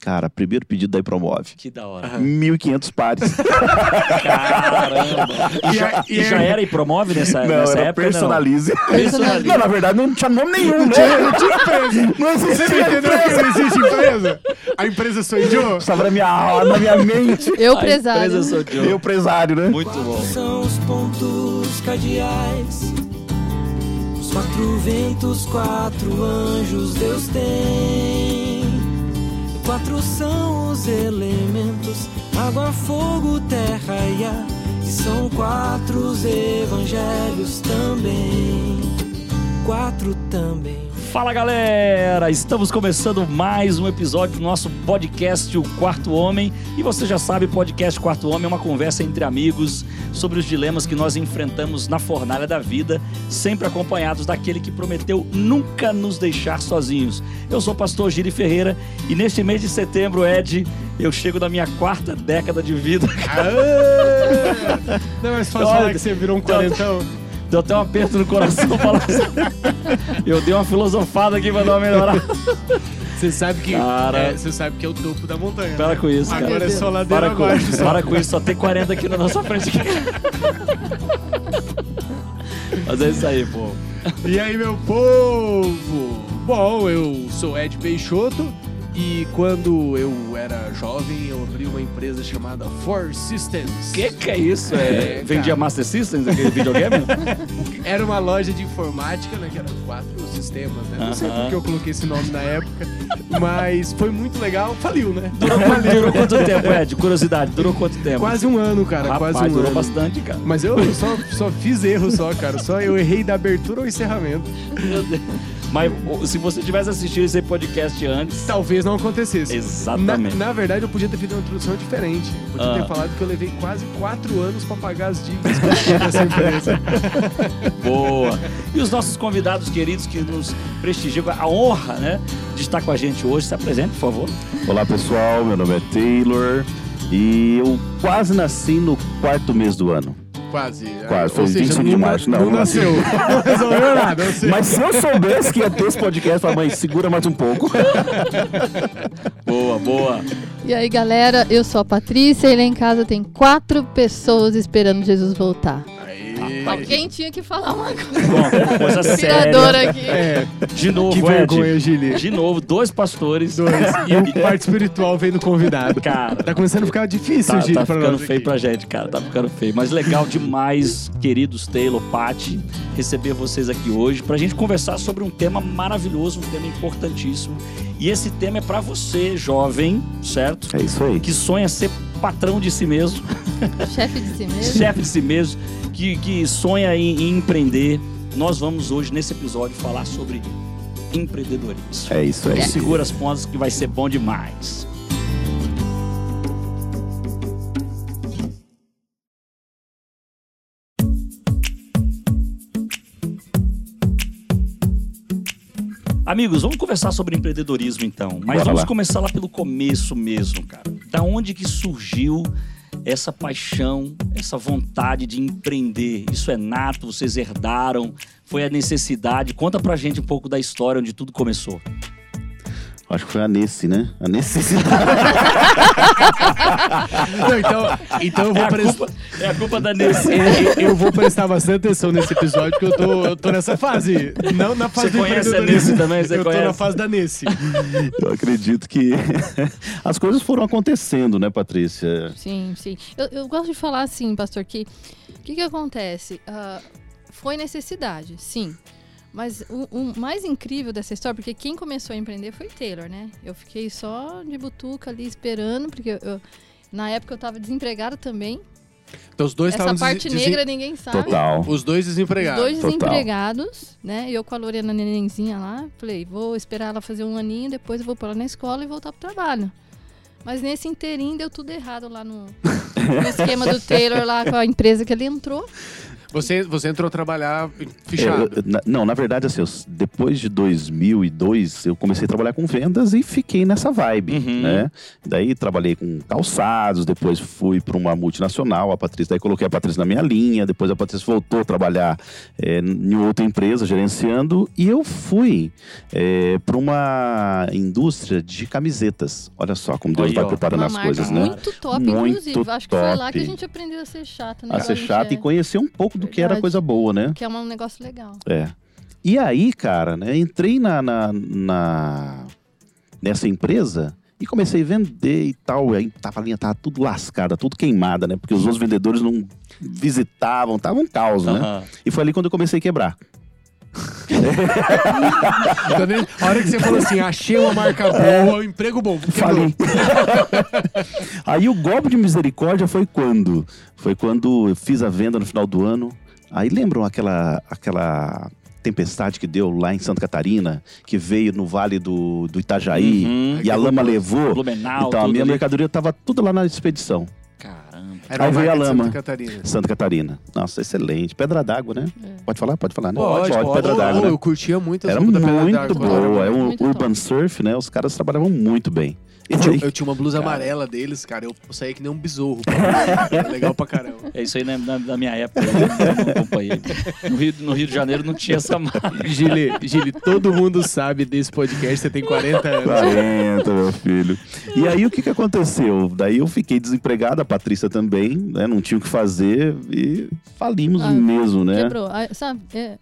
cara, primeiro pedido da Promove. Que da hora. 1.500 pares. Caramba. E já, e já era e promove nessa, Não, nessa era época? personalize. Personalize. É, Não, na verdade não tinha nome nenhum, né? Não Você não existia entendeu empresa. que não existe empresa? A empresa sou eu? Estava na minha, alma, na minha mente. Não. Eu, A presário. empresa sou de Eu, outro. empresário, né? Muito bom. São os pontos cardeais, os quatro ventos, quatro anjos Deus tem. Quatro são os elementos: água, fogo, terra e ar. E são quatro os evangelhos também. Quatro também. Fala galera, estamos começando mais um episódio do nosso podcast O Quarto Homem. E você já sabe, podcast Quarto Homem é uma conversa entre amigos sobre os dilemas que nós enfrentamos na fornalha da vida, sempre acompanhados daquele que prometeu nunca nos deixar sozinhos. Eu sou o pastor Giri Ferreira e neste mês de setembro, Ed, eu chego na minha quarta década de vida. Ah, Não, mas fácil falar Olha, que você virou um então- quarentão. Deu até um aperto no coração falar assim. Eu dei uma filosofada aqui pra dar uma melhorada. Você sabe que Cara. Tá. é, você sabe que é o topo da montanha. Para com isso, cara. Agora é só ladeira Para com, abaixo. só. para com isso, só tem 40 aqui na nossa frente. Mas é isso aí, pô. E aí, meu povo? Bom, eu sou Ed Peixoto e quando eu era jovem, eu abri uma empresa chamada Four Systems. Que que é isso? É, É, vendia cara. Master Systems, aquele videogame? Era uma loja de informática, né? Que era quatro sistemas, né? Não sei Aham. por que eu coloquei esse nome na época, mas foi muito legal. Faliu, né? Durou quanto, durou quanto tempo, Ed? Curiosidade, durou quanto tempo? Quase um ano, cara. Rapaz, quase um durou ano. bastante, cara. Mas eu só, só fiz erro só, cara. Só eu errei da abertura ao encerramento. Meu Deus. Mas o- se você tivesse assistido esse podcast antes... Talvez não acontecesse. Exatamente. Na, na verdade, eu podia ter feito uma introdução diferente. Eu podia Ah. ter falado que eu levei quase quatro anos pra pagar as dívidas que eu tinha dessa empresa. Boa! E os nossos convidados queridos que nos prestigiam, a honra, né, de estar com a gente hoje. Se apresente, por favor. Olá pessoal, meu nome é Taylor e eu quase nasci no quarto mês do ano. Quase. Quase, foi Ou seja, 25 de não- março. Não, Não, não nasceu. Não resolveu nada. Ou seja, Mas se eu soubesse que ia ter esse podcast, eu falava, mãe, segura mais um pouco. Boa, boa! E aí, galera, eu sou a Patrícia e lá em casa tem quatro pessoas esperando Jesus voltar. Aí. Alguém tinha que falar uma coisa Bom, coisa séria. inspiradora aqui. É, De novo, que Ed. vergonha, Gili. De novo, dois pastores. um Dois. E o parte espiritual vem do convidado. Cara. Tá começando a ficar difícil, Tá, Gili, tá pra ficando nós feio aqui. pra gente, cara. Tá ficando feio. Mas legal demais, queridos Taylor, Pati, receber vocês aqui hoje pra gente conversar sobre um tema maravilhoso, um tema importantíssimo. E esse tema é pra você, jovem, certo? É isso aí. Que sonha ser patrão de si mesmo. Chefe de si mesmo. chefe de si mesmo, que, que sonha em, em empreender. Nós vamos hoje, nesse episódio, falar sobre empreendedorismo. É isso aí. Segura as pontas que vai ser bom demais. Amigos, vamos conversar sobre empreendedorismo então, mas Bora vamos lá. começar lá pelo começo mesmo, cara. Da onde que surgiu essa paixão, essa vontade de empreender? Isso é nato, vocês herdaram, foi a necessidade? Conta pra gente um pouco da história onde tudo começou. Acho que foi a Nesse, né? A necessidade. Não, então, então eu É vou a prestar. culpa, é a culpa da Nessie. É. Eu, eu vou prestar bastante atenção nesse episódio, que eu tô, eu tô nessa fase. Não na fase Você do conhece a empreendedorismo. Nessie também? Você eu tô conhece? na fase da Nessie. Eu acredito que as coisas foram acontecendo, né, Patrícia? Sim, sim. Eu, eu gosto de falar assim, pastor, que o que, que acontece? Ah, foi necessidade, sim. Mas o, o mais incrível dessa história, porque quem começou a empreender foi Taylor, né? Eu fiquei só de butuca ali esperando, porque eu- eu- na época eu tava desempregada também. Então os dois Essa estavam parte negra ninguém sabe. Total. Os dois Os desempregados. dois Total. desempregados, né? E eu com a Lorena nenenzinha lá, falei, vou esperar ela fazer um aninho, depois eu vou pôr ela na escola e voltar pro trabalho. Mas nesse inteirinho deu tudo errado lá no, no esquema do Taylor, lá com a empresa que ele entrou. Você, você entrou a trabalhar É, eu- fechado. eu- na- não, na verdade, assim, eu s- depois de 2002, eu comecei a trabalhar com vendas e fiquei nessa vibe, Uhum. né? Daí trabalhei com calçados, depois fui para uma multinacional, a Patrícia, daí coloquei a Patrícia na minha linha, depois a Patrícia voltou a trabalhar é, em outra empresa, gerenciando, e eu fui para uma indústria de camisetas. Olha só como Deus Aí, vai ó. preparando Uma as marca coisas, né? muito top, Muito inclusive. Acho que foi lá que a top. gente aprendeu a ser chata, né? A ser gente chata é. e conhecer um pouco do que era Verdade. coisa boa, né? Que é um negócio legal. É. E aí, cara, né, entrei na, na, na- nessa empresa e comecei a vender e tal. E aí tava, a linha tava tudo lascada, tudo queimada, né? Porque os outros vendedores não visitavam, tava um caos, né? Aham. E foi ali quando eu comecei a quebrar. Tá vendo? A hora que você falou assim, achei uma marca boa, um emprego bom. porque É. Falei. aí o golpe de misericórdia foi quando? Foi quando eu fiz a venda no final do ano. Aí lembram aquela, aquela tempestade que deu lá em Santa Catarina, que veio no Vale do, do Itajaí Uhum. e a lama levou? Blumenau, Então, a tudo né? minha ali. mercadoria tava tudo lá na expedição. Caramba. Era Aí uma veio marca a de lama. Santa Catarina. Santa Catarina. Nossa, excelente. Pedra d'água, né? É. Pode falar? Pode falar, né? Pedra Oh, d'água, né? Eu curtia muito as Era roupas da Pedra muito d'Água. boa. É um Muito urban top. surf, né? Os caras trabalhavam muito bem. E Eu, aí, eu tinha uma blusa amarela deles, cara. Eu saía que nem um besouro. Era Legal pra caramba. É isso aí na, na- na minha época. Eu não acompanhei. No Rio, no Rio de Janeiro não tinha essa marca. Gili, Gili, todo mundo sabe desse podcast, você tem 40 anos. 40, meu filho. E aí, o que que aconteceu? Daí eu fiquei desempregado, a Patrícia também, né? Não tinha o que fazer e falimos Ah, mesmo, né? Quebrou. Ah, sabe, é,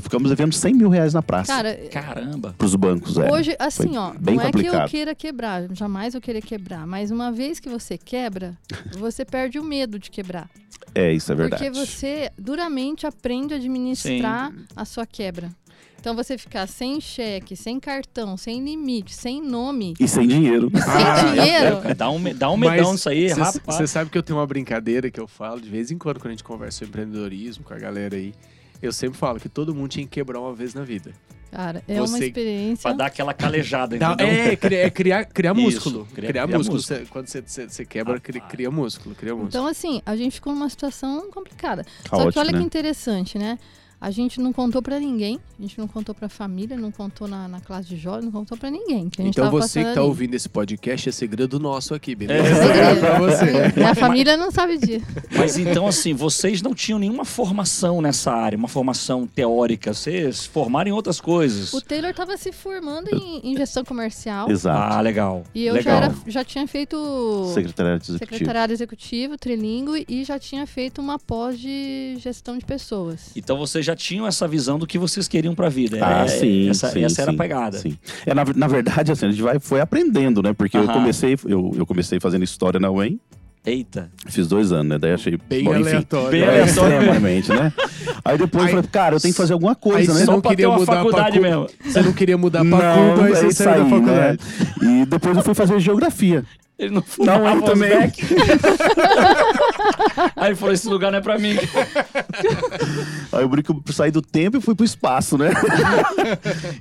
Ficamos devendo 100 mil reais na praça. cara, Caramba. pros bancos, é. hoje, assim, ó, bem não é que complicado. eu queira quebrar, jamais eu querer quebrar, mas uma vez que você quebra, você perde o medo de quebrar. É, isso é verdade. Porque você duramente aprende a administrar a sua quebra. Então você ficar sem cheque, sem cartão, sem limite, sem nome, E sem dinheiro. sem dinheiro. É, dá um, me- dá um medão isso aí, rapaz. Você sabe que eu tenho uma brincadeira que eu falo de vez em quando quando a gente conversa sobre empreendedorismo com a galera aí. Eu sempre falo que todo mundo tinha que quebrar uma vez na vida. Cara, é uma Você- Pra experiência. dar aquela calejada, Dá- entendeu? é, cri- é criar, criar Isso, músculo. cria- Criar, cria músculo. músculo. Cê- quando você quebra, cri- Rapaz. cria músculo. Cria músculo. Então, assim, a gente ficou numa situação complicada. Só que Caótico, olha né? que interessante, né? A gente não contou pra ninguém, a gente não contou pra família, não contou na, na classe de jovens, não contou pra ninguém. Que a gente Então tava você que passando tá ali. ouvindo esse podcast é segredo nosso aqui, beleza? É. Segredo pra você. Minha família não sabe disso. Mas então, assim, vocês não tinham nenhuma formação nessa área, uma formação teórica. Vocês se formaram em outras coisas. O Taylor tava se formando em, em gestão comercial Exato. Ah, legal. e eu já, legal. era, já tinha feito Secretariado executivo. secretariado executivo, trilingue e já tinha feito uma pós de gestão de pessoas. Então vocês já tinham essa visão do que vocês queriam pra vida. Ah, É, sim, Essa, sim, essa era sim, a pegada. sim. É, na, na verdade, assim, a gente vai, foi aprendendo, né? Porque eu Aham. comecei, eu, eu comecei fazendo história na UEM, Eita. fiz dois anos, né? Daí achei Bem bom, enfim, aleatório. né? Bem é, aleatório. extremamente, né? Aí depois Aí- eu falei, cara, eu tenho que fazer alguma Aí coisa, né? você Só não pra queria ter uma mudar pra faculdade Cuba. Você não queria mudar pra Não, Cuba, aí é você isso saiu da aí, faculdade. né? E depois eu fui fazer geografia. Ele não Não, fumava eu os também. beck. Aí ele falou, esse lugar não é pra mim. Aí eu brinco, eu saí do tempo e fui pro espaço, né?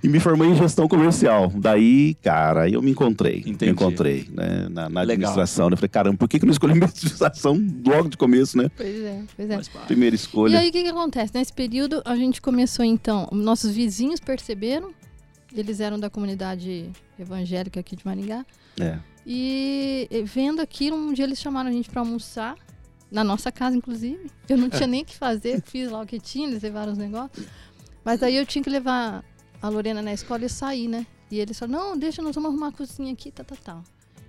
e me formei em gestão comercial. Daí, cara, aí eu me encontrei. Entendi. Me encontrei, né? Na, na Legal. administração. né? Eu falei, caramba, por que, que eu não escolhi minha administração logo de começo, né? Pois é, pois é. Primeira E escolha. aí o que, que acontece? Nesse período a gente começou então, nossos vizinhos perceberam, eles eram da comunidade evangélica aqui de Maringá, É. e eh, vendo aquilo, um dia eles chamaram a gente para almoçar, na nossa casa inclusive, eu não tinha nem o que fazer, fiz lá o que tinha, eles levaram os negócios, mas aí eu tinha que levar a Lorena na escola e sair, né? E eles falaram, não, deixa, nós vamos arrumar a cozinha aqui, tá, tá, tá.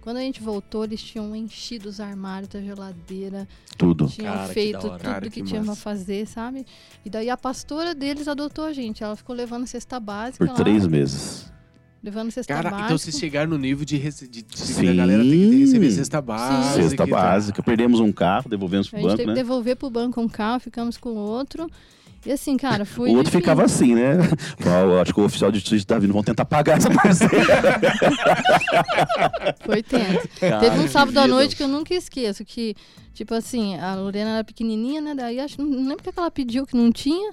Quando a gente voltou, eles tinham enchido os armários, a geladeira, Tudo. tinham Cara, que feito da hora. tudo Cara, que, que tinha pra massa. fazer, sabe? E daí a pastora deles adotou a gente. Ela ficou levando cesta básica Por lá, três meses. levando cesta Cara, básica. então vocês chegaram no nível de, rece- de, de Sim. a galera tem que receber cesta básica. Cesta e tal. básica. então. Perdemos um carro, devolvemos a pro gente banco, teve que né? devolver pro banco um carro, ficamos com o outro. E assim, cara, O foi outro difícil. ficava assim, né? Ó, acho que o oficial de justiça tá vindo, vão tentar pagar essa parceira. Foi tenso. Teve um sábado à noite que eu nunca esqueço, que, é tipo assim, a Lorena era pequenininha, né? Daí acho, não lembro o que que ela pediu que não tinha.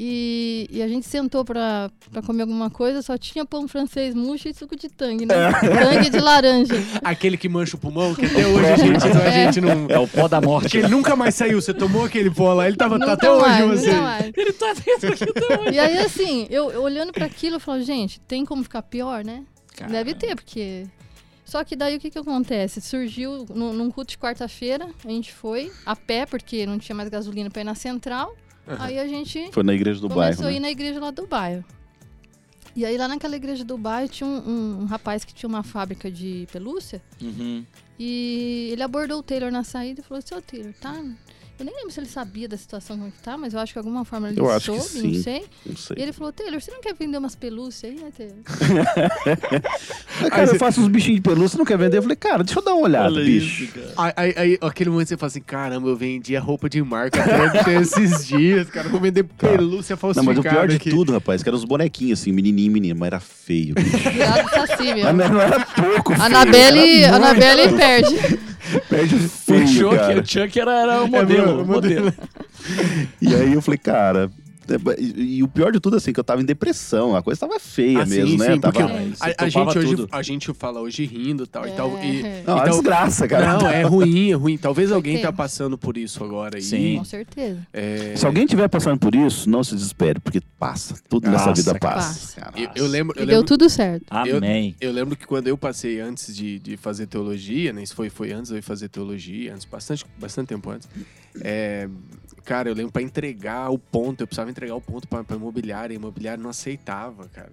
E, e a gente sentou pra, pra comer alguma coisa, só tinha pão francês murcho e suco de tangue, É. né? Tangue de laranja. Aquele que mancha o pulmão, que até hoje a gente, a gente não. É o pó da Que morte. ele nunca mais saiu. Você tomou aquele pó lá, ele tava tá Nunca até hoje mais, você. nunca mais. Ele tá dentro aqui até hoje. E aí, assim, eu, eu olhando pra aquilo, eu falo, gente, tem como ficar pior, né? Deve ter, porque. Só que daí o que, que acontece? Surgiu no, num culto de quarta-feira, a gente foi a pé, porque não tinha mais gasolina pra ir na central. Aí a gente Foi na igreja do bairro. começou a né? ir na igreja lá do bairro. E aí lá naquela igreja do bairro tinha um, um- um rapaz que tinha uma fábrica de pelúcia. Uhum. E ele abordou o Taylor na saída e falou, seu Taylor, tá? Eu nem lembro se ele sabia da situação como que tá, mas eu acho que de alguma forma ele Eu acho soube, que não sim. sei. Não E sei. ele falou, Taylor, você não quer vender umas pelúcias aí, né, Taylor? Ah, Cara, eu faço uns bichinhos de pelúcia, você não quer vender? Eu falei, cara, deixa eu dar uma olhada, Olha bicho. isso, cara. Aí, aí- aí, aquele momento você fala assim: caramba, eu vendi a roupa de marca até até esses dias, cara. eu Vou vender pelúcia Tá. Não, falsificada. mas o pior de aqui. tudo, rapaz, que eram os bonequinhos, assim, menininho e menina, mas era feio, bicho. Virado saci, meu. Mas não era pouco feio, Anabelle, era muito- Anabelle perde. Perde O feio, Chuck, cara. o Chuck era, era É o modelo. É, meu, o modelo. E aí eu falei, cara... é, E, e o pior de tudo, assim, que eu tava em depressão, a coisa tava feia Ah, sim, mesmo, né? sim, tava... porque Não, Você A, a topava gente hoje, tudo. a gente fala hoje rindo e tal e tal. E, É. é uma então- desgraça, cara. não, é ruim, é ruim. Talvez alguém tá Entendo. passando por isso agora. aí. Sim. Com certeza. É, Se alguém tiver passando por isso, não se desespere, porque passa. Tudo nessa Passa, vida cara. passa. cara. eu, eu lembro. Eu E deu lembro tudo certo. Amém. Eu lembro que quando eu passei antes de, de fazer teologia, né? Isso foi, foi antes de eu ir fazer teologia, antes, bastante, bastante tempo antes. É, cara, eu lembro pra entregar o ponto, eu precisava entregar o ponto pra, pra imobiliária, e a imobiliária não aceitava, cara.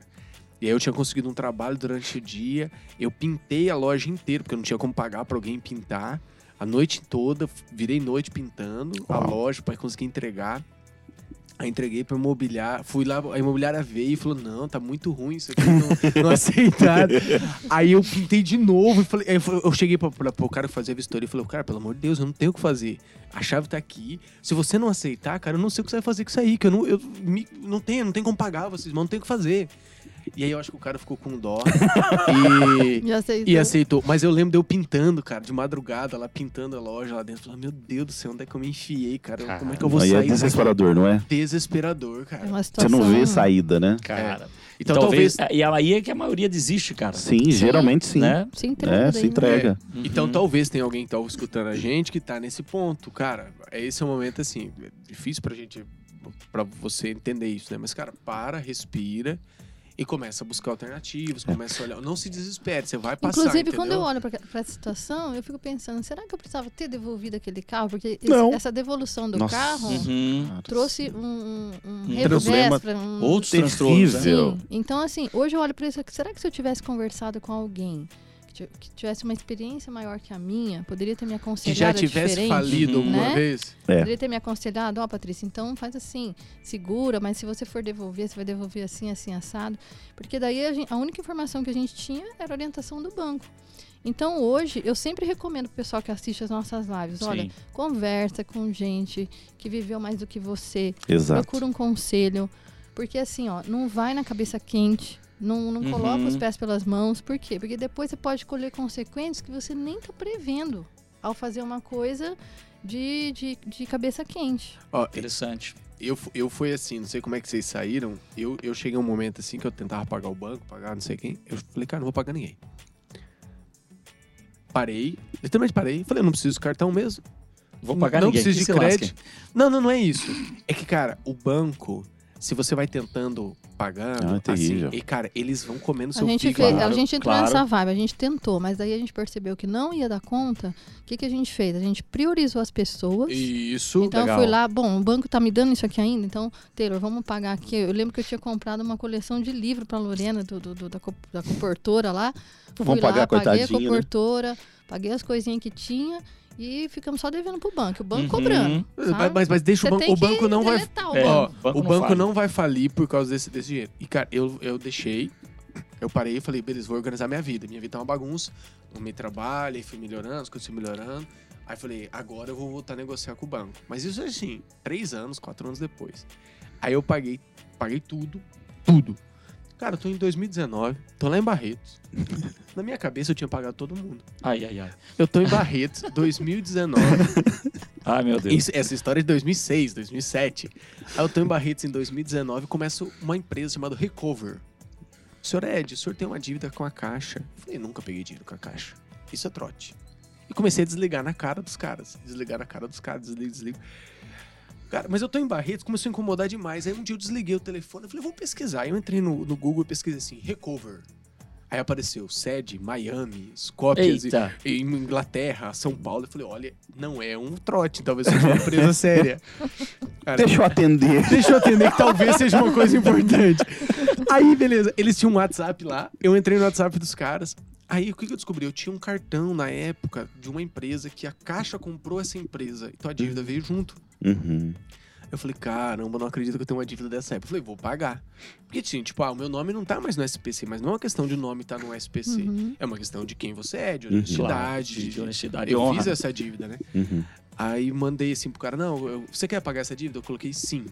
E aí eu tinha conseguido um trabalho durante o dia, eu pintei a loja inteira, porque eu não tinha como pagar pra alguém pintar. A noite toda, virei noite pintando a Uau. loja pra conseguir entregar. Aí entreguei pra imobiliária, fui lá, a imobiliária veio e falou: não, tá muito ruim isso aqui, não, não aceitado. aí eu pintei de novo e falei, aí eu falei- eu cheguei pra, pra, pro cara que fazia a vistoria e falei, cara, pelo amor de Deus, eu não tenho o que fazer. A chave tá aqui. Se você não aceitar, cara, eu não sei o que você vai fazer com isso aí, que eu não, eu, me- não tenho, não tenho como pagar vocês, mas não tenho o que fazer. E aí eu acho que o cara ficou com dó. e, Já sei. então. e assim, aceitou. Mas eu lembro de eu pintando, cara, de madrugada, lá pintando a loja lá dentro. Falei, meu Deus do céu, onde é que eu me enfiei, cara? Como é que eu vou Aí é sair? daqui?" desesperador, não é? Desesperador, cara. É uma Você situação... não vê saída, né? Cara. Então É, talvez, talvez. E aí é que a maioria desiste, cara. Sim, geralmente sim. Né? Se entrega. É, daí, se né? entrega. Então talvez tenha alguém que tá escutando a gente que tá nesse ponto, cara. Esse é um momento assim, é difícil pra gente pra você entender isso, né? Mas cara, para, respira e começa a buscar alternativas, É. começa a olhar, não se desespere, você vai passar, Inclusive, entendeu? quando eu olho pra, pra essa situação, eu fico pensando, será que eu precisava ter devolvido aquele carro? Porque esse- Não. essa devolução do Nossa. carro Uhum. trouxe um, um, um problema revés pra um... Outros transtornos. Terrível. né? Entendeu? Sim. Então, assim, hoje eu olho pra isso aqui. Será que se eu tivesse conversado com alguém que ti- que tivesse uma experiência maior que a minha, poderia ter me Que aconselhado já a tivesse diferente? falido alguma né? vez. Poderia ter me aconselhado, ó, Patrícia, então faz assim, segura, mas se você for devolver, você vai devolver assim, assim, assado. Porque daí a, gen- a única informação que a gente tinha era a orientação do banco. Então hoje, eu sempre recomendo pro pessoal que assiste as nossas lives, olha, Sim. conversa com gente que viveu mais do que você, Exato. procura um conselho. Porque assim, ó, não vai na cabeça quente, não, não Uhum. coloca os pés pelas mãos. Por quê? Porque depois você pode colher consequências que você nem tá prevendo ao fazer uma coisa de, de, de cabeça quente. Ó, Interessante. eu, fu- eu fui assim, não sei como é que vocês saíram. Eu, eu cheguei a um momento assim que eu tentava pagar o banco, pagar não sei quem. Eu falei, cara, não vou pagar ninguém. Parei, literalmente parei. Falei, não preciso do cartão mesmo. Vou pagar não ninguém. preciso que de se lasque. crédito. Não, não, não é isso. É que, cara, o banco, se você vai tentando pagando, Ah, é assim, terrível. e, cara, eles vão comendo A seu gente, fígado. fez- a claro, gente entrou claro. nessa vibe, a gente tentou, mas daí a gente percebeu que não ia dar conta. O que, que a gente fez? A gente priorizou as pessoas. Isso. Então legal. eu fui lá, bom, o banco tá me dando isso aqui ainda, então, Taylor, vamos pagar aqui. Eu lembro que eu tinha comprado uma coleção de livro pra Lorena, do, do- do- da, co- da cobertora lá. Não Fui vão pagar, lá, paguei a coitadinho, né? cobertora, paguei as coisinhas que tinha e ficamos só devendo pro banco. O banco Uhum. cobrando. Mas, sabe? mas- mas deixa Você o banco. tem O banco que não vai. deletar o É, Ó, banco o banco. não banco falha. não vai falir por causa desse, desse dinheiro. E, cara, eu, eu deixei, eu parei e falei, beleza, vou organizar minha vida. Minha vida tá uma bagunça. Não me trabalho, aí fui melhorando, as coisas fui melhorando. Aí falei, agora eu vou voltar a negociar com o banco. Mas isso é assim, três anos, quatro anos depois. Aí eu paguei, paguei tudo, tudo. Cara, eu tô em 2019, tô lá em Barretos. Na minha cabeça eu tinha pagado todo mundo. Ai, ai, ai. Eu tô em Barretos, 2019. Ai, meu Deus. Isso- essa história é de 2006, 2007. Aí eu tô em Barretos em 2019 começo uma empresa chamada Recover. Senhor é Ed, o senhor tem uma dívida com a Caixa. Eu falei, nunca peguei dinheiro com a Caixa. Isso é trote. E comecei a desligar na cara dos caras. Desligar na cara dos caras, desligo, desligo. Cara, mas eu tô em Barretos, começou a incomodar demais. Aí um dia eu desliguei o telefone, eu falei, vou pesquisar. Aí eu entrei no, no Google e pesquisei assim, Recover. Aí apareceu sede, Miami, Skopje, Eita. em Inglaterra, São Paulo. Eu falei, olha, não é um trote, talvez seja uma empresa séria. Cara, Deixa eu atender. um deixa eu atender que talvez seja uma coisa importante. Aí, beleza, eles tinham um WhatsApp lá, eu entrei no WhatsApp dos caras. Aí, o que que eu descobri? Eu tinha um cartão na época de uma empresa que a Caixa comprou essa empresa, então a dívida veio junto. Uhum. Eu falei, caramba, não acredito que eu tenho uma dívida dessa época. Eu falei, vou pagar. Porque tinha, tipo, ah, o meu nome não tá mais no SPC, mas não é uma questão de o nome tá no SPC. Uhum. É uma questão de quem você é, de Uhum. Claro, honestidade. de, de de- honestidade. Eu honra. fiz essa dívida, né? Uhum. Aí mandei assim pro cara, não, eu- você quer pagar essa dívida? Eu coloquei sim.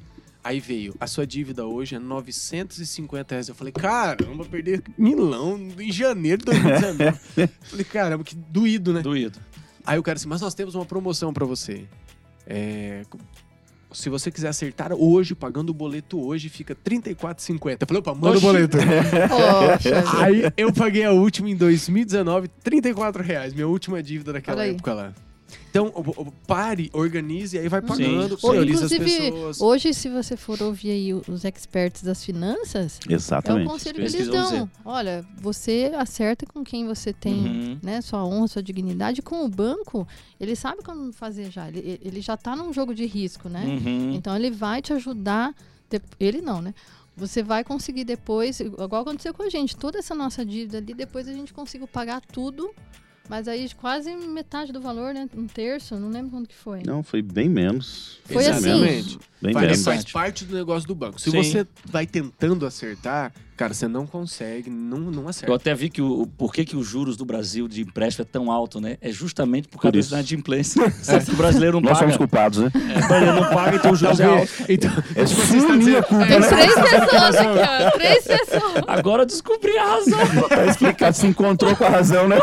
Aí veio, a sua dívida hoje é 950 reais. Eu falei, caramba, perder milão em janeiro de 2019. falei, caramba, que doído, né? Doído. Aí o cara assim, mas nós temos uma promoção pra você. É, se você quiser acertar hoje, pagando o boleto hoje, fica R$34,50. Eu falei, opa, manda o Oxi. boleto. Poxa. Aí eu paguei a última em 2019, 34 reais, minha última dívida daquela Olha aí. época lá. Então, o- o- pare, organize, aí vai pagando, Sim, sim. prioriza as Inclusive, pessoas. Hoje, se você for ouvir aí o- os experts das finanças, é o Exatamente. conselho que eles Eles vão dão. Olha, você acerta com quem você tem Uhum. né, sua honra, sua dignidade. Com o banco, ele sabe como fazer já. Ele, ele já tá num jogo de risco, né? Uhum. Então ele vai te ajudar. de- Ele não, né? Você vai conseguir depois, igual aconteceu com a gente, toda essa nossa dívida ali, depois a gente conseguiu pagar tudo, mas aí quase metade do valor, né? Um terço, não lembro quanto que foi. Não, foi bem menos. Foi bem assim. Menos. Bem Vai, menos. Parece- faz parte do negócio do banco. Se Sim. você vai tentando acertar, cara, você não consegue, não, não Eu acerta. até vi que o, o- por que, que os juros do Brasil de empréstimo é tão alto, né? É justamente por causa Por isso. da inadimplência. É. O brasileiro não Nós paga. somos culpados, né? É, o brasileiro não paga, então os juros é alto. Então, É se você está sua minha dizendo- culpa. Tem três pessoas aqui, ó. Três pessoas. Agora eu descobri a razão. Tá explicado, se encontrou com a razão, né?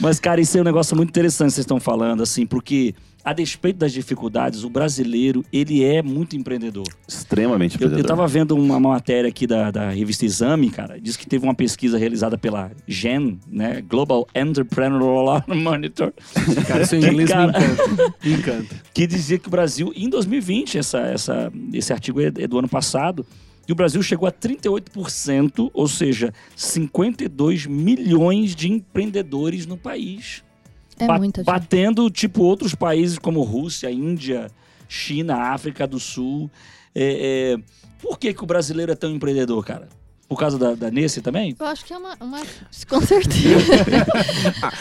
Mas, cara, isso é um negócio muito interessante que vocês estão falando, assim, porque a despeito das dificuldades, o brasileiro, ele é muito empreendedor. Extremamente Eu, eu empreendedor. tava vendo uma matéria aqui da, da revista Exame, cara. Diz que teve uma pesquisa realizada pela GEN, né? Global Entrepreneurial Monitor, Cara, seu inglês Cara. é me encanta. Me encanta. que dizia que o Brasil, em 2020, essa, essa, esse artigo é é do ano passado, e o Brasil chegou a 38%, ou seja, 52 milhões de empreendedores no país. É Ba- muita gente. Batendo, tipo, outros países como Rússia, Índia, China, África do Sul. É, é, Por que, que o brasileiro é tão empreendedor, cara? Por causa da, da Nesse também? Eu acho que é uma. uma... Com certeza.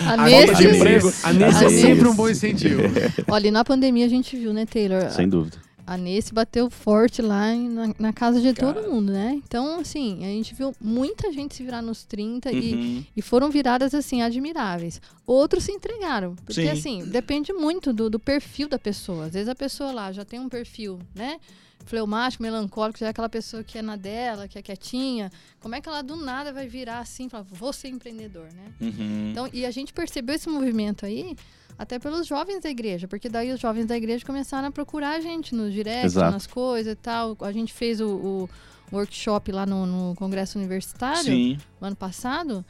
Ah, a é falta de Nesse- emprego, a Nesse é Nesse- sempre um bom incentivo. Olha, e na pandemia a gente viu, né, Taylor? Sem dúvida. A Nesse bateu forte lá em- na, na casa de Cara. todo mundo, né? Então, assim, a gente viu muita gente se virar nos 30 e, Uhum. e foram viradas, assim, admiráveis. Outros se entregaram. Porque, Sim. assim, depende muito do, do perfil da pessoa. Às vezes a pessoa lá já tem um perfil, né? Fleumático, melancólico, já é aquela pessoa que é na dela, que é quietinha. Como é que ela do nada vai virar assim e falar, vou ser empreendedor, né? Uhum. Então, e a gente percebeu esse movimento aí até pelos jovens da igreja, porque daí os jovens da igreja começaram a procurar a gente nos directs, Exato. nas coisas e tal. A gente fez o, o workshop lá no, no Congresso Universitário Sim. no ano passado,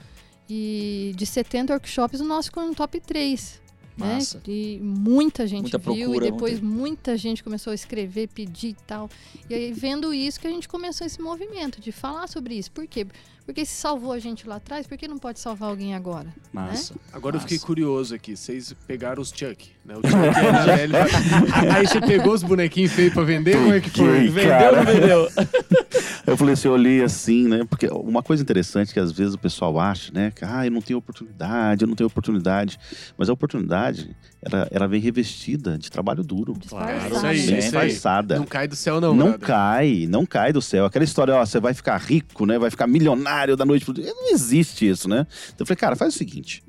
e de 70 workshops, o nosso ficou no top 3. Né? Massa. E muita gente Muita viu, procura, e depois muita gente começou a escrever, pedir e tal. E aí, vendo isso, que a gente começou esse movimento de falar sobre isso. Por quê? Porque se salvou a gente lá atrás, por que não pode salvar alguém agora? Massa. Agora eu fiquei Massa. curioso aqui. Vocês pegaram os Chuck, né? O Chuck era velho. pra- Aí você pegou os bonequinhos feios pra vender? Como é que foi? Peguei, Vendeu cara. ou não vendeu? Eu falei assim, eu olhei assim, né? Porque uma coisa interessante que às vezes o pessoal acha, né? Que, ah, eu não tenho oportunidade, eu não tenho oportunidade. Mas a oportunidade, ela, ela vem revestida de trabalho duro. Claro, Disfarçado, É isso aí, Bem né? isso aí. disfarçada. Não cai do céu, não. Não brother. cai, não cai do céu. Aquela história, ó, você vai ficar rico, né? Vai ficar milionário da noite pro dia. Não existe isso, né? Então eu falei, cara, faz o seguinte.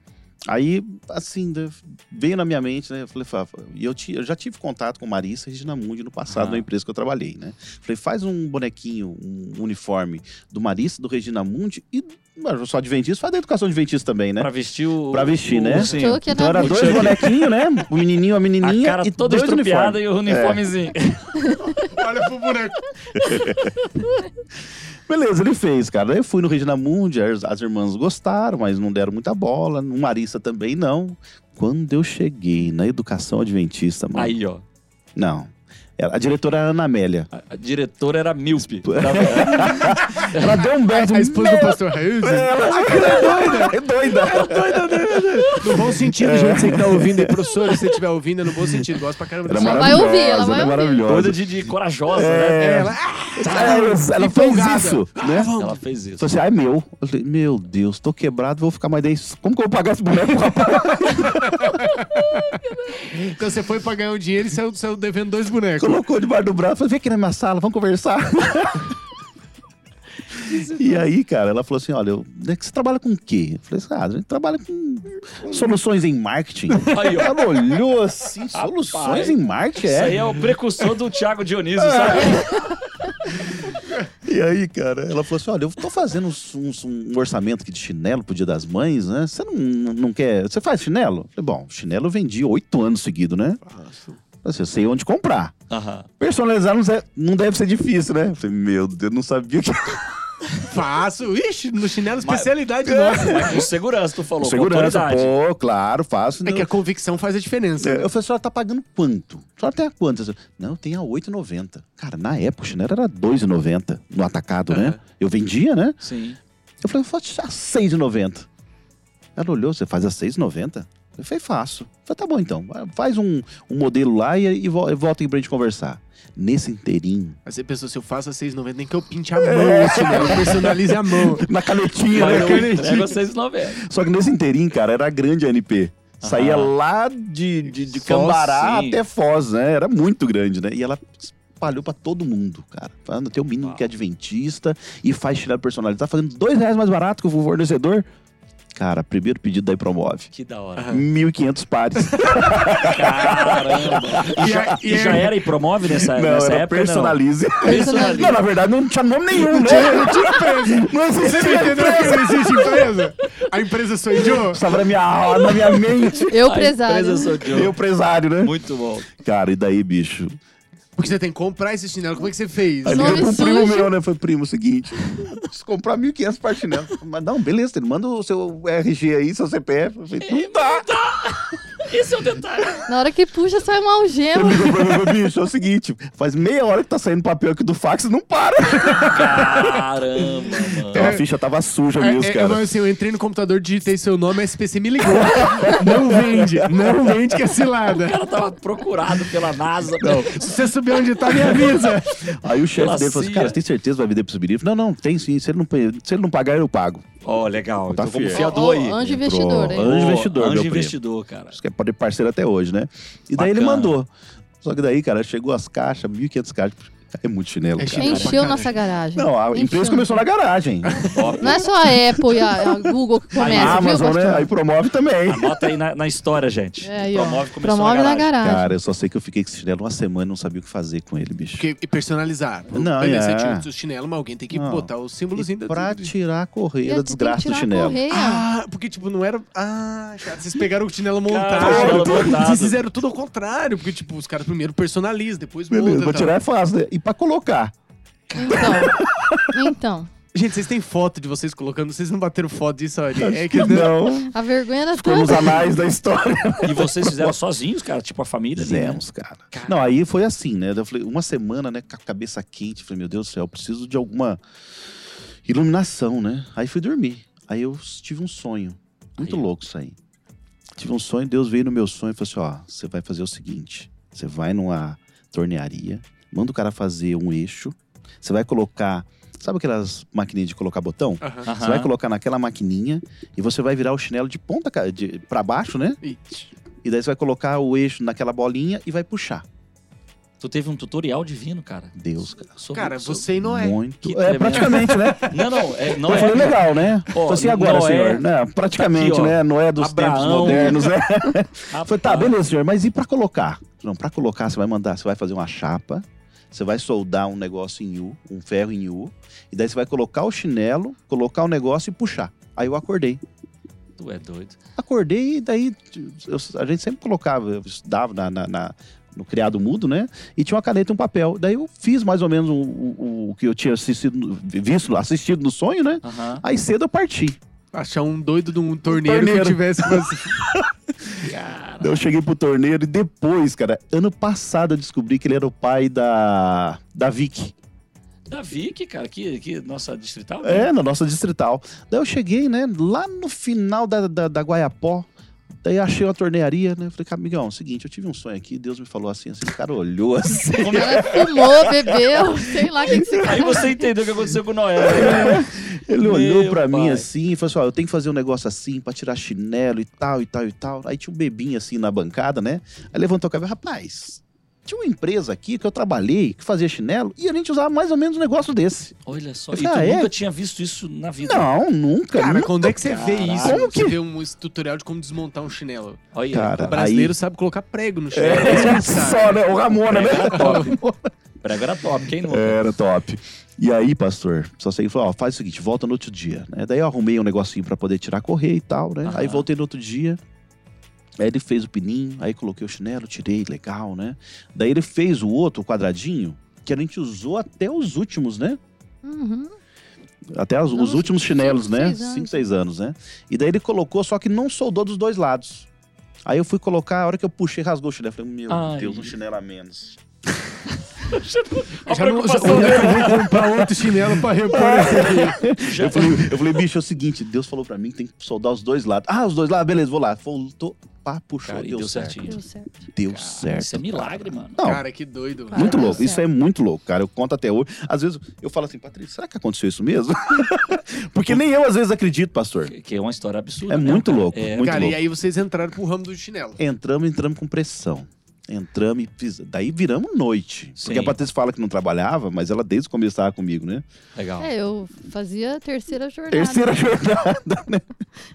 Aí, assim, da- veio na minha mente, né? Eu falei, Fafa, e eu, ti- eu já tive contato com Marissa e Regina Mundi no passado, Ah. na empresa que eu trabalhei, né? Falei, faz um bonequinho, um uniforme do Marissa, do Regina Mundi e mas eu só adventista, faz da educação adventista também, né? Pra vestir o. Pra vestir, o né? ursinho. Tô que é Então na era Mundi. dois bonequinhos, né? O menininho, a A menininha cara e toda dois uniformes. estrupiada e o uniformezinho. Olha pro boneco. Beleza, ele fez, cara. Daí eu fui no Regina Mundi, as, as irmãs gostaram, mas não deram muita bola. No Marissa também não. Quando eu cheguei na educação adventista, mano. Aí, ó. Não. Era- A diretora era a Ana Amélia. A, a diretora era míope. Tava- Ela deu um beijo. A esposa do pastor né? Raul. É doida. No bom sentido, gente, você que tá ouvindo aí, professor, se você estiver ouvindo, é no bom sentido, gosto pra caramba Ela é dessa- Ela maravilhosa. vai ouvir, ela vai é ouvir. maravilhosa. Coisa de, de corajosa, né? É, Ela, ela ela fez empolgada. isso, né? Ela fez isso. Falei assim, ah, é meu. Eu falei, meu Deus, tô quebrado, vou ficar mais 10. Como que eu vou pagar esse boneco, rapaz? Então você foi pra ganhar um dinheiro e saiu, saiu devendo dois bonecos. Colocou debaixo do braço, falei, vem aqui na minha sala, vamos conversar. E aí, cara, ela falou assim: olha, eu, né, que você trabalha com o quê? Eu falei assim: ah, a gente trabalha com soluções em marketing. Aí, ó. Ela olhou assim: soluções em marketing? Isso É. aí é o precursor do Thiago Dionísio, sabe? E aí, cara, ela falou assim: olha, eu tô fazendo uns- uns- um, orçamento aqui de chinelo pro dia das mães, né? Você não, não quer. Você faz chinelo? Eu falei, bom, chinelo eu vendi oito anos seguido, né? Assim, eu sei onde comprar. Aham. Personalizar não, se- não deve ser difícil, né? Eu falei, meu Deus, não sabia o que. Faço. Ixi, no chinelo, especialidade nossa. Mas com segurança, tu falou. com Segurança, autoridade. pô, claro, faço. É não- que a convicção faz a diferença. Eu falei, a senhora tá pagando quanto? A senhora tem a quanto? Eu falei, Não, eu tenho a 8,90. Cara, na época o chinelo era 2,90 no atacado, né? Eu vendia, né? Sim. Eu falei, é eu faço a 6,90. Ela olhou, você faz a 6,90? Eu falei, faço. Eu falei, tá bom então, faz um, um modelo lá e, e vol- e volta aqui pra gente conversar. Nesse inteirinho, Aí você pensou, se eu faço a 6,90, nem que eu pinte a mão o chinelo, personalize a mão. na Mas canetinha, né? eu entrego a Canetinha. 6,90. Só que nesse inteirinho, cara, era a grande NP. Saía Aham. lá de, de, de Foz, Cambará sim. até Foz, né? Era muito grande, né? E ela espalhou pra todo mundo, cara. Falando, tem o mínimo Uau. que é adventista e faz chinelo personalizado. Tá fazendo dois reais mais barato que o fornecedor. Cara, primeiro pedido daí promove. Que da hora. 1.500 pares. Caramba. E já, e já era e promove nessa, É, nessa era época? Não. personalize. Personalize. Não, na verdade não tinha nome nenhum, né? Não tinha empresa. Não Você existia entendeu que empresa. não existe empresa? A empresa sou eu? Estava na minha, alma, na minha mente. Eu, A prezado. empresa sou eu. Eu, empresário, né? Muito bom. Cara, e daí, bicho? Porque você tem que comprar esse chinelo, como é que você fez? Aí Nome liguei pro primo sujo. meu, né? Foi primo, o seguinte, preciso comprar 1.500 para chinelo. Mas não, beleza, ele manda o seu RG aí, seu CPF. Eu falei, não dá. Esse é o detalhe. Na hora que puxa, sai uma Ele algema. ligou pra mim, falou, bicho, é o seguinte, faz meia hora que tá saindo papel aqui do fax, não para. Ah. Caramba, mano. Então a ficha tava suja É, mesmo, é, eu, cara. assim, eu entrei no computador, digitei seu nome, a SPC me ligou. não vende, não vende que é cilada. O cara tava procurado pela NASA. pelo- Se você subir onde tá, me avisa. Aí o chefe Pela dele falou assim, CIA. cara, você tem certeza que vai vender pro Sibirif? Não, não, tem sim, se ele não, pe- se ele não pagar, eu pago. Ó, legal. Tá então como fiel. fiador aí. anjo investidor, hein? Anjo investidor, Anjo meu primo. investidor, cara. Isso que é pode parceiro até hoje, né? E daí ele Bacana. mandou. Só que daí, cara, chegou as caixas, 1.500 caixas. É muito chinelo, É cara. chinelo. Encheu nossa garagem. Não, a empresa Encheu. começou na garagem. Top. Não é só a Apple e a, a Google que A começa, a viu, Amazon, né? pastor? Aí promove também. Bota aí na, na história, gente. É, aí, ó. promove começou na Promove na garagem. garagem. Cara, eu só sei que eu fiquei com esse chinelo uma semana e não sabia o que fazer com ele, bicho. Porque, e personalizar. Não, Beleza, é. você tira o seu chinelo, mas alguém tem que Não. botar o símbolozinho E da pra da- tirar a E correia aí, da tem que desgraça do tirar a chinelo. correia. Ah, porque, tipo, não era. Ah, chato. vocês pegaram o chinelo montado. Cara, chinelo Tudo- montado. Vocês fizeram tudo ao contrário. Porque, tipo, os caras primeiro personalizam, depois Beleza, montam, pra tá? tirar é fácil, né? E pra colocar. Então, então, Gente, vocês têm foto de vocês colocando, vocês não bateram foto disso ali. É que Não, a vergonha da ficou nos tua- anais da história. E vocês fizeram sozinhos, cara? Tipo a família? ali, né? Fizemos, cara. Não, aí foi assim, né? Eu falei, uma semana, né, com a cabeça quente. Falei, meu Deus do céu, eu preciso de alguma iluminação, né? Aí fui dormir. Aí eu tive um sonho. Muito Aí. louco isso aí. Tive um sonho, Deus veio no meu sonho e falou assim: ó, você vai fazer o seguinte: você vai numa tornearia, manda o cara fazer um eixo, você vai colocar. Sabe aquelas maquininhas de colocar botão? Aham. Aham. Você vai colocar naquela maquininha e você vai virar o chinelo de ponta ca- de, pra baixo, né? Ih, E daí você vai colocar o eixo naquela bolinha e vai puxar. Tu teve um tutorial divino, cara. Deus, cara. Sobre- Cara, sobre- você e Noé. Muito. Que É, tremendo. praticamente, né? Não, não, é, não eu falei é. legal, né? Ó, Então, assim, agora, Noé, senhor. Né? Praticamente, aqui, ó, né? Noé dos tempos Abraão. modernos, né? Rapaz, Falei, tá, beleza, senhor, mas e pra colocar? Não, pra colocar, você vai mandar, você vai fazer uma chapa, você vai soldar um negócio em U, um ferro em U, e daí você vai colocar o chinelo, colocar o negócio e puxar. Aí eu acordei. Tu é doido. Acordei e daí eu- a gente sempre colocava, eu estudava na, na- na- no criado mudo, né? E tinha uma caneta e um papel. Daí eu fiz mais ou menos o, o- o que eu tinha assistido, no- visto, assistido no sonho, né? Aham. Aí cedo eu parti. Achar um doido de um torneiro, que eu torneiro. tivesse fazer. Cara. Daí Eu cheguei pro torneiro e depois, cara, ano passado eu descobri que ele era o pai da, da Vicky. Da Vicky, cara, que, que nossa distrital. né? É, na nossa distrital. Daí eu cheguei, né, lá no final da, da, da Guaiapó. Daí achei uma tornearia, né? Falei, cara, amigão, é o seguinte, eu tive um sonho aqui, Deus me falou assim, assim, o cara olhou assim. Como é- Ela fumou, bebeu, sei lá o que, que você Aí você entendeu o que aconteceu com o Noé. né? Ele Meu olhou pra mim pai. assim e falou assim: ó, eu tenho que fazer um negócio assim pra tirar chinelo e tal, e tal, e tal. Aí tinha um bebinho assim na bancada, né? Aí levantou a cabeça, rapaz, tinha uma empresa aqui que eu trabalhei, que fazia chinelo, e a gente usava mais ou menos um negócio desse. Olha só, Eu e tu falei, ah, é? nunca tinha visto isso na vida. Não, nunca. Cara, nunca. quando é que você vê Caralho. isso? Como Você que- vê um esse tutorial de como desmontar um chinelo. Olha aí. Cara, O brasileiro aí... sabe colocar prego no chinelo. Esse É, não sabe. só, né? O Ramona, né? Prego era top. Prego era top, quem nunca? Era top. E aí, pastor, só sei que falou, ó, faz o seguinte, volta no outro dia, né? Daí eu arrumei um negocinho pra poder tirar correr e tal, né? Aham. Aí voltei no outro dia. Aí ele fez o pininho, aí coloquei o chinelo, tirei, legal, né? Daí ele fez o outro quadradinho que a gente usou até os últimos, né? uhum. Até as- os Nossa, últimos chinelos, cinco, né? seis anos. 5, 6 anos, né? E daí ele colocou, só que não soldou dos dois lados. Aí eu fui colocar, a hora que eu puxei, rasgou o chinelo. Falei, meu Ai. Deus, um chinelo a menos. A Já não, já, preocupação né? dele. eu vou comprar outro chinelo pra repor É. esse aqui. Já- Eu falei, eu falei, bicho, é o seguinte, Deus falou pra mim que tem que soldar os dois lados. Ah, os dois lados, beleza, vou lá. Voltou, pá, puxou, Cara, e deu, deu certo. certinho. Deu certo. Deu Cara, certo. Isso é milagre, mano. Não, Cara, que doido. Claro. muito deu louco. Isso certo. é muito louco, cara. Eu conto até hoje. Às vezes eu falo assim, Patrícia, será que aconteceu isso mesmo? Porque nem eu às vezes acredito, pastor. Que- Que é uma história absurda. É né, muito Uhum. cara? louco, muito cara, louco. e aí vocês entraram pro ramo do chinelo. Entramos, entramos com pressão. Entramos e fiz... Daí viramos noite. Sim. Porque a Patrícia fala que não trabalhava, mas ela desde o começo estava comigo, né? Legal. É, eu fazia a terceira jornada. Terceira jornada, né?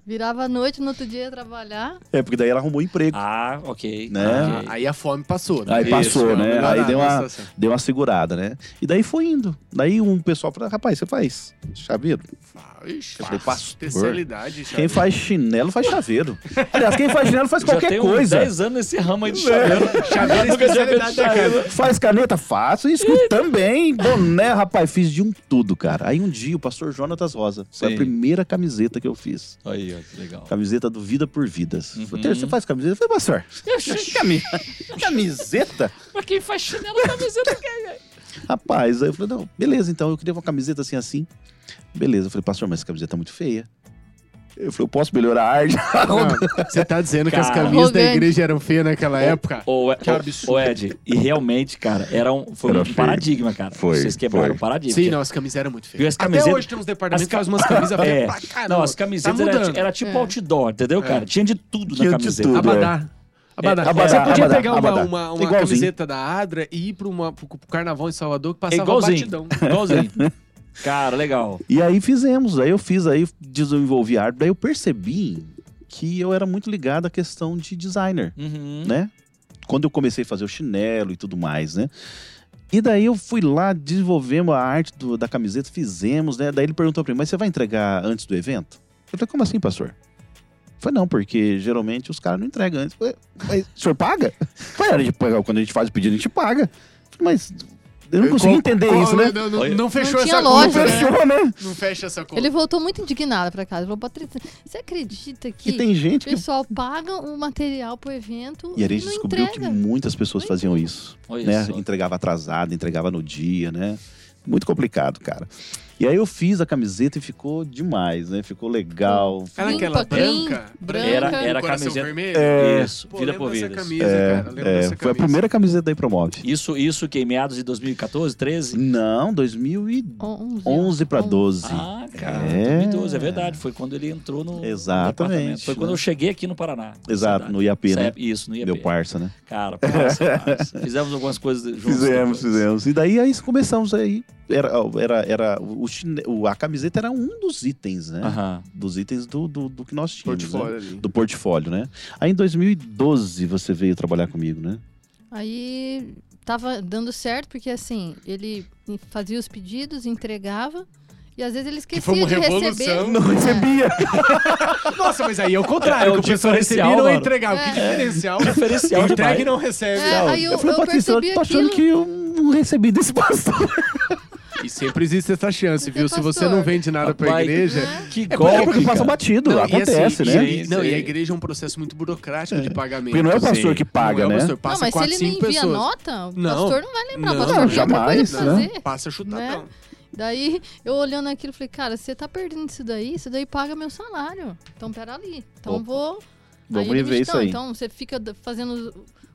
Virava à noite, no outro dia ia trabalhar. É, porque daí ela arrumou emprego. Ah, ok. Né? ok. Aí a fome passou, né? Aí Isso, passou, Deu uma né? Aí melhorada assim, deu na uma, situação. deu uma segurada, né? E daí foi indo. Daí um pessoal falou: rapaz, você faz chaveiro? Ah, Ixi, Eu falei, fácil. pastor. Especialidade, Quem sabe? faz chinelo faz chaveiro. Aliás, quem faz chinelo faz Já qualquer tenho coisa. Né? 10 anos nesse ramo aí de chaveiro. Chaveiro é Nunca tinha feito especialidade da chaveiro. casa. Faz caneta? Faço isso também. Boné, rapaz, fiz de um tudo, cara. Aí um dia o pastor Jonatas Rosa foi Sim. a primeira camiseta que eu fiz. Aí, ó, que legal. Camiseta do Vida por Vidas. Uhum. Falei, Você faz camiseta? Eu falei, pastor, cami- camiseta? Pra quem faz chinelo, é camiseta Rapaz, aí eu falei, não, beleza, então eu queria uma camiseta assim, assim. Beleza, eu falei, pastor, mas essa camiseta tá muito feia. Eu falei, eu posso melhorar a arte? Não, Você tá dizendo que as Cara. camisas da Arrogante. igreja eram feias naquela É. época? Ô, Que absurdo. ô, ô, Ed, e realmente, cara, era um, foi Era um feio. paradigma, cara. Foi, Vocês quebraram foi. o paradigma. Sim, que- não, as camisas eram muito Viu feias. as camisetas? Até hoje tem uns departamentos as que ca- faz umas camisas É. feias pra caramba. Não, as camisetas tá era, mudando. era tipo É. outdoor, entendeu, cara? Tinha de tudo Tinha na de camiseta. tudo. é. Abadá. Abadá. É, abadá, Você podia abadá, pegar uma, abadá. uma, uma Igualzinho. camiseta da Adra e ir pro, uma, pro carnaval em Salvador que É passava igualzinho. batidão. Igualzinho. Cara, legal. E aí fizemos, aí eu fiz, aí desenvolvi a arte. Daí eu percebi que eu era muito ligado à questão de designer, Uhum. né? Quando eu comecei a fazer o chinelo e tudo mais, né? E daí eu fui lá, desenvolvemos a arte do- da camiseta, fizemos, né? Daí ele perguntou pra mim, mas você vai entregar antes do evento? Eu falei, como assim, pastor? Foi não, porque geralmente os caras não entregam antes. Falei, mas o senhor paga? Falei, a gente paga- quando a gente faz o pedido, a gente paga. Falei, mas eu não consegui Qual- entender qual- isso, né? Não, não- Olha. não fechou Não tinha essa loja, conta. né? Fechou, né? Não fecha essa conta. Ele voltou muito indignado pra casa. Ele falou, Patrícia, você acredita que, Que tem gente o que pessoal paga o material pro evento E e, a gente não descobriu entrega? que muitas pessoas Não faziam isso, Olha né? só. Entregava atrasado, entregava no dia, né? Muito complicado, cara. E aí eu fiz a camiseta e ficou demais, né? Ficou legal. Era Limpa, aquela clean, branca? branca. Era- era Com coração camiseta- vermelho? Isso, Pô, vira lembra por essa vidas. camisa, cara. Lembra É, dessa foi a camisa. primeira camiseta da Impromove. Isso, isso que em meados de 2014, 13? Não, 2011 11. para 12. Ah, cara, É. 2012, é verdade. Foi quando ele entrou no no Exatamente, departamento. Foi quando né? eu cheguei aqui no Paraná. Exato, Verdade. no IAP, Essa né? época- Isso, é no IAP. Meu parça, né? Cara, parça, parça. Fizemos algumas coisas juntos. Fizemos, depois. fizemos. E daí aí começamos aí. Era, era, era o chine... o- a camiseta era um dos itens, né? Aham. Dos itens do, do, do que nós tínhamos. Portfólio né? ali. Do portfólio, né? Aí em 2012 você veio trabalhar comigo, né? Aí tava dando certo, porque assim, ele fazia os pedidos, entregava, e às vezes ele esquecia foi uma de receber. revolução. Não recebia. Nossa, mas aí é o contrário. É o que o pessoal diferencial, recebia e não mano. entregava. Que diferencial. Diferencial demais. Entrega e não recebe. É, aí eu, eu falei, eu Patrícia, percebi eu tô achando aquilo. que eu não recebi desse pastor. E sempre existe essa chance, Você viu? Se você pastor. não vende nada pra Rapaz, igreja. né? Que É porque, é porque golpe, passa cara. batido, Não, e acontece, assim, né? e- Sim, não, e a sim. igreja é um processo muito burocrático de pagamento. Porque não é o pastor Sim. que paga, não é né? o pastor, Não, passa mas se quatro, ele não é cinco envia pessoas. nota, o Não. pastor não vai lembrar. Não, o pastor tem outra coisa jamais, né? pra fazer. Né? Passa chutadão. Daí, eu olhando aquilo, falei, cara, você tá perdendo isso daí? Isso daí paga meu salário. Então, pera ali. Então, Opa. vou... Aí Vamos ele me rever disse, isso "Não, aí. Então, você fica d- fazendo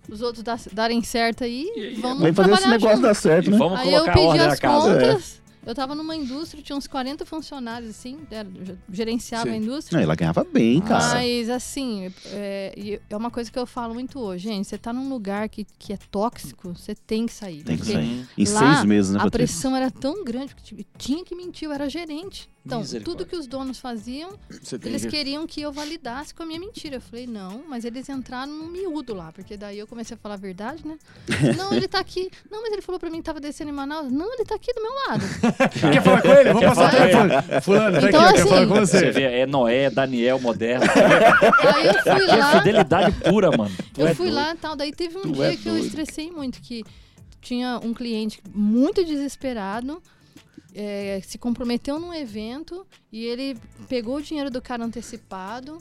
os, os outros dar- darem certo aí, E- e- vamos Vem fazer esse trabalhar negócio junto." dar certo, É. E né? vamos Aí eu colocar a pedi ordem na as casa. contas. Eu tava numa indústria, tinha uns 40 funcionários, assim, era- gerenciava Sim. a indústria. Não, ela ganhava bem, É, cara. Mas, assim, é, e é uma coisa que eu falo muito hoje, gente. Você tá num lugar que, que é tóxico, você tem que sair. Tem que Porque sair. Sim. Em lá, seis meses, né, a Patrícia? pressão era tão grande que tipo, tinha que mentir, eu era gerente. Então, Misericórdia. tudo que os donos faziam, Você tem eles que- queriam que eu validasse com a minha mentira. Eu falei, não, mas eles entraram no miúdo lá, porque daí eu comecei a falar a verdade, né? Não, ele tá aqui. Não, mas ele falou pra mim que tava descendo em Manaus. Não, ele tá aqui do meu lado. Quer falar com ele? Vou Quer passar falar o com ele? telefone. Fulano, tá Então, aqui, quer falar assim, com é Você você. vê, é Noé, Daniel, moderno. Aí eu fui É lá. fidelidade pura, mano. Tu Eu é fui doido. lá e tal. Daí teve um Tu dia é que eu doido. estressei muito, que tinha um cliente muito desesperado, é, se comprometeu num evento e ele pegou o dinheiro do cara antecipado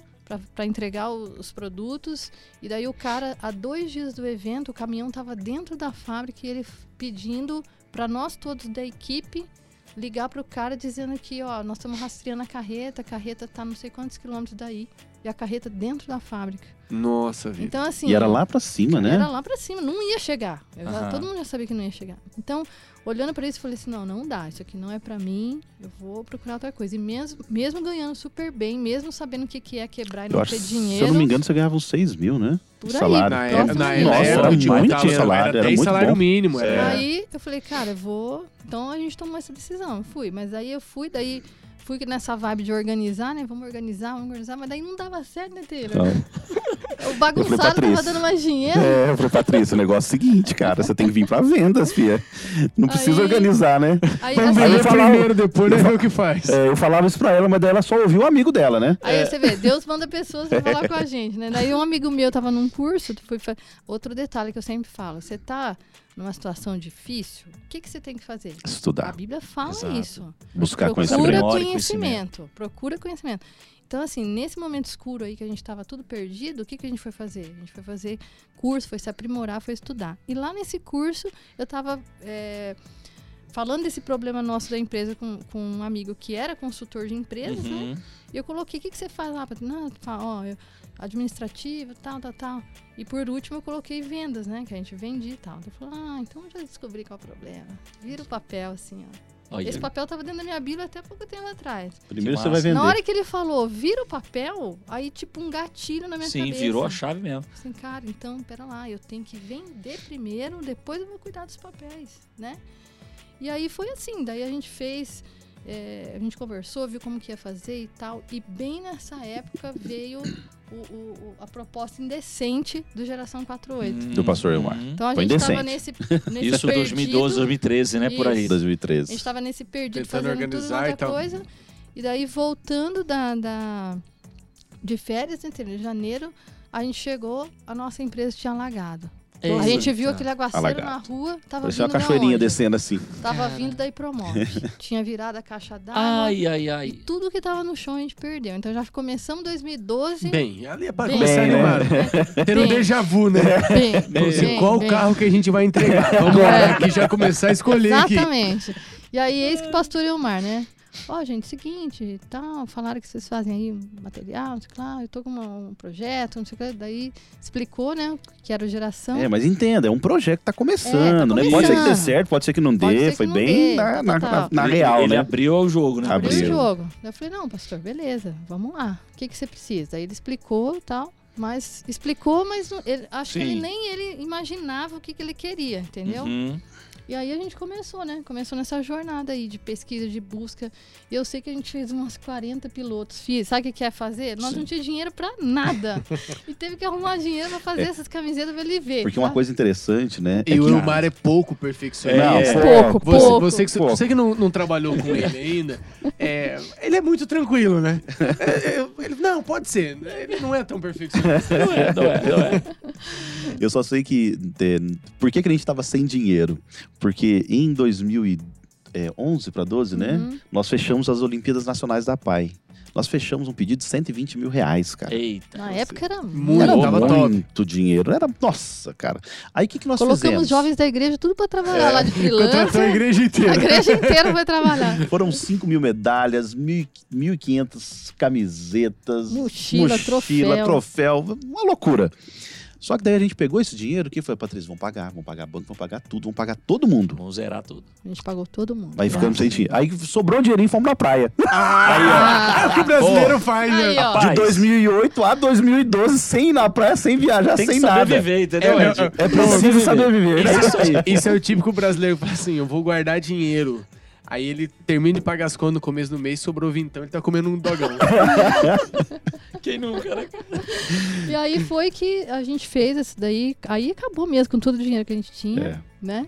para entregar o- os produtos. E daí o cara, há dois dias do evento, o caminhão estava dentro da fábrica e ele f- pedindo para nós todos da equipe ligar pro cara dizendo que, ó, nós estamos rastreando a carreta, a carreta tá não sei quantos quilômetros daí. E a carreta dentro da fábrica. Nossa, vida. Então, assim. E era lá pra cima, Era né? lá pra cima, não ia chegar. Eu já- Aham. todo mundo já sabia que não ia chegar. Então, olhando pra isso, eu falei assim: não, não dá, isso aqui não é pra mim, eu vou procurar outra coisa. E mesmo, mesmo ganhando super bem, mesmo sabendo o que, que é quebrar e Eu não acho, ter se dinheiro, eu não me engano, você ganhava uns 6 mil, né? por aí. salário. Na Então, era, eu na falei, era, Nossa, "Não". era de muito oitavo, salário, era Era 10 muito salário bom. É. mínimo. Era. Aí eu falei, cara, eu vou. Então a gente tomou essa decisão. eu Fui. Mas aí eu fui, daí fui nessa vibe de organizar, né? Vamos organizar, vamos organizar. Mas daí não dava certo, né, Taylor? Então, O bagunçado tava Patrícia, dando mais dinheiro. é, eu falei, Patrícia, o negócio é o seguinte, cara, você tem que vir pra vendas, fia. Não precisa Aí- organizar, né? Aí, Vamos Aí ver eu falava- primeiro, depois né, ver o que faz. É, eu falava isso pra ela, mas daí ela só ouviu o amigo dela, né? Aí É. você vê, Deus manda pessoas pra falar com a gente, né? Daí um amigo meu tava num curso, tu foi fa- outro detalhe que eu sempre falo, você tá numa situação difícil, o que que você tem que fazer? A Estudar, Bíblia fala Tá. Exato. isso. buscar Procura conhecimento. Memória e conhecimento, procura conhecimento. Então assim, nesse momento escuro aí que a gente tava tudo perdido, o que que a gente foi fazer? A gente foi fazer curso, foi se aprimorar, foi estudar. E lá nesse curso eu tava é, falando desse problema nosso da empresa com, com um amigo que era consultor de empresas, né? Uhum. E eu coloquei, o que, que você faz lá? Patrícia? Não, fa- ó, eu- administrativo, tal, tal, tal. E por último eu coloquei vendas, né? Que a gente vende e tal. Ele falou, ah, então eu já descobri qual é o problema. Vira o papel, assim, ó. Olha, Esse papel tava dentro da minha bíblia até pouco tempo atrás. Primeiro Que você vai massa. vender. Na hora que ele falou, vira o papel, aí tipo um gatilho na minha Sim, cabeça. virou a chave mesmo. Assim, cara, então, pera lá, eu tenho que vender primeiro, depois eu vou cuidar dos papéis, né? E aí foi assim, daí a gente fez, é, a gente conversou, viu como que ia fazer e tal, e bem nessa época veio o- o- o- a proposta indecente do Geração 48. Do pastor Elmar. Uhum. Então a foi gente estava nesse, indecente. nesse Isso perdido, 2012, 2013, né? Por aí. a 2013. gente tava nesse perdido, Tentando fazendo tudo organizar outra e tal. coisa. E daí, voltando da, da- de férias, entendeu? De janeiro, a gente chegou, a nossa empresa tinha alagado. É Eita. A gente viu aquele aguaceiro Alagado. na Então- rua, tava Parecia uma vindo da cachoeirinha onde? descendo assim. Tava Cara. vindo da Ipromove. tinha virado a caixa d'água. Ai, ai, E ai. tudo que tava no chão a gente perdeu. Então já começamos 2012. Bem, ali é pra Bem, começar né? animado. Ter um Bem. déjà vu, né? bem, É. Então, assim, bem, qual bem. carro que a gente vai entregar? Vamos É. lá, aqui É. já começar a escolher aqui. Exatamente. E aí, eis que pastor Elmar, né? Ó, gente, seguinte, e tal, falaram que vocês fazem aí um material, não sei o que lá, eu tô com uma- um projeto, não sei o que. Daí explicou, né, o que era o geração. É, mas entenda, é um projeto que tá começando, É, tá né? Pode ser que dê começando. certo, pode ser que não Pode ser dê. que Foi não bem dê, na, tá, na- tá, na- tá. na Ele- real, ele né? abriu ao jogo, né? Abriu. Abriu o Abril. jogo. Daí eu falei, não, pastor, beleza, vamos lá. O que, que você precisa? Aí ele explicou e tal, mas explicou, mas não- ele- acho que Sim. ele nem ele imaginava o que, que ele queria, entendeu? Uhum. E aí a gente começou, né? Começou nessa jornada aí de pesquisa, de busca. E eu sei que a gente fez umas 40 pilotos. Fiz, sabe o que que é fazer? Nós Sim. não tinha dinheiro pra nada. e teve que arrumar dinheiro pra fazer essas camisetas pra ele ver. tá? Porque uma sabe? coisa interessante, né? E é o que- Elmar é pouco perfeccionista. Não, É. foi- Pouco, Você, pouco. você que, Pouco. você que não, não trabalhou com ele ainda, é, ele é muito tranquilo, né? É, é, ele, não, pode ser. Ele não é tão perfeccionista. Não é, não é, não é. Assim, Eu só sei que. é, por que, que a gente tava sem dinheiro? Porque em 2011 para 12, né? Uhum. Nós fechamos as Olimpíadas Nacionais da PAI. Nós fechamos um pedido de 120 mil reais, cara. Eita. Na época era Muito, Era era tava top. muito dinheiro. Era, nossa, cara. Aí o que, que nós Colocamos fizemos? jovens da igreja tudo pra trabalhar lá de Contratou a freelancer. igreja A inteira. igreja inteira foi trabalhar. Foram 5 mil medalhas, 1.500 camisetas, Mochila, troféu. troféu, uma loucura. Só que daí a gente pegou esse dinheiro que foi, Patrícia, vão pagar, vão pagar banco, vão pagar tudo, vão pagar todo mundo. Vamos zerar tudo. A gente pagou todo mundo. Aí Ah. ficamos sem dinheiro. Aí sobrou um dinheirinho e fomos pra praia. É o que o brasileiro faz, né? Ah. Aí, ó. Rapaz, De 2008 a 2012, sem ir na praia, sem viajar, Tem que sem saber nada. viver, entendeu, É, Ed? é, É preciso saber viver. né? Isso, isso é o típico brasileiro que fala assim: eu vou guardar dinheiro. Aí ele termina de pagar as contas no começo do mês, sobrou vintão, ele tá comendo um dogão. Quem nunca, né? E aí foi que a gente fez isso daí. Aí acabou mesmo com todo o dinheiro que a gente tinha, É. né?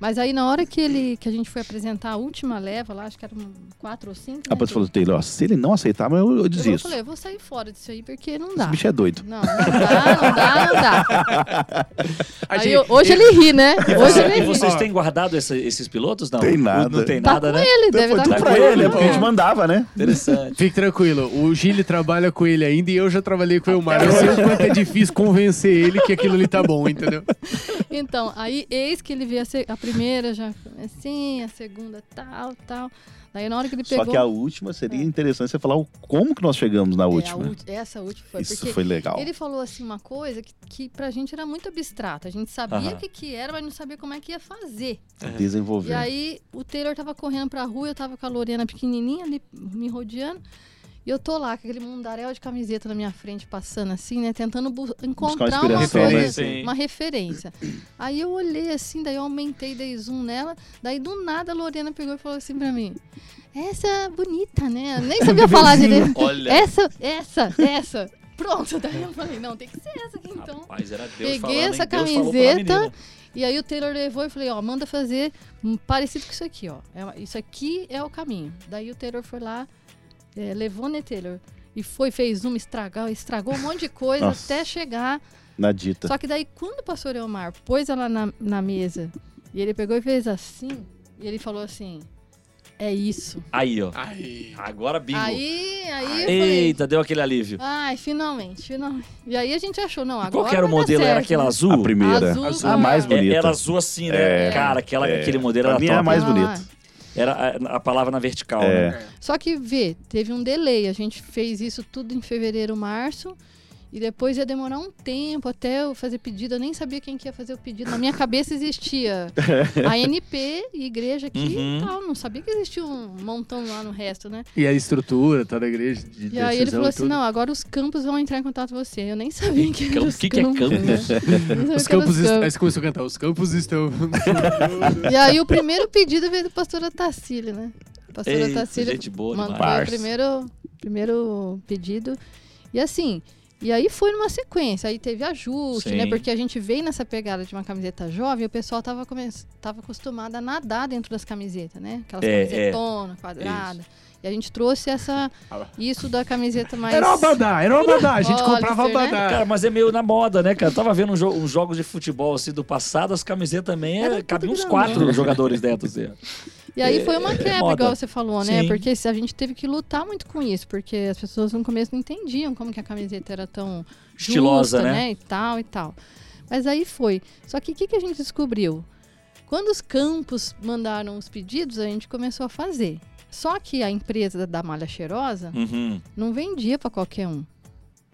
Mas aí na hora que ele que a gente foi apresentar a última leva lá, acho que eram quatro ou cinco. A né, Patrícia falou, Taylor, ó, se ele não aceitar, mas eu, eu eu, eu desisto. falei, eu vou sair fora disso aí porque não Esse dá. bicho é doido. Não, não dá, não dá, não dá. A Aí, gente- eu- hoje ele ri, né? Hoje e ele ri. vocês têm guardado essa- esses pilotos? Não. Tem nada. Não tem Tá nada, com né? ele, deve Foi estar tudo tá com pra ele, ele. é porque a gente né? mandava, né? Interessante. Fique tranquilo, o Gil trabalha com ele ainda e eu já trabalhei com o Elmar. Eu sei o quanto é difícil convencer ele que aquilo ali tá bom, entendeu? Então, aí eis que ele vê a, se- a primeira já assim, a segunda tal, tal. Daí na hora que ele Só pegou. que a última seria interessante você falar o- como que nós chegamos na É, a última. né? ulti- essa última foi. Isso porque foi legal. Ele falou assim uma coisa que, que pra gente era muito abstrata. A gente sabia Aham. o que, que era, mas não sabia como é que ia fazer. É. Desenvolver. E aí o Taylor tava correndo pra rua, eu tava com a Lorena pequenininha ali me rodeando. E eu tô lá com aquele mundaréu de camiseta na minha frente, passando assim, né? Tentando bu- encontrar uma, inspiração, coisa, né? Sim. uma referência. Aí eu olhei assim, daí eu aumentei, dei zoom nela. Daí do nada a Lorena pegou e falou assim pra mim: Essa é bonita, né? Eu nem sabia falar direito. Olha. Essa, essa, essa. Pronto, daí eu falei, não, tem que ser essa aqui então. Rapaz, era Deus Peguei falando, hein? essa Deus falou pra camiseta. menina. E aí o Taylor levou e falei, ó, manda fazer um parecido com isso aqui, ó. É uma- isso aqui é o caminho. Daí o Taylor foi lá, é, levou, né, Taylor? E foi, fez uma, estragou, estragou um monte de coisa Nossa. Tá. até chegar. Na dita. Só que daí, quando o pastor Elmar pôs ela na, na mesa, e ele pegou e fez assim, e ele falou assim, é isso. Aí, ó. Ai. Agora bingo. Aí, aí eu falei, Eita, deu aquele alívio. Ai, finalmente, finalmente. E aí a gente achou, não, agora. Qual que era o vai dar modelo? Era certo, aquela né? azul? A primeira. Azul, né? a com- mais bonita. É, era azul assim, né? É. Cara, aquela, É. aquele modelo Pra era mim top. né? é a mais Ah, bonita. Era a, a palavra na vertical, É. né? Só que vê, teve um delay. A gente fez isso tudo em fevereiro, março. E depois ia demorar um tempo até eu fazer pedido. Eu nem sabia quem que ia fazer o pedido. Na minha cabeça existia a NP e igreja aqui Uhum. e tal. Não sabia que existia um montão lá no resto, né? E a estrutura, tá da igreja. De E aí ele decisão falou e assim: tudo. não, agora os campos vão entrar em contato com você. Eu nem sabia que era Campo- os que que é campos, campo? né? Nem sabia Os que era campos os estão. campos. Aí você começou a cantar, os campos estão. E aí o primeiro pedido veio do pastora Tacílio, né? A pastora Eita, Tacílio gente boa mandou demais. o primeiro, primeiro pedido. E assim, e aí foi numa sequência. Aí teve ajuste, Sim. né? Porque a gente veio nessa pegada de uma camiseta jovem, o pessoal tava, come... tava acostumado a nadar dentro das camisetas, né? Aquelas É, é. camisetonas, quadradas. E a gente trouxe essa, isso da camiseta mais... Era o Abadá, era o Abadá, a gente Oliver, comprava o né? Abadá. Cara, mas é meio na moda, né, cara? Eu Tava vendo uns jo- uns jogos de futebol assim do passado, as camisetas também, Era é, tudo cabiam uns grandão. quatro jogadores dentro. Assim. E aí foi uma quebra, moda. igual você falou, né? é Sim. Porque se a gente teve que lutar muito com isso, porque as pessoas no começo não entendiam como que a camiseta era tão Estilosa, justa, né? E tal, e tal. Mas aí foi. Só que o que, que a gente descobriu? Quando os campos mandaram os pedidos, a gente começou a fazer. Só que a empresa da Malha Cheirosa Uhum. não vendia pra qualquer um.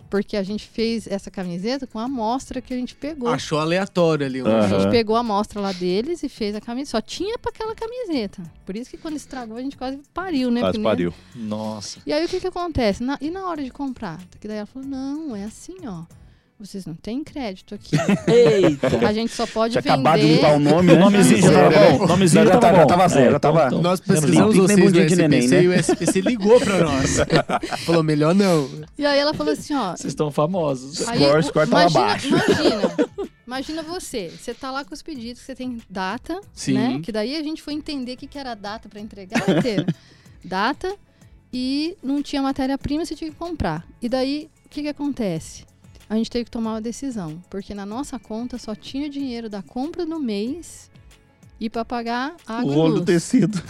Porque a gente fez essa camiseta com a amostra que a gente pegou. Achou aleatório ali. um- A Ah. gente Aham. pegou a amostra lá deles e fez a camiseta. Só tinha pra aquela camiseta. Por isso que quando estragou a gente quase pariu, né? Quase Porque nem- pariu. Nossa. E aí o que que acontece? Na- e na hora de comprar? Que daí ela falou, não, é assim, ó. Vocês não têm crédito aqui. Eita. A gente só pode Tinha vender... acabado de limpar o nome, O né? nomezinho já tava Zero, bom. né? O nomezinho Não, já já tava tava- bom. já tava zero, tava- então- Nós Nós Menos pesquisamos mal. vocês no Nem bundinha de SPC neném, e o né? SPC ligou pra nós. Falou, melhor não. E aí ela falou assim, ó... Vocês estão famosos. Aí, Scores, o- corta lá imagina, abaixo. imagina, imagina você, você tá lá com os pedidos, você tem data, Sim. né? Que daí a gente foi entender o que, que era data pra entregar inteiro. data e não tinha matéria-prima, você tinha que comprar. E daí, o que que acontece? A gente teve que tomar uma decisão, porque na nossa conta só tinha o dinheiro da compra no mês e pra pagar água O e rolo do luz. tecido.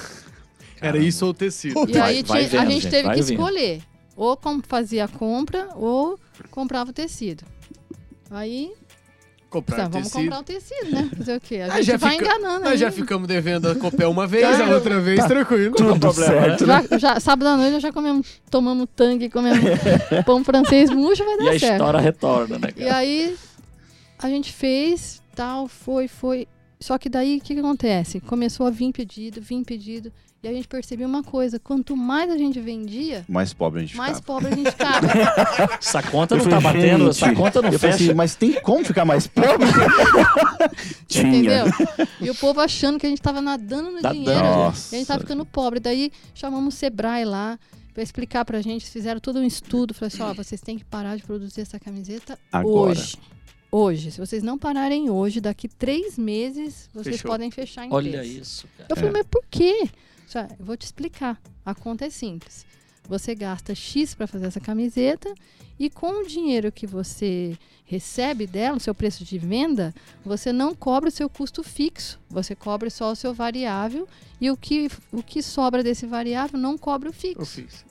Era isso ou tecido. E Vai- aí vai tinha- vendo, a gente gente, teve vai que vendo. escolher. Ou com- fazia a compra ou comprava o tecido. Aí, tá, Comprar vamos tecido. comprar um o tecido, né? Fazer o quê? A Ah, gente já vai fica- enganando aí. Nós já ficamos devendo a Copel uma vez, a outra vez, tranquilo. Tudo problema, né? certo. Já- já- sábado à noite nós já comemos, tomamos tangue, comemos pão francês murcho, vai E dar a certo. história retorna, né, E cara? aí a gente fez, tal, foi, foi. Só que daí o que, que acontece? Começou a vir pedido, vir pedido. E a gente percebeu uma coisa: quanto mais a gente vendia, Mais pobre a gente mais ficava. pobre a gente ficava. Essa conta Eu não tá falei, batendo, essa gente, conta não Eu falei fecha. assim, mas tem como ficar mais pobre? Entendeu? Tinha. E o povo achando que a gente tava nadando no Nadando. dinheiro. Nossa. E Né? a gente tava ficando pobre. Daí chamamos o Sebrae lá pra explicar pra gente. Eles Fizeram todo um estudo. Falei assim: ó, vocês têm que parar de produzir essa camiseta Agora. hoje. Hoje. Se vocês não pararem hoje, daqui três meses, vocês Fechou. podem fechar a empresa. Olha isso, cara. Eu falei, É. mas por quê? Só, eu vou te explicar. A conta é simples. Você gasta X para fazer essa camiseta e com o dinheiro que você recebe dela, o seu preço de venda, você não cobra o seu custo fixo. Você cobra só o seu variável e o que, o que sobra desse variável não cobra o Eu fixo. fiz.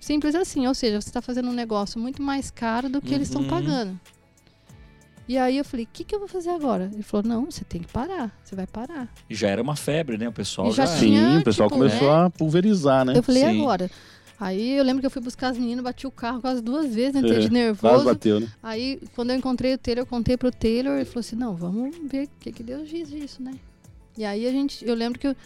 Simples assim. Ou seja, você está fazendo um negócio muito mais caro do que eles estão Uhum. pagando. E aí eu falei, o que, que eu vou fazer agora? Ele falou, não, você tem que parar. Você vai parar. E Já era uma febre, né? O pessoal E já já. tinha- Sim, o pessoal tipo, começou a pulverizar, né? Eu falei, Sim. e agora? Aí eu lembro que eu fui buscar as meninas, bati o carro quase duas vezes, né? entrei É, de Quase nervoso. bateu, né? Aí, quando eu encontrei o Taylor, eu contei pro Taylor, ele falou assim, não, vamos ver o que, que Deus diz disso, né? E aí a gente, eu lembro que eu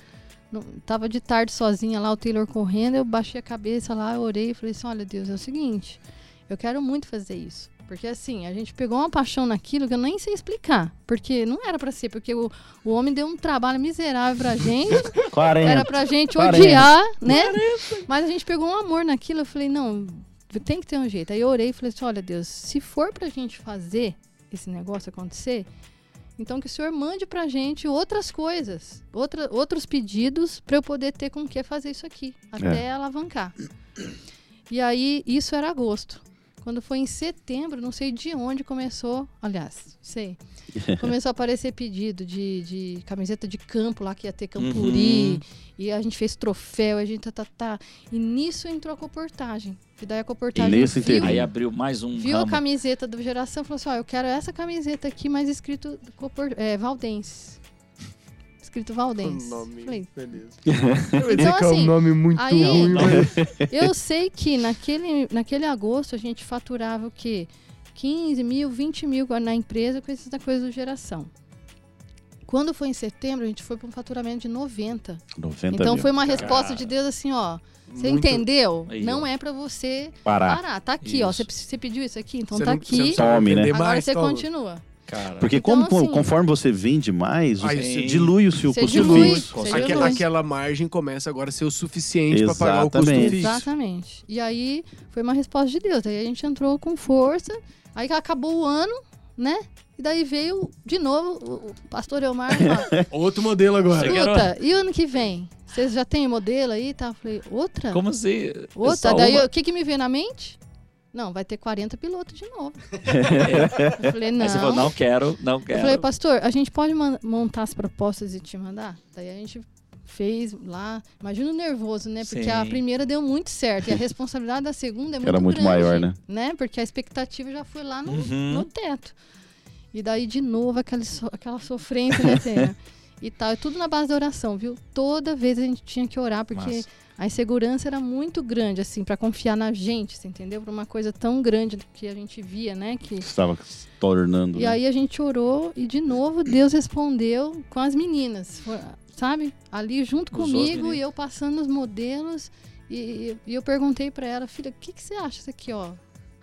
não- tava de tarde sozinha lá, o Taylor correndo, eu baixei a cabeça lá, eu orei e falei assim, olha Deus, é o seguinte, eu quero muito fazer isso. Porque assim, a gente pegou uma paixão naquilo que eu nem sei explicar. Porque não era pra ser, porque o, o homem deu um trabalho miserável pra gente. 40. Era pra gente 40. odiar, né? Mas a gente pegou um amor naquilo. Eu falei, não, tem que ter um jeito. Aí eu orei e falei assim: olha, Deus, se for pra gente fazer esse negócio acontecer, então que o Senhor mande pra gente outras coisas, outra, outros pedidos, pra eu poder ter com o que fazer isso aqui, até alavancar. E aí, isso era agosto. Quando foi em setembro, não sei de onde começou, aliás, sei, começou a aparecer pedido de, de camiseta de campo lá, que ia ter campuri, Uhum. e a gente fez troféu, a gente tá, tá, tá. E nisso entrou a comportagem. E daí a E comportagem nesse viu, interim. Aí abriu mais um. viu a ramo. camiseta do Geração e falou assim, ó, eu quero essa camiseta aqui, mas escrito Copor, é, Valdense. Escrito Valdense. Um nome. Falei, Beleza. Eu ia dizer Então, que é um assim, nome muito aí- ruim, mas... eu sei que naquele, naquele agosto a gente faturava o quê? 15 mil, 20 mil na empresa com essas coisas do Geração. Quando foi em setembro, a gente foi para um faturamento de 90. 90 então mil. foi uma resposta de Deus assim, ó, você Muito- entendeu? Aí, não ó. é pra você Parar. parar. Tá aqui, ó. Isso. Você, você pediu isso aqui, então Você tá não- você não aqui. sabe Tome, né? vender Agora mais, você toma. continua. Cara. Porque Então, como- assim- conforme você vende mais, Aí você sim. dilui o seu Você custo dilui, fixo. você Aque- dilui. aquela margem começa agora a ser o suficiente pra pagar o custo Exatamente. fixo. Exatamente. E aí foi uma resposta de Deus. Aí a gente entrou com força. Aí acabou o ano, né? E daí veio de novo o- o pastor Elmar e falou: Outro modelo agora. Chega- Escuta, e o ano que vem? Vocês já têm modelo aí? Tá? Eu falei, outra? Como assim? Outra? Só Daí uma? eu- o que, que me veio na mente? Não, vai ter 40 pilotos de novo. eu falei, não. Aí você falou, não quero, não Eu falei, quero. pastor, a gente pode man- montar as propostas e te mandar? Daí a gente fez lá. Imagina o nervoso, né? Porque a Sim. primeira deu muito certo. E a responsabilidade da segunda é muito Era muito grande, maior, né? Porque a expectativa já foi lá Uhum. no, no teto. E daí, de novo, aquela, so- aquela sofrência, né, Tênia? e tal. É tudo na base da oração, viu? Toda vez a gente tinha que orar, porque Massa. a insegurança era muito grande, assim, pra confiar na gente, você entendeu? Pra uma coisa tão grande que a gente via, né? Que... Estava se tornando. E né? aí a gente orou e de novo Deus respondeu com as meninas, foi- sabe? Ali junto Usou as comigo meninas. e eu passando os modelos. E, e eu perguntei pra ela, filha, o que, que você acha disso aqui, ó?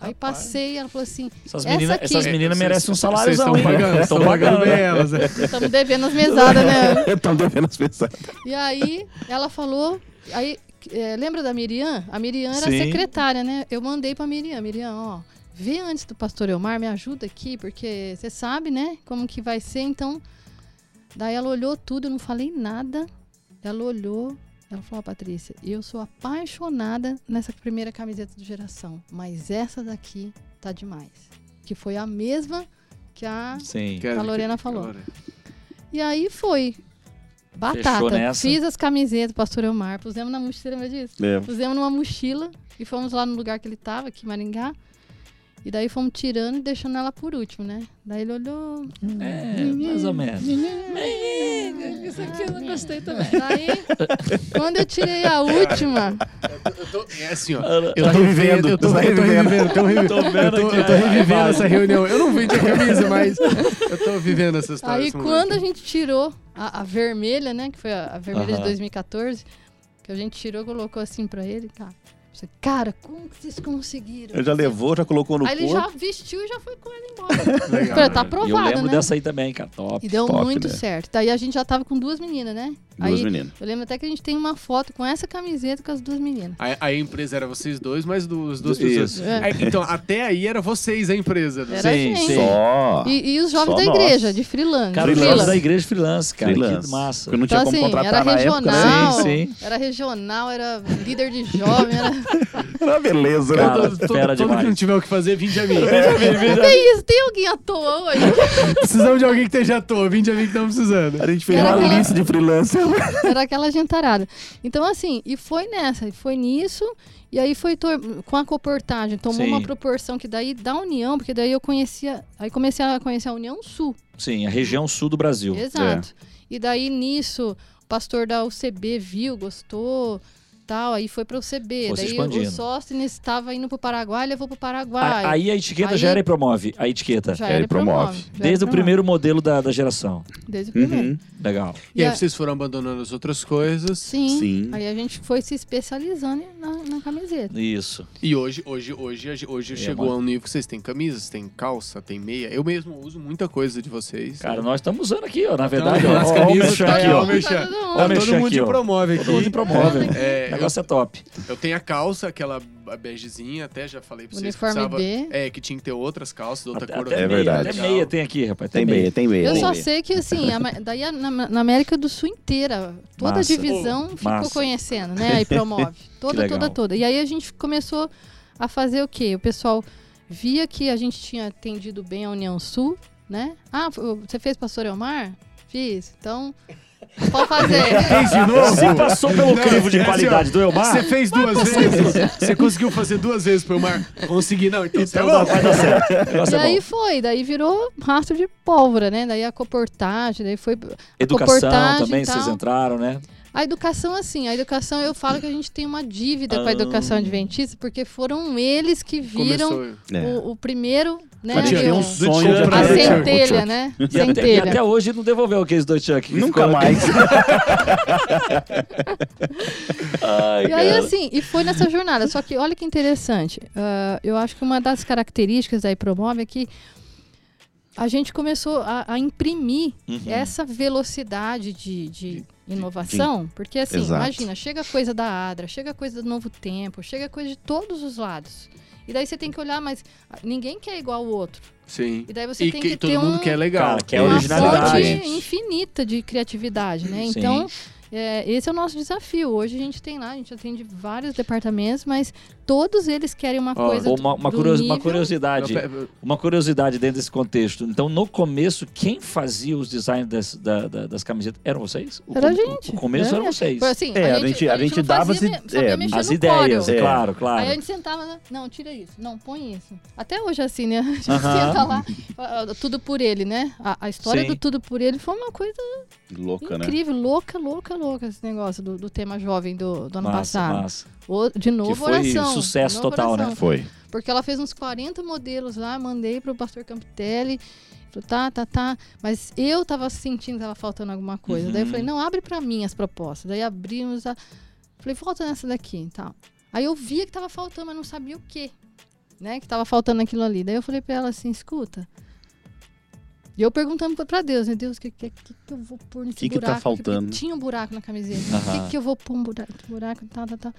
Aí Rapaz. passei, ela falou assim, Essas Essa meninas aqui. essas meninas merecem um Vocês saláriozão. estão né? pagando, Tão estão pagando né? bem elas. né? estamos devendo as mesadas, né? Estão devendo as mensagens. E aí ela falou. Aí, é, lembra da Miriam? A Miriam era Sim. secretária, né? Eu mandei pra Miriam, Miriam, ó, vê antes do pastor Elmar, me ajuda aqui, porque você sabe, né? Como que vai ser, então. Daí ela olhou tudo, eu não falei nada. Ela olhou, ela falou, ó, Patrícia, eu sou apaixonada nessa primeira camiseta do geração. Mas essa daqui tá demais. Que foi a mesma que a Sim. Quero- A Lorena falou. Lorena. e aí foi. Fechou Batata. nessa? Fiz as camisetas, pastor Elmar, pusemos na mochila, lembra disso? É, Pusemos numa mochila e fomos lá no lugar que ele tava, aqui em Maringá. E daí fomos tirando e deixando ela por último, né? Daí ele olhou. É, mais ou menos. Isso aqui eu não gostei também. Daí, quando eu tirei a última, Eu tô- É assim, ó. Eu tô vivendo, Eu tô, você tá eu tô revivendo. revivendo, tô revi- Tô vendo eu tô- aqui, eu tô é, revivendo vai. essa reunião. Eu não vendi a camisa, mas eu tô vivendo essa Tá, história. aí esse quando a momento. gente tirou a, a vermelha, né? Que foi a, a vermelha Aham. de 2014, que a gente tirou, colocou assim pra ele, cara. Cara, como que vocês conseguiram? Ele já levou, já colocou no Aí ele corpo. já vestiu e já foi com ele embora. Legal, Falei, tá né? E eu aprovado, lembro né? dessa aí também, cara. Top. E deu Top, muito né? certo. Daí a gente já tava com duas meninas, né? Duas aí meninas. eu lembro até que a gente tem uma foto com essa camiseta com as duas meninas. Aí- aí a empresa era vocês dois, mais duas, duas Isso. pessoas. É. Aí, então, até aí era vocês a empresa. né? Era a Sim, gente. sim. Só. E, e os jovens Só da igreja, nós. de freelance. Cara, os Freelance. jogos da igreja freelance, cara. Freelance. Que massa. Porque não tinha Então, como assim, contratar era na época, né? regional, Sim, era regional, era líder de jovem, era... Era beleza, né? Cara, Todo- todo- fera todo que demais. não tiver o que fazer, vinde a mim. Que isso, tem alguém à toa hoje? Precisamos de alguém que esteja à toa, vinde a mim que estamos precisando. A gente fez Era uma aquela- lista de freelancer. Era aquela gentarada. Então, assim, e foi nessa, e foi nisso, e aí foi tor- com a comportagem, tomou Sim. uma proporção que daí da União, porque daí eu conhecia, aí comecei a conhecer a União Sul. sim, a região sul é. do Brasil. Exato. E daí nisso, o pastor da UCB viu, gostou, tal, aí foi para UCB. Foi se daí expandindo. o Sóstenes estava indo para o Paraguai, levou para o Paraguai. A- aí a etiqueta Aí- gera e promove. A etiqueta. já Ele era promove. já era Desde o promove. primeiro modelo da, da geração. Desde o primeiro. Uhum. Legal. E aí a- vocês foram abandonando as outras coisas. Sim. Sim. Aí a gente foi se especializando na, na camiseta. Isso. E hoje, hoje, hoje, hoje, hoje É, chegou mano. a um nível que vocês têm camisas, têm calça, têm meia. Eu mesmo uso muita coisa de vocês. Cara, né? nós estamos usando aqui, ó. Na verdade, ó. as Ó, o camisas mexer tá aqui, aí, ó. ó, o mexer. Tá todo mundo. Ó, Tá mexer todo mundo aqui, te ó. promove aqui. Todo mundo promove. Olha O É, eu, negócio é top. eu tenho a calça, aquela begezinha, até já falei pra vocês Uniforme que precisava- B. É, que tinha que ter outras calças, outra Até, cor. até É meia, verdade. até meia tem aqui, rapaz. até Tem meia, tem meia. Eu tem só meia. sei que, assim, a Ma- daí a- na, na América do Sul inteira, toda Massa. a divisão ficou massa. conhecendo, né? E promove. Toda, legal. toda, toda. E aí a gente começou a fazer o quê? O pessoal via que a gente tinha atendido bem a União Sul, né? Ah, f- você fez Pastor Elmar? Fiz. Então, pode fazer. Fez de novo? Você passou pelo crivo de é assim, ó. qualidade do Elmar? Você fez duas vezes? Você conseguiu fazer duas vezes pro Elmar? Consegui, não. Então, Então tá dá- bom. vai dar certo. O negócio E é bom. aí foi, daí virou rastro de pólvora, né? Daí a comportagem, daí foi Educação comportagem também, e vocês tal. entraram, né? A educação, assim, a educação, eu falo que a gente tem uma dívida com Ah. a educação adventista, porque foram eles que viram Começou. É. o, o primeiro, né? Mas tinha ali, um o- sonho de Chuck. a Chuck. trazer o Chuck. centelha, né? E até, e até Centelha. hoje não devolveu o case do Chuck. que Nunca ficou- mais. Ai, E aí, cara. assim, e foi nessa jornada. Só que olha que interessante. ah, eu acho que uma das características da Promove é que a gente começou a, a imprimir Uhum. essa velocidade de, de inovação, porque assim, Exato. imagina, chega coisa da Adra, chega coisa do Novo Tempo, chega coisa de todos os lados. E daí você tem que olhar, mas ah, ninguém quer igual o outro. Sim. E daí você E tem que, que todo ter mundo um, quer legal. Cara, quer É uma originalidade. fonte infinita de criatividade, né? Sim. Então, é, esse é o nosso desafio. Hoje a gente tem lá, a gente atende vários departamentos, mas todos eles querem uma Ó, coisa. Ou uma, uma do curios- uma nível. curiosidade. Uma curiosidade dentro desse contexto. Então, no começo, quem fazia os designs das, da- da- das camisetas eram vocês? O, Era com- a gente. O começo Era eram a vocês. Foi assim, É, a gente, a gente, gente dava fazia, as me- sabia ide- é, mexer As no ideias, Corel. É. claro, claro. Aí a gente sentava, né? não, tira isso, não, põe isso. Até hoje é assim, né? A gente Aham. tá lá. ah, ah, Tudo por ele, né? A, a história Sim. do Tudo por ele foi uma coisa Louca, né? incrível, louca, louca, louca, esse negócio do, do tema jovem do, do ano Massa, passado. massa. O- de novo, Que foi oração. de sucesso novo total, né? oração. Foi. Porque ela fez uns 40 modelos lá, mandei pro pastor Campitelli. Falei, tá, tá, tá. Mas eu tava sentindo que tava faltando alguma coisa. Daí eu Uhum. falei, não, abre pra mim as propostas. Daí abrimos a. Falei, volta nessa daqui e tal. Aí eu via que tava faltando, mas não sabia o quê. Né? Que tava faltando aquilo ali. Daí eu falei pra ela assim, escuta. E eu perguntando pra- pra Deus, né? Deus, o que, que, que que eu vou pôr nesse Que que tá buraco? Porque faltando? Tinha um buraco na camiseta. O Aham. que, que eu vou pôr um buraco, buraco, tá?" tal, tal, tal.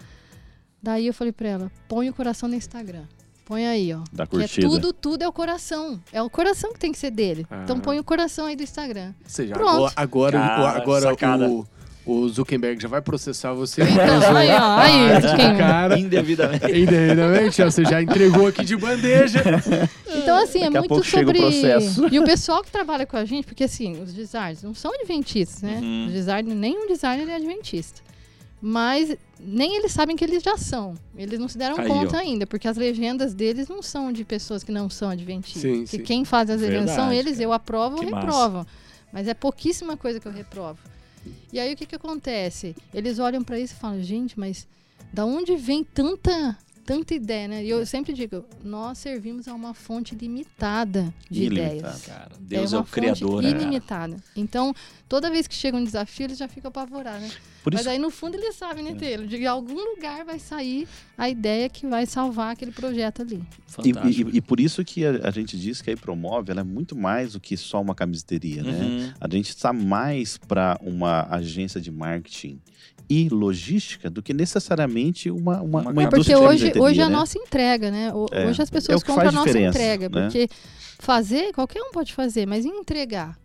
Daí eu falei pra ela, põe o coração no Instagram. Põe aí, ó. Da Que é curtida. tudo, tudo é o coração. É o coração que tem que ser dele. Ah. Então põe o coração aí do Instagram. Ou seja, Pronto. agora, Cara, agora, sacada. agora o, o Zuckerberg já vai processar você. Então, aí, ó, aí, quem- Cara, Indevidamente. indevidamente, ó, você já entregou aqui de bandeja. Então, assim, Daqui a é muito pouco chega o sobre. processo. E o pessoal que trabalha com a gente, porque assim, os designers não são adventistas, né? Uhum. Os design, nenhum designer é adventista. Mas nem eles sabem que eles já são. Eles não se deram Aí, conta ó. ainda, porque as legendas deles não são de pessoas que não são adventistas. Sim, que sim. quem faz as legendas são Verdade, eles, eu aprovo ou Que massa. reprovo. Mas é pouquíssima coisa que eu reprovo. E aí o que, que acontece? Eles olham pra isso e falam, gente, mas da onde vem tanta tanta ideia, né? E eu sempre digo, nós servimos a uma fonte limitada de Ilimitada. ideias. Cara, Deus é, uma o criador, fonte né? cara? ilimitada. Então, toda vez que chega um desafio, eles já ficam apavorados, né? Por Mas isso aí no fundo eles sabem, né, É. Taylor? De algum lugar vai sair a ideia que vai salvar aquele projeto ali. E, Fantástico. e- e por isso que a, a gente diz que a Promove ela é muito mais do que só uma camiseteria, né? Uhum. A gente está mais para uma agência de marketing e logística do que necessariamente uma, uma, Uma uma É É porque indústria de hoje, camiseteria, hoje a né? nossa entrega, né? O- É, Hoje as é pessoas o que compram a faz nossa diferença, entrega, né? porque fazer, qualquer um pode fazer, mas entregar.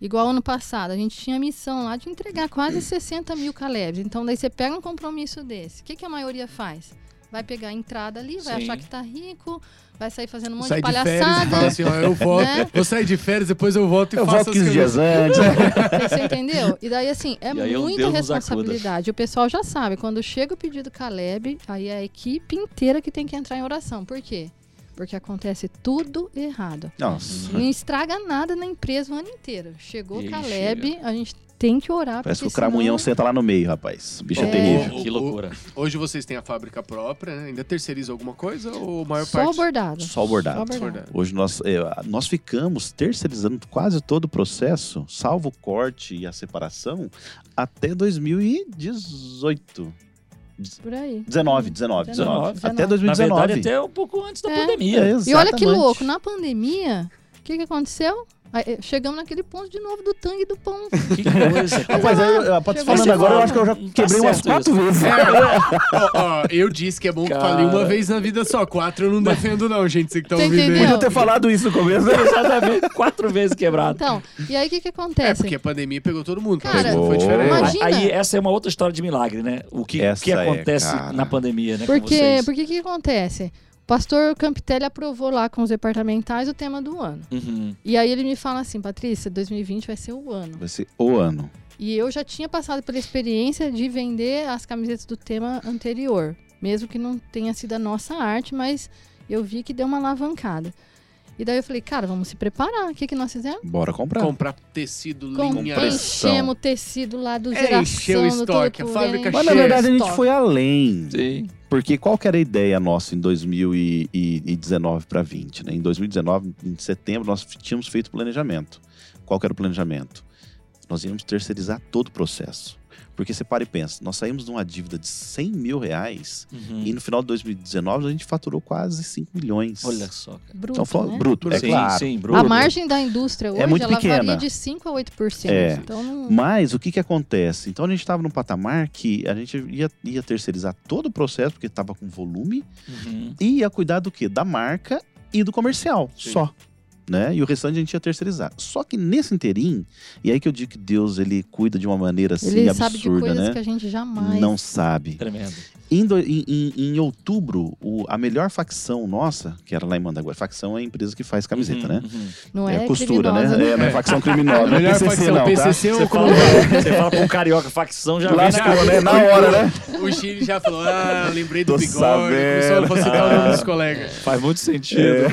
Igual ano passado, a gente tinha a missão lá de entregar quase 60 mil Calebs. Então, daí você pega um compromisso desse. O que, que a maioria faz? Vai pegar a entrada ali, vai Sim. achar que tá rico, vai sair fazendo um monte Sai de de férias e palhaçada. fala assim, ó, eu volto. Né? Vou sair de férias, depois eu volto e Eu faço volto 15 dias antes. Você entendeu? E daí, assim, é E aí é um muita Deus nos acuda. responsabilidade. O pessoal já sabe, quando chega o pedido Caleb, aí é a equipe inteira que tem que entrar em oração. Por quê? Porque acontece tudo errado. Nossa. Não estraga nada na empresa o ano inteiro. Chegou E o aí Caleb, a gente tem que orar. Parece que o porque cramunhão senão- senta lá no meio, rapaz. O bicho é, É. terrível. Que O- loucura. Hoje vocês têm a fábrica própria, né? ainda terceiriza alguma coisa ou a maior Só parte? bordado. Só o bordado. Só bordado. Bordado. Hoje nós, é, nós ficamos terceirizando quase todo o processo, salvo o corte e a separação, até 2018. Por aí. 19, 19, 19. 19. Até Na 2019. verdade, até um pouco antes da É. pandemia. É, E olha que exatamente. louco, na pandemia, o que, que aconteceu? Aí, eh, Chegamos naquele ponto de novo do tangue e do pão. Que coisa, cara. Rapaz, aí, eu- a Paty Chegou falando esse agora, eu ano. acho que eu já Tá quebrei umas certo quatro vezes. Ó, ó, eu disse que é bom que Cara. falei uma vez na vida só, quatro eu não defendo não, gente, você que tá Você ouvindo entendeu? aí. Podia ter falado isso no começo. né? Exatamente, quatro vezes quebrado. Então, e aí o que, que É, acontece? porque a pandemia pegou todo mundo, Cara, Pegou, foi Pegou. diferente. Imagina. Aí essa é uma outra história de milagre, né? O que, o que Essa é, acontece cara. na pandemia, né? com Porque, vocês. porque que acontece? O pastor Campitelli aprovou lá com os departamentais o tema do ano. Uhum. E aí ele me fala assim, Patrícia, 2020 vai ser o ano. Vai ser o ano. E eu já tinha passado pela experiência de vender as camisetas do tema anterior. Mesmo que não tenha sido a nossa arte, mas eu vi que deu uma alavancada. E daí eu falei, cara, vamos se preparar. O que, que nós fizemos? Bora comprar. Comprar tecido, linha... Com- Enchemos o tecido lá do geração. É, encheu o do tudo estoque, a por fábrica dentro. Mas na verdade a gente Estoque. foi além. Sim. Porque qual que era a ideia nossa em 2019 para 20? Né? Em 2019, em setembro, nós tínhamos feito o planejamento. Qual que era o planejamento? Nós íamos terceirizar todo o processo. Porque você para e pensa, nós saímos de uma dívida de 100 mil reais Uhum. e no final de 2019 a gente faturou quase 5 milhões. Olha só, cara. Bruto, então, foi né? bruto, é sim, claro. sim, Bruno. A margem da indústria hoje, É muito ela varia pequena. de 5% a 8%. É. Então, não... Mas o que que acontece? Então a gente estava num patamar que a gente ia, ia terceirizar todo o processo, porque estava com volume, Uhum. e ia cuidar do quê? Da marca e do comercial, Sim. só. né? E o restante a gente ia terceirizar. Só que nesse inteirinho, e aí que eu digo que Deus ele cuida de uma maneira assim Ele sabe de absurda, coisas né? que a gente jamais. Não sabe. Tremendo. Em, do- em- em- em outubro, o- a melhor facção nossa, que era lá em Mandaguari, facção é a empresa que faz camiseta, né? não é, costura, né? criminosa, É, não é facção criminosa. não é Melhor PCC, facção, não, tá? PCC Você ou fala, você fala pra um carioca facção, já vem na... Lascou, né? Na hora, né? O Chile já falou, ah, lembrei do Tô bigode. sabendo. Começou a falsificar o nome dos colegas. né? Faz muito sentido. É.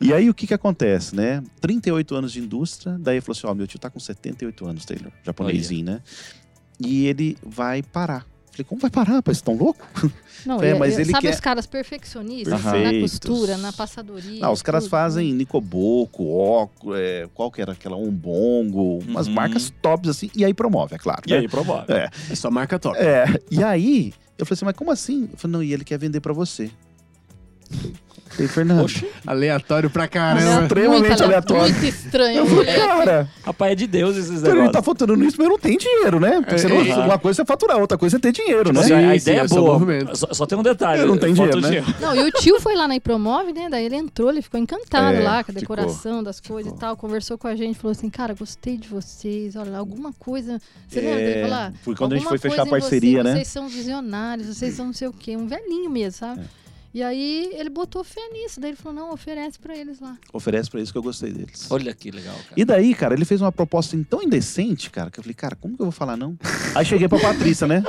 E aí o que que acontece, né? 38 anos de indústria, daí ele falou assim, ó, meu tio tá com 78 anos, Taylor, japonesinho, né? E ele vai parar. Falei, como vai parar, rapaz? Vocês estão louco? Não, É, é, mas é- ele sabe quer- os caras perfeccionistas na Perfeitos. costura, na passadoria. Ah, os caras tudo. fazem Nicoboco, Oco, é, qual que era aquela? Umbongo, umas Uhum. marcas tops assim, e aí promove, é claro. E né? aí, provável. É. É só marca top. É, e aí, eu falei assim, mas como assim? Eu falei, não, e ele quer vender pra você. Eu falei, Fernando. Oxi, Aleatório pra caramba. extremamente é muito ale- aleatório. Muito estranho. Eu falei, moleque. cara, rapaz, é de Deus esses Fernando, ele negócios. tá faturando nisso, mas não tem dinheiro, né? Porque você não, É, é. uma coisa é faturar, outra coisa é ter dinheiro, né? Assim, Sim, a sim, ideia é é só boa. movimento. Só, só tem um detalhe. Eu não tenho falta dinheiro, o né? Não, e o tio foi lá na Impromove, né? Daí ele entrou, ele ficou encantado É, lá com a ficou. decoração das coisas e tal. Conversou com a gente, falou assim: Cara, gostei de vocês, olha, alguma coisa. Você lembra É. dele falar? foi quando a gente "Ah, "Alguma foi fechar a coisa em parceria, vocês, né? Vocês são visionários, vocês são não sei o quê, um velhinho mesmo, É. sabe? E aí ele botou fé nisso, daí ele falou: Não, oferece pra eles lá. Oferece pra eles que eu gostei deles. Olha que legal, cara. E daí, cara, ele fez uma proposta assim tão indecente, cara, que eu falei, cara, como que eu vou falar não? Aí cheguei pra Patrícia, né?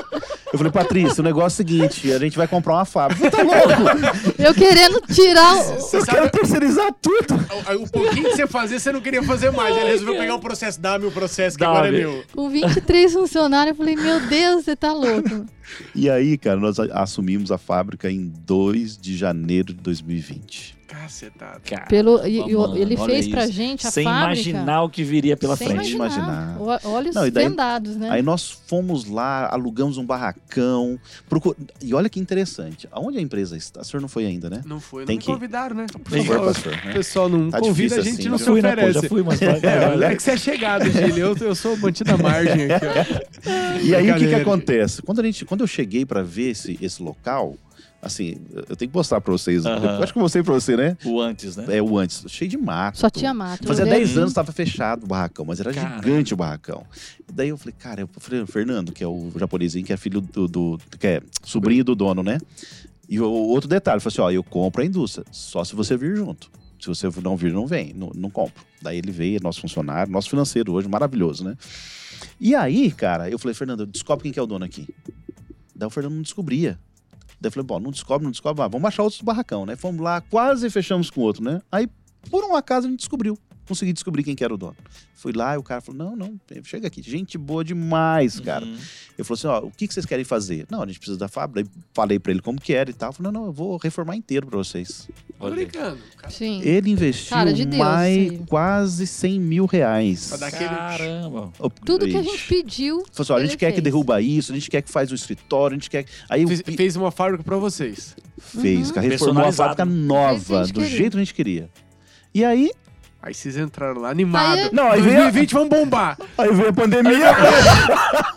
Eu falei, Patrícia, o negócio é o seguinte, a gente vai comprar uma fábrica. Você tá louco? Eu querendo tirar o. Você Eu sabe, quero terceirizar tudo. o, o pouquinho que você fazia, você não queria fazer mais. Ele resolveu pegar o processo, dá-me o processo, que Dá-me. agora é meu. Com 23 funcionários, eu falei, meu Deus, você tá louco. E aí, cara, nós a- assumimos a fábrica em 2 de janeiro de 2020. Cacetado. Cara, Pelo, e- e o- mano, ele olha fez pra isso. gente a Sem fábrica. imaginar o que viria pela sem frente. Imaginar. O- Olha os Não, e daí- vendados, né? Aí nós fomos lá, alugamos um barracão. procur- E olha que interessante. Aonde a empresa está? O senhor não foi ainda, né? Não foi, Tem não me que- convidaram, né? Por favor, pastor. O né? pessoal não Tá convida, a difícil gente assim, não né? se fui, né, pô? oferece. Já fui, mas... É, é que você é chegado, Gil. Eu, eu sou mantido à margem aqui, ó. E aí o que, que Brincadeira. acontece? Quando, a gente, quando eu cheguei para ver esse, esse local, assim, eu tenho que mostrar para vocês. Aham. Eu acho que eu mostrei para você, né? O antes, né? É o antes, cheio de mato. Só tinha mato. né? Fazia Eu 10 lembro. anos estava fechado o barracão, mas era Cara. gigante o barracão. Daí eu falei, cara, eu falei, o Fernando, que é o japonesinho, que é filho do, do- que é sobrinho do dono, né? E o outro detalhe, eu falei assim: ó, eu compro a indústria, só se você vir junto. Se você não vir, não vem, não, não compro. Daí ele veio, é nosso funcionário, nosso financeiro hoje, maravilhoso, né? E aí, cara, eu falei, Fernando, descobre quem que é o dono aqui. Daí o Fernando não descobria. Daí eu falei, bom, não descobre, não descobre, ah, vamos achar outro barracão, né? Fomos lá, quase fechamos com outro, né? Aí, por um acaso, a gente descobriu. Consegui descobrir quem que era o dono. Fui lá e o cara falou, não, não, chega aqui. Gente boa demais, cara. Uhum. Eu falei assim, ó, o que, que vocês querem fazer? Não, a gente precisa da fábrica. Aí falei pra ele como que era e tal. Eu Falei, não, não, eu vou reformar inteiro pra vocês. Tô Olha. brincando. cara. Sim. Ele investiu Cara de Deus, mais, sim. quase 100 mil reais. Pra dar aquele- Caramba. Tudo que a Upgrade. gente pediu. Falei assim, ó, a ele gente quer que fez. derruba isso, a gente quer que faz um escritório, a gente quer... que- Aí eu Fez, vi- fez uma fábrica pra vocês. fez, Uhum. cara, reformou a Personalizado. fábrica Do jeito que a nova, gente do queria. jeito que a gente queria. E aí, Aí vocês entraram lá animados. Aí- Não, aí veio- 2020 vamos bombar. aí veio a pandemia.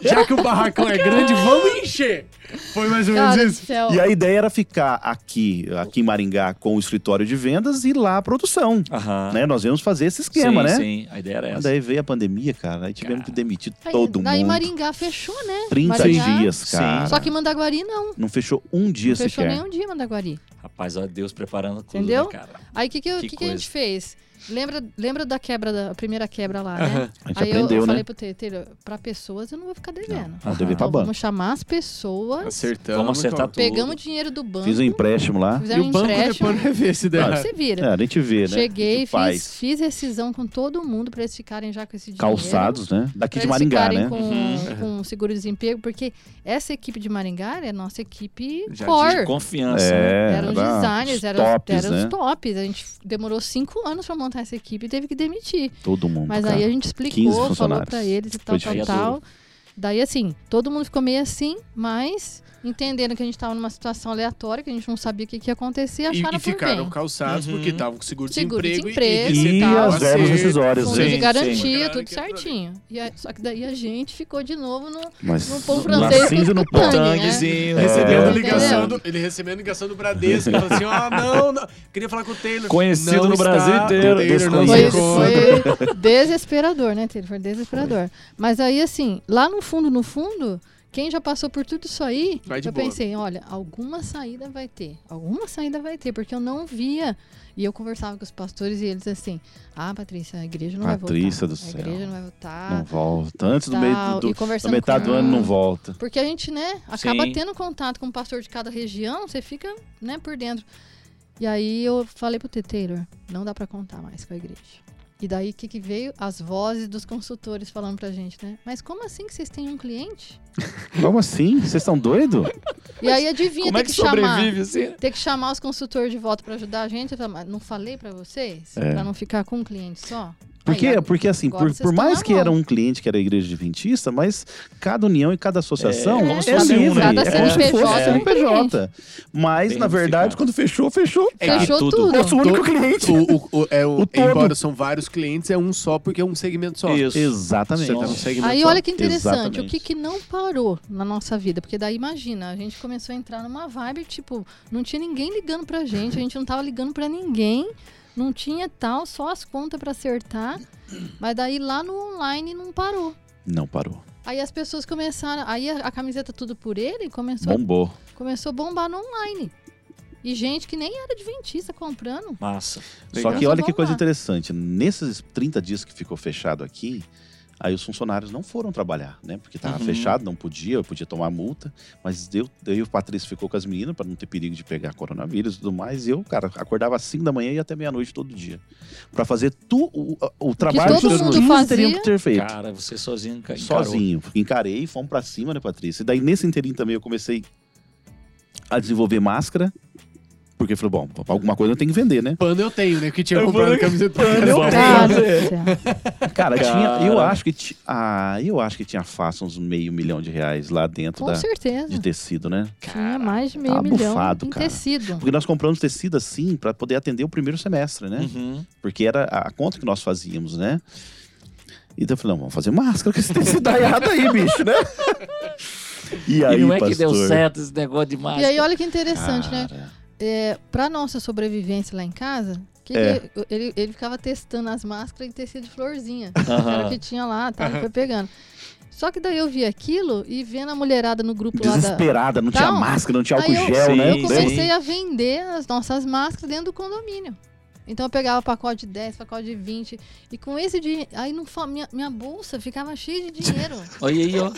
Já que o barracão é grande, vamos encher. Foi mais ou menos Cara do isso. céu. e a ideia era ficar aqui, aqui em Maringá, com o escritório de vendas e lá a produção. Aham. Né? Nós íamos fazer esse esquema, sim, né? Sim, a ideia era essa. Daí veio a pandemia, cara. Aí tivemos que demitir Aí- todo Daí mundo. Maringá fechou, né? 30 Maringá. dias, Sim. cara. Só que Mandaguari não. Não fechou um dia Não fechou sequer. nem um dia Mandaguari. Rapaz, olha Deus preparando tudo, Entendeu? né, cara? Aí o que, que, eu- Que que que a gente coisa. fez? Lembra, lembra da quebra, da a primeira quebra lá, né? Aham. A gente Aí eu- aprendeu, eu né? falei pro Teteiro, pra pessoas eu não vou ficar devendo. Não ah, tá devia pra Então, banco. vamos chamar as pessoas, Acertamos. Vamos acertar então. tudo. pegamos o dinheiro do banco, Fiz um empréstimo lá. E fizemos o um banco empréstimo, depois rever se der. aí errado. você vira. É, a gente vê, né? A Cheguei, gente faz fiz, fiz rescisão com todo mundo pra eles ficarem já com esse dinheiro. calçados, né? Daqui pra de eles Maringá, ficarem né? Com, Uhum. com seguro-desemprego, porque essa equipe de Maringá é a nossa equipe Já core. Confiança. É, né? Eram os era designers, os eram, tops, eram né? os tops. A gente demorou cinco anos pra montar essa equipe e teve que demitir. Todo mundo, Mas cara. aí a gente 15 explicou, falou funcionários. pra eles e tal, Foi tal, difícil. tal. Daí, assim, todo mundo ficou meio assim, mas entendendo que a gente tava numa situação aleatória, que a gente não sabia o que, que ia acontecer, E, acharam e ficaram por bem. calçados Uhum. porque estavam com seguro de Seguro-desemprego emprego e E tal. as verbas rescisórias, Fundo né? de Sim, garantia, assim, sim. tudo certinho. E aí- só que daí a gente ficou de novo no, Mas no pão na francês cinza com no Tang, pão. né? Tanguezinho. Recebendo É. ligação Entendeu? do, ele recebendo ligação do Bradesco, ele falou assim: ó, não, não, queria falar com o Taylor. Conhecido Não no está, Brasil inteiro. Taylor não Foi, Foi- encontra. foi desesperador, né, Taylor? Foi desesperador. Mas aí, assim, lá no fundo, no fundo, quem já passou por tudo isso aí, Vai de eu boa. pensei, olha, alguma saída vai ter. Alguma saída vai ter, porque eu não via. E eu conversava com os pastores e eles assim, ah, Patrícia, a igreja não Patrícia do vai voltar. céu. A igreja não vai voltar. Não volta. Antes do Tal, meio e do, da conversando metade com do ano ela. não volta. Porque a gente, né, acaba Sim. tendo contato com o pastor de cada região, você fica, né, por dentro. E aí eu falei pro T. Taylor, não dá pra contar mais com a igreja. E daí o que, que veio? As vozes dos consultores falando pra gente, né? Mas como assim que vocês têm um cliente? Como assim? Vocês estão doidos? E aí adivinha, Como ter é que, que chamar. sobrevive assim? Ter que chamar os consultores de volta pra ajudar a gente. Eu falei, "Mas não falei pra vocês? É. Pra não ficar com um cliente só? Porque, Aí, porque assim, agora por, vocês por estão mais na que mão. era um cliente que era a igreja adventista, mas cada união e cada associação É, é, como se fosse livre. um, né? É Cada como se CNPJ fosse é um CNPJ. Mas, Bem na verdade, unificado. quando fechou, fechou. É, Fechou tudo. tudo. Eu sou o único cliente. O, o- o- é o, O todo. Embora são vários clientes, é um só porque é um segmento só. Isso. Exatamente. Você tá no segmento Aí só. olha que interessante, o Exatamente. que, que não parou na nossa vida, porque daí imagina, a gente começou a entrar numa vibe, tipo, não tinha ninguém ligando pra gente, a gente não tava ligando pra ninguém, não tinha tal, só as contas pra acertar, mas daí lá no online não parou. Não parou. Aí as pessoas começaram, aí a, a camiseta tudo por ele começou, Bombou. começou a bombar no online. E gente que nem era adventista comprando. Massa. Só Legal. que olha que Vamos coisa lá. interessante. Nesses 30 dias que ficou fechado aqui, aí os funcionários não foram trabalhar, né? Porque estava Uhum. fechado, não podia, podia tomar multa. Mas eu, eu e o Patrício ficou com as meninas para não ter perigo de pegar coronavírus e tudo mais. E eu, cara, acordava às 5 da manhã e ia até meia-noite todo dia. para fazer tu, o, o, o trabalho todo que os mundo 15 fazia. teriam que ter feito. Cara, você sozinho encarou. sozinho. Encarei e fomos pra cima, né, Patrícia? E daí, nesse inteirinho também, eu comecei a desenvolver máscara. Porque eu falei, bom, alguma coisa eu tenho que vender, né? Pano eu tenho, né? Que tinha Eu comprado vou- camiseta. Pano eu Cara do tenho. céu. Cara, Cara. tinha. Eu acho que. ti- Ah, eu acho que tinha fácil uns meio milhão de reais lá dentro Com da, certeza. de tecido, né? Tinha mais de meio tá milhão abufado, em cara. Tá tecido. Porque nós compramos tecido assim pra poder atender o primeiro semestre, né? Uhum. Porque era a a conta que nós fazíamos, né? Então eu falei, não, vamos fazer máscara com esse tecido errado aí, bicho, né? E aí, e não é que pastor? deu certo esse negócio de E máscara. aí, olha que interessante, né? Cara, é, para nossa sobrevivência lá em casa, que que É. ele- ele, ele ficava testando as máscaras em tecido de florzinha. Aham. Era o que tinha lá, tá? Ele foi pegando. Só que daí eu vi aquilo e vendo a mulherada no grupo lá da. Desesperada, não tinha Não. máscara, não tinha álcool Aí eu- gel, Sim, né? Eu comecei Sim. a vender as nossas máscaras dentro do condomínio. Então eu pegava pacote de 10, pacote de 20. E com esse dinheiro. Aí não, fa- minha, minha bolsa ficava cheia de dinheiro. Olha aí, ó.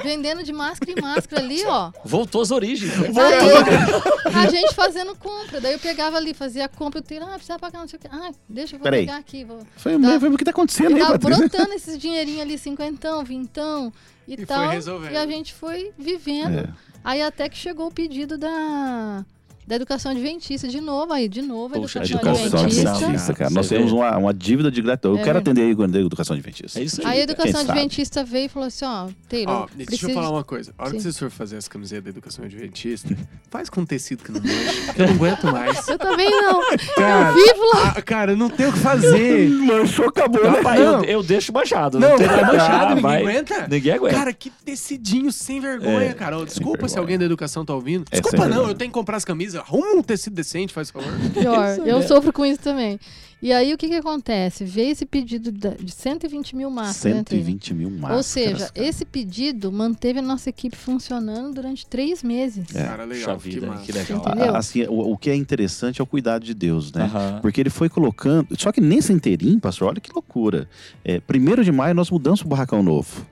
vendendo de máscara em máscara ali, ó. Voltou às origens. né? É. Aí, a gente fazendo compra. Daí eu pegava ali, fazia a compra, eu tenho, ah, precisa pagar, não sei o quê. Ah, deixa eu vou Peraí. pegar aqui. Vou... Foi, Tá. foi o que tá acontecendo aí, Tava Patrícia? brotando esses dinheirinhos ali, cinquentão, vintão e, foi tal. resolvendo. E a gente foi vivendo. É. Aí até que chegou o pedido da, da educação adventista de novo, aí de novo, a Poxa, educação, Educação adventista. adventista, cara. Você Nós vê. temos uma, uma dívida de gratidão. Eu É quero verdade. atender aí quando a educação adventista. É isso Aí a aí. educação Quem sabe? adventista veio e falou assim, ó, Taylor, Ó, deixa precisa... eu falar uma coisa. A hora que Sim. vocês forem fazer as camisetas da educação adventista, faz com um tecido que não mancha. que Eu não aguento mais. Eu também não. Cara, Vivo lá. ah, cara, não tem o que fazer. Lanchou, acabou, né? Rapaz, eu, eu deixo né? manchado. Não, Não, tem tá nada. manchado, Ah, ninguém vai. aguenta. Ninguém aguenta. Cara, que tecidinho sem vergonha, cara. Ó, Desculpa se vergonha. alguém da educação tá ouvindo. É, Desculpa sem não, vergonha. eu tenho que comprar as camisas. Arruma um tecido decente, faz favor. Pior, eu né? sofro com isso também. E aí, o que que acontece? Veio esse pedido da- de 120 mil máscaras. né, Taylor? 120 mil máscaras. Ou seja, cara. esse pedido manteve a nossa equipe funcionando durante três meses. É. Cara, Puxa legal. que vida, massa. né? que legal. Entendeu? A- assim, o, o que é interessante é o cuidado de Deus, né? Aham. Porque ele foi colocando. Só que nesse inteirinho, pastor, olha que loucura. É, primeiro de maio nós mudamos pro barracão novo.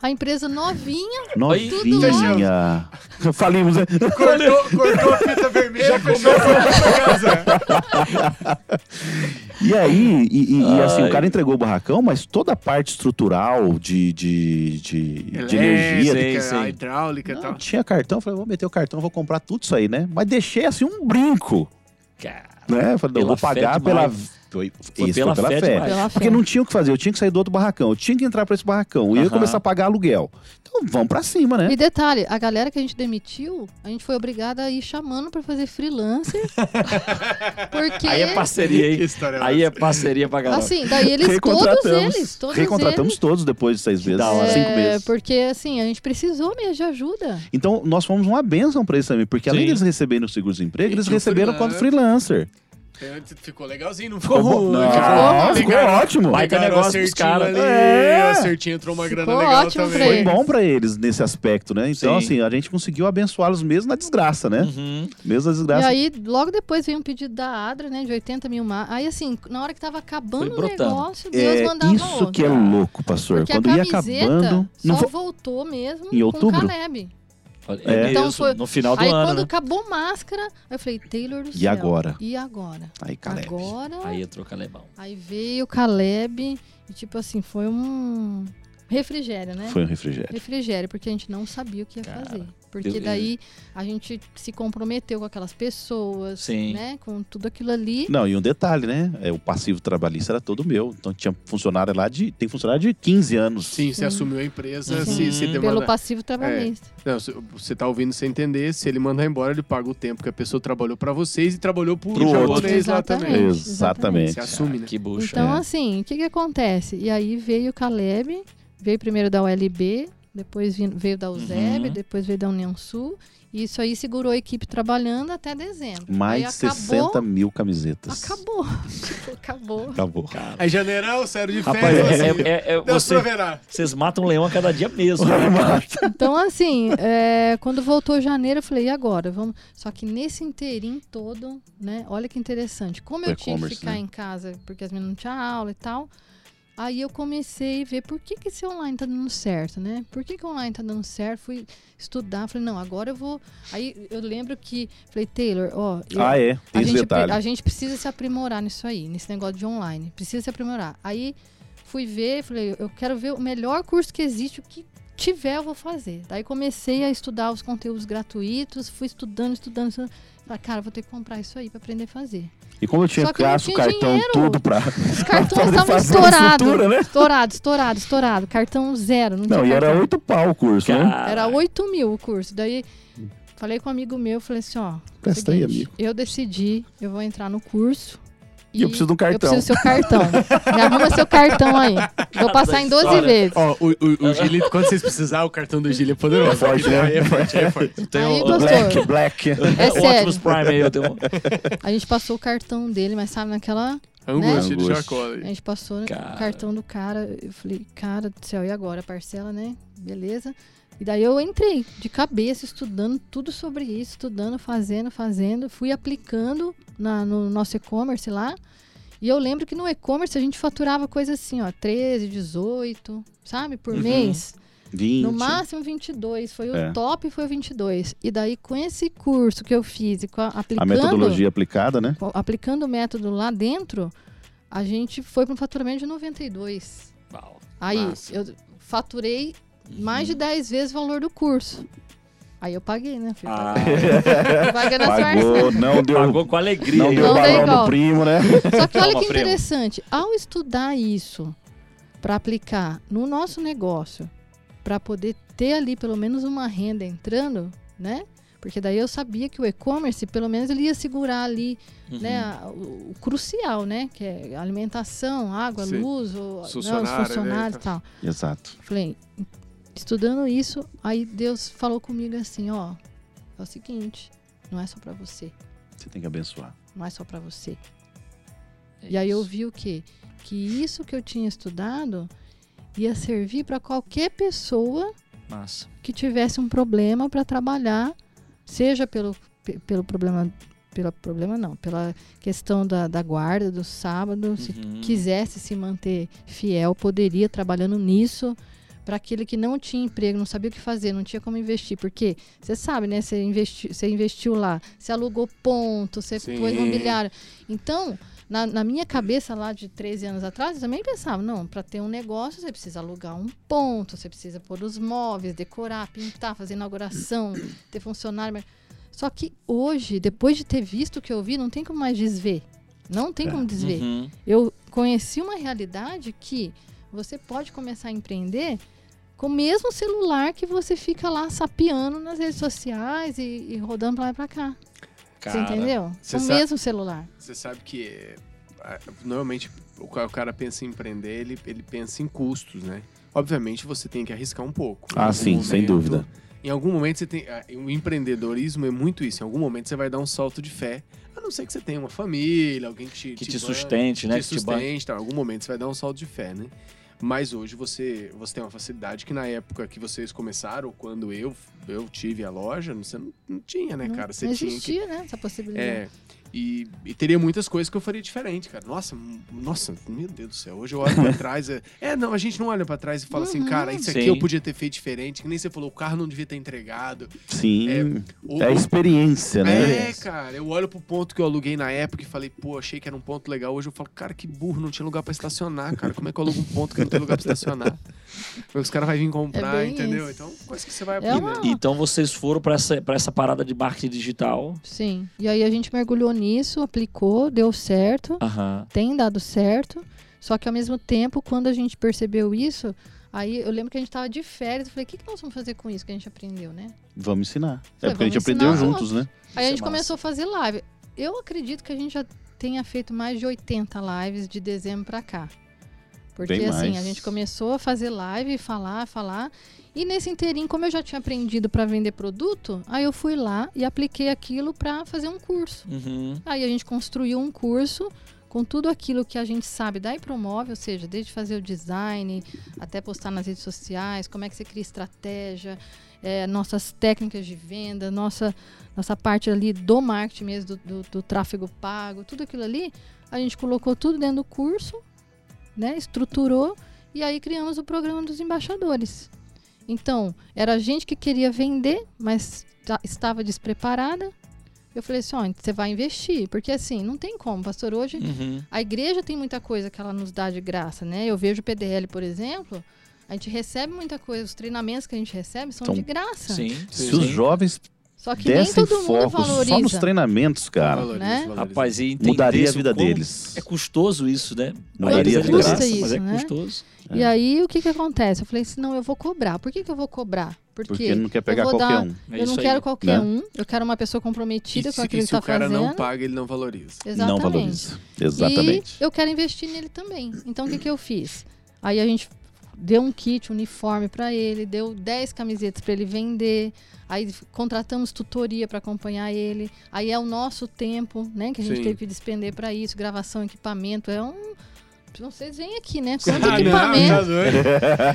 A empresa novinha, Novinha. Falimos, né? Cortou, cortou a fita vermelha. Já começou a casa. E aí, e, e- e assim, Ai. o cara entregou o barracão, mas toda a parte estrutural de, de, de, de energia, sim, Elétrica, sim. hidráulica e Não, tal. tinha cartão, falei, vou meter o cartão, vou comprar tudo isso aí, né? Mas deixei assim um brinco, Cara, né? Falei, não, Pela vou fé pagar pela, demais. Foi, Foi isso pela foi pela fé fé. demais. Pela Porque fé. não tinha o que fazer, eu tinha que sair do outro barracão, eu tinha que entrar pra esse barracão e eu ia Aham. começar a pagar aluguel. Então vamos pra cima, né? E detalhe, a galera que a gente demitiu, a gente foi obrigada a ir chamando pra fazer freelancer. porque. Aí é parceria, hein? história Aí é parceria pra galera. Assim, daí eles, todos Recontratamos. eles, todos Recontratamos eles. todos depois de seis meses, da hora. cinco É, meses. porque assim, a gente precisou mesmo de ajuda. Então, nós fomos uma bênção pra eles também, porque além Sim. deles receberem o seguro-desemprego, E eles tinha o receberam quanto freelancer. Ficou legalzinho, não ficou bom. ruim. Não, cara. ficou Pegaram- ótimo. Baita pegaram negócio acertinho dos caras. ali, É. O acertinho entrou uma Ficou grana legal ótimo pra Foi também. eles. bom pra eles nesse aspecto, né? Então, Sim. assim, a gente conseguiu abençoá-los mesmo na desgraça, né? Uhum. Mesmo na desgraça. E aí, logo depois veio um pedido da Adra, né, de 80 mil mar. Aí, assim, na hora que tava acabando Foi o brotando. negócio, Deus é, mandava isso outro. que é louco, pastor. Porque Quando a ia camiseta acabando. só Não foi... voltou mesmo Em outubro? com o Caleb. É, É. Então isso, foi- no final do aí ano, quando né? acabou máscara, eu falei, Taylor do E céu. agora? E agora? Aí, Caleb. Agora. Aí... Aí entrou Calebão. veio o Caleb e tipo assim, foi um refrigério, né? Foi um refrigério. Refrigério, porque a gente não sabia o que ia Cara, fazer. Porque eu- daí a gente se comprometeu com aquelas pessoas, Sim. né? Com tudo aquilo ali. Não, e um detalhe, né? É, o passivo trabalhista era todo meu. Então tinha funcionário lá de. Tem funcionário de 15 anos. Sim, você Sim. assumiu a empresa, Uhum. se, se demanda... Pelo passivo trabalhista. Não, se- você tá ouvindo sem entender, se ele mandar embora, ele paga o tempo que a pessoa trabalhou pra vocês e trabalhou pro Pro outro. japonês lá também. Exatamente, Exatamente. Você assume, né? Que bucha. Então, é. assim, o que que acontece? E aí veio o Caleb, veio primeiro da ULB, depois vin- veio da USEB, Uhum. depois veio da União Sul. E isso aí segurou a equipe trabalhando até dezembro. Mais aí de 60 mil camisetas. Acabou. Tipo, acabou. Acabou. Cara. Aí janeirão, sério de Rapaz, férias, é- assim, é- é- é- Deus você- proverá. vocês matam um leão a cada dia mesmo. né, cara? Então, assim, é, quando voltou janeiro, eu falei, e agora? Vamos... Só que nesse inteirinho todo, né? Olha que interessante. Como O eu tinha que e-commerce, ficar né? em casa, porque as meninas não tinham aula e tal, aí eu comecei a ver por que, que esse online tá dando certo, né? Por que, que o online tá dando certo? Fui estudar, falei, não, agora eu vou. Aí eu lembro que, falei, Taylor, ó. eu- Ah, é. Tem a esse gente, detalhe. a gente precisa se aprimorar nisso aí, nesse negócio de online. Precisa se aprimorar. Aí fui ver, falei, eu quero ver o melhor curso que existe, o que tiver eu vou fazer. Daí comecei a estudar os conteúdos gratuitos, fui estudando, estudando, estudando. Falei, cara, vou ter que comprar isso aí pra aprender a fazer. E como eu tinha Só que não gasto o tinha cartão dinheiro. tudo pra. Os cartões Pra estavam fazer estourados. estrutura, né? Estourado, estourado, estourado. Cartão zero. Não, Não, tinha e era cartão. oito pau o curso, né? Ah, Era 8 mil o curso. Daí falei com um amigo meu, falei assim, ó. Presta aí, seguinte, amigo. Eu decidi, eu vou entrar no curso. E eu preciso de um cartão. Eu preciso do seu cartão. Me arruma seu cartão aí. Vou passar em 12 história. vezes. Ó, o, o, o Gili, quando vocês precisarem, o cartão do Gili é poderoso. É forte, né? Aí É forte, aí é forte. Tem Aí, o- pastor. Black, black. É o Optimus sério. um Prime aí, eu tenho... um, A gente passou o cartão dele, mas sabe, naquela. Angústia de Angústia. Jacola. A gente passou né, Cara. o cartão do cara. Eu falei, cara do céu, e agora? Parcela, né? Beleza. E daí eu entrei de cabeça, estudando tudo sobre isso, estudando, fazendo, fazendo. Fui aplicando na, no nosso e-commerce lá. E eu lembro que no e-commerce a gente faturava coisa assim, ó, 13, 18, sabe, por Uhum. mês. 20. No máximo 22, foi É. o top foi o 22. E daí com esse curso que eu fiz e com a- aplicando A metodologia aplicada, né? com- aplicando o método lá dentro, a gente foi para um faturamento de 92. Uau. Aí Massa. Uhum. eu faturei mais de 10 vezes o valor do curso. Aí eu paguei, né? Filho? Ah, Vai ganhar sorte. Pagou, não deu. pagou com alegria. Não hein? deu Não tem balão no igual. primo, né? Só que olha Toma, que primo. interessante. Ao estudar isso para aplicar no nosso negócio, para poder ter ali pelo menos uma renda entrando, né? Porque daí eu sabia que o e-commerce, pelo menos, ele ia segurar ali, Uhum. né, a- o, o crucial, né? Que é alimentação, água, Sim. luz, o, né, os Funcionário, né, funcionários e tal. Exato. Falei, estudando isso, aí Deus falou comigo assim, ó, é o seguinte, não é só para você Você tem que abençoar. não é só para você. É e aí eu isso. vi o quê? Que isso que eu tinha estudado ia servir para qualquer pessoa Massa. que tivesse um problema para trabalhar, seja pelo, pe- pelo problema, pelo problema não, pela questão da, da guarda, do sábado, se Uhum. quisesse se manter fiel, poderia trabalhando nisso. Para aquele que não tinha emprego, não sabia o que fazer, não tinha como investir. Porque você sabe, né? Você investi, você investiu lá, você alugou ponto, você Sim. pôs mobiliário. Então, na, na minha cabeça lá de 13 anos atrás, eu também pensava: não, para ter um negócio, você precisa alugar um ponto, você precisa pôr os móveis, decorar, pintar, fazer inauguração, ter funcionário. mas- Só que hoje, depois de ter visto o que eu vi, não tem como mais desver. Não tem É. como desver. Uhum. Eu conheci uma realidade que você pode começar a empreender com o mesmo celular que você fica lá sapeando nas redes sociais e, e rodando pra lá e pra cá. Cara, você entendeu? você Com o sabe- mesmo celular. Você sabe que é, a- normalmente o ca- o cara pensa em empreender, ele, ele pensa em custos, né? Obviamente você tem que arriscar um pouco. Em Ah, algum sim, sem dúvida. Em algum momento você tem. ah, O empreendedorismo é muito isso. Em algum momento você vai dar um salto de fé. A não ser que você tenha uma família, alguém que te, que te, te banque, sustente, né? te que te banque. sustente, tá? Em algum momento você vai dar um salto de fé, né? Mas hoje você, você tem uma facilidade que na época que vocês começaram, quando eu, eu tive a loja, você não, não tinha, né, não, cara? Você não tinha que existia, né? Essa possibilidade. é. E, e teria muitas coisas que eu faria diferente, cara. Nossa, m- nossa, meu Deus do céu. Hoje eu olho pra trás. É, é, não, a gente não olha pra trás e fala assim, Uhum. cara, isso aqui Sim. eu podia ter feito diferente. Que nem você falou, o carro não devia ter entregado. Sim. O- Tá É, a experiência, né? é, cara, eu olho pro ponto que eu aluguei na época e falei, pô, achei que era um ponto legal. Hoje eu falo, cara, que burro, não tinha lugar pra estacionar, cara. Como é que eu alugo um ponto que não tem lugar pra estacionar? Os caras vão vir comprar, É bem entendeu? isso. Então, coisa que você vai É uma- aprendendo. Então vocês foram pra essa, pra essa parada de marketing digital. Sim. E aí a gente mergulhou nisso, aplicou, deu certo. Aham. tem dado certo, só que ao mesmo tempo, quando a gente percebeu isso, aí eu lembro que a gente tava de férias, eu falei, o que, que nós vamos fazer com isso que a gente aprendeu, né? Vamos ensinar. É Foi, porque a gente vamos aprendeu ensinar juntos, né? aí é a gente massa. começou a fazer live. Eu acredito que a gente já tenha feito mais de 80 lives de dezembro pra cá. Porque Bem assim, a mais. gente começou a fazer live, falar, falar. E nesse inteirinho, como eu já tinha aprendido pra vender produto, aí eu fui lá e apliquei aquilo pra fazer um curso. Uhum. Aí a gente construiu um curso com tudo aquilo que a gente sabe da promove, ou seja, desde fazer o design até postar nas redes sociais, como é que você cria estratégia, eh, nossas técnicas de venda, nossa, nossa parte ali do marketing mesmo, do, do, do tráfego pago, tudo aquilo ali, a gente colocou tudo dentro do curso, né, estruturou e aí criamos o programa dos embaixadores. Então, era a gente que queria vender, mas ta- estava despreparada. Eu falei assim, ó, você vai investir, porque assim, não tem como, pastor, hoje Uhum. a igreja tem muita coisa que ela nos dá de graça, né? Eu vejo o PDL, por exemplo, a gente recebe muita coisa, os treinamentos que a gente recebe são Então, de graça. Sim. Se sim. os jovens Só que nem dessem todo mundo foco só nos valoriza. treinamentos, cara, Valoriza, né? valoriza. Rapaz, e entender mudaria a isso vida como- deles. É custoso isso, né? Mudaria é a de vida graça, deles. mas Isso, é né? custoso. E aí, o que que acontece? Eu falei assim, não, eu vou cobrar. Por que que eu vou cobrar? Porque, Porque não quer pegar vou qualquer dar- um. É eu não isso aí. quero qualquer né? um, eu quero uma pessoa comprometida E com se, aquilo e que se o está cara fazendo. não paga, ele não valoriza. Exatamente. Não valoriza. Exatamente. E eu quero investir nele também. Então o que, que eu fiz? Aí a gente deu um kit, um uniforme para ele, deu 10 camisetas para ele vender, aí f- contratamos tutoria para acompanhar ele. Aí é o nosso tempo, né, que a gente Sim. teve que despender para isso, gravação, equipamento, é um vocês vêm aqui, né? Quanto Ah, não, equipamento. tá doido.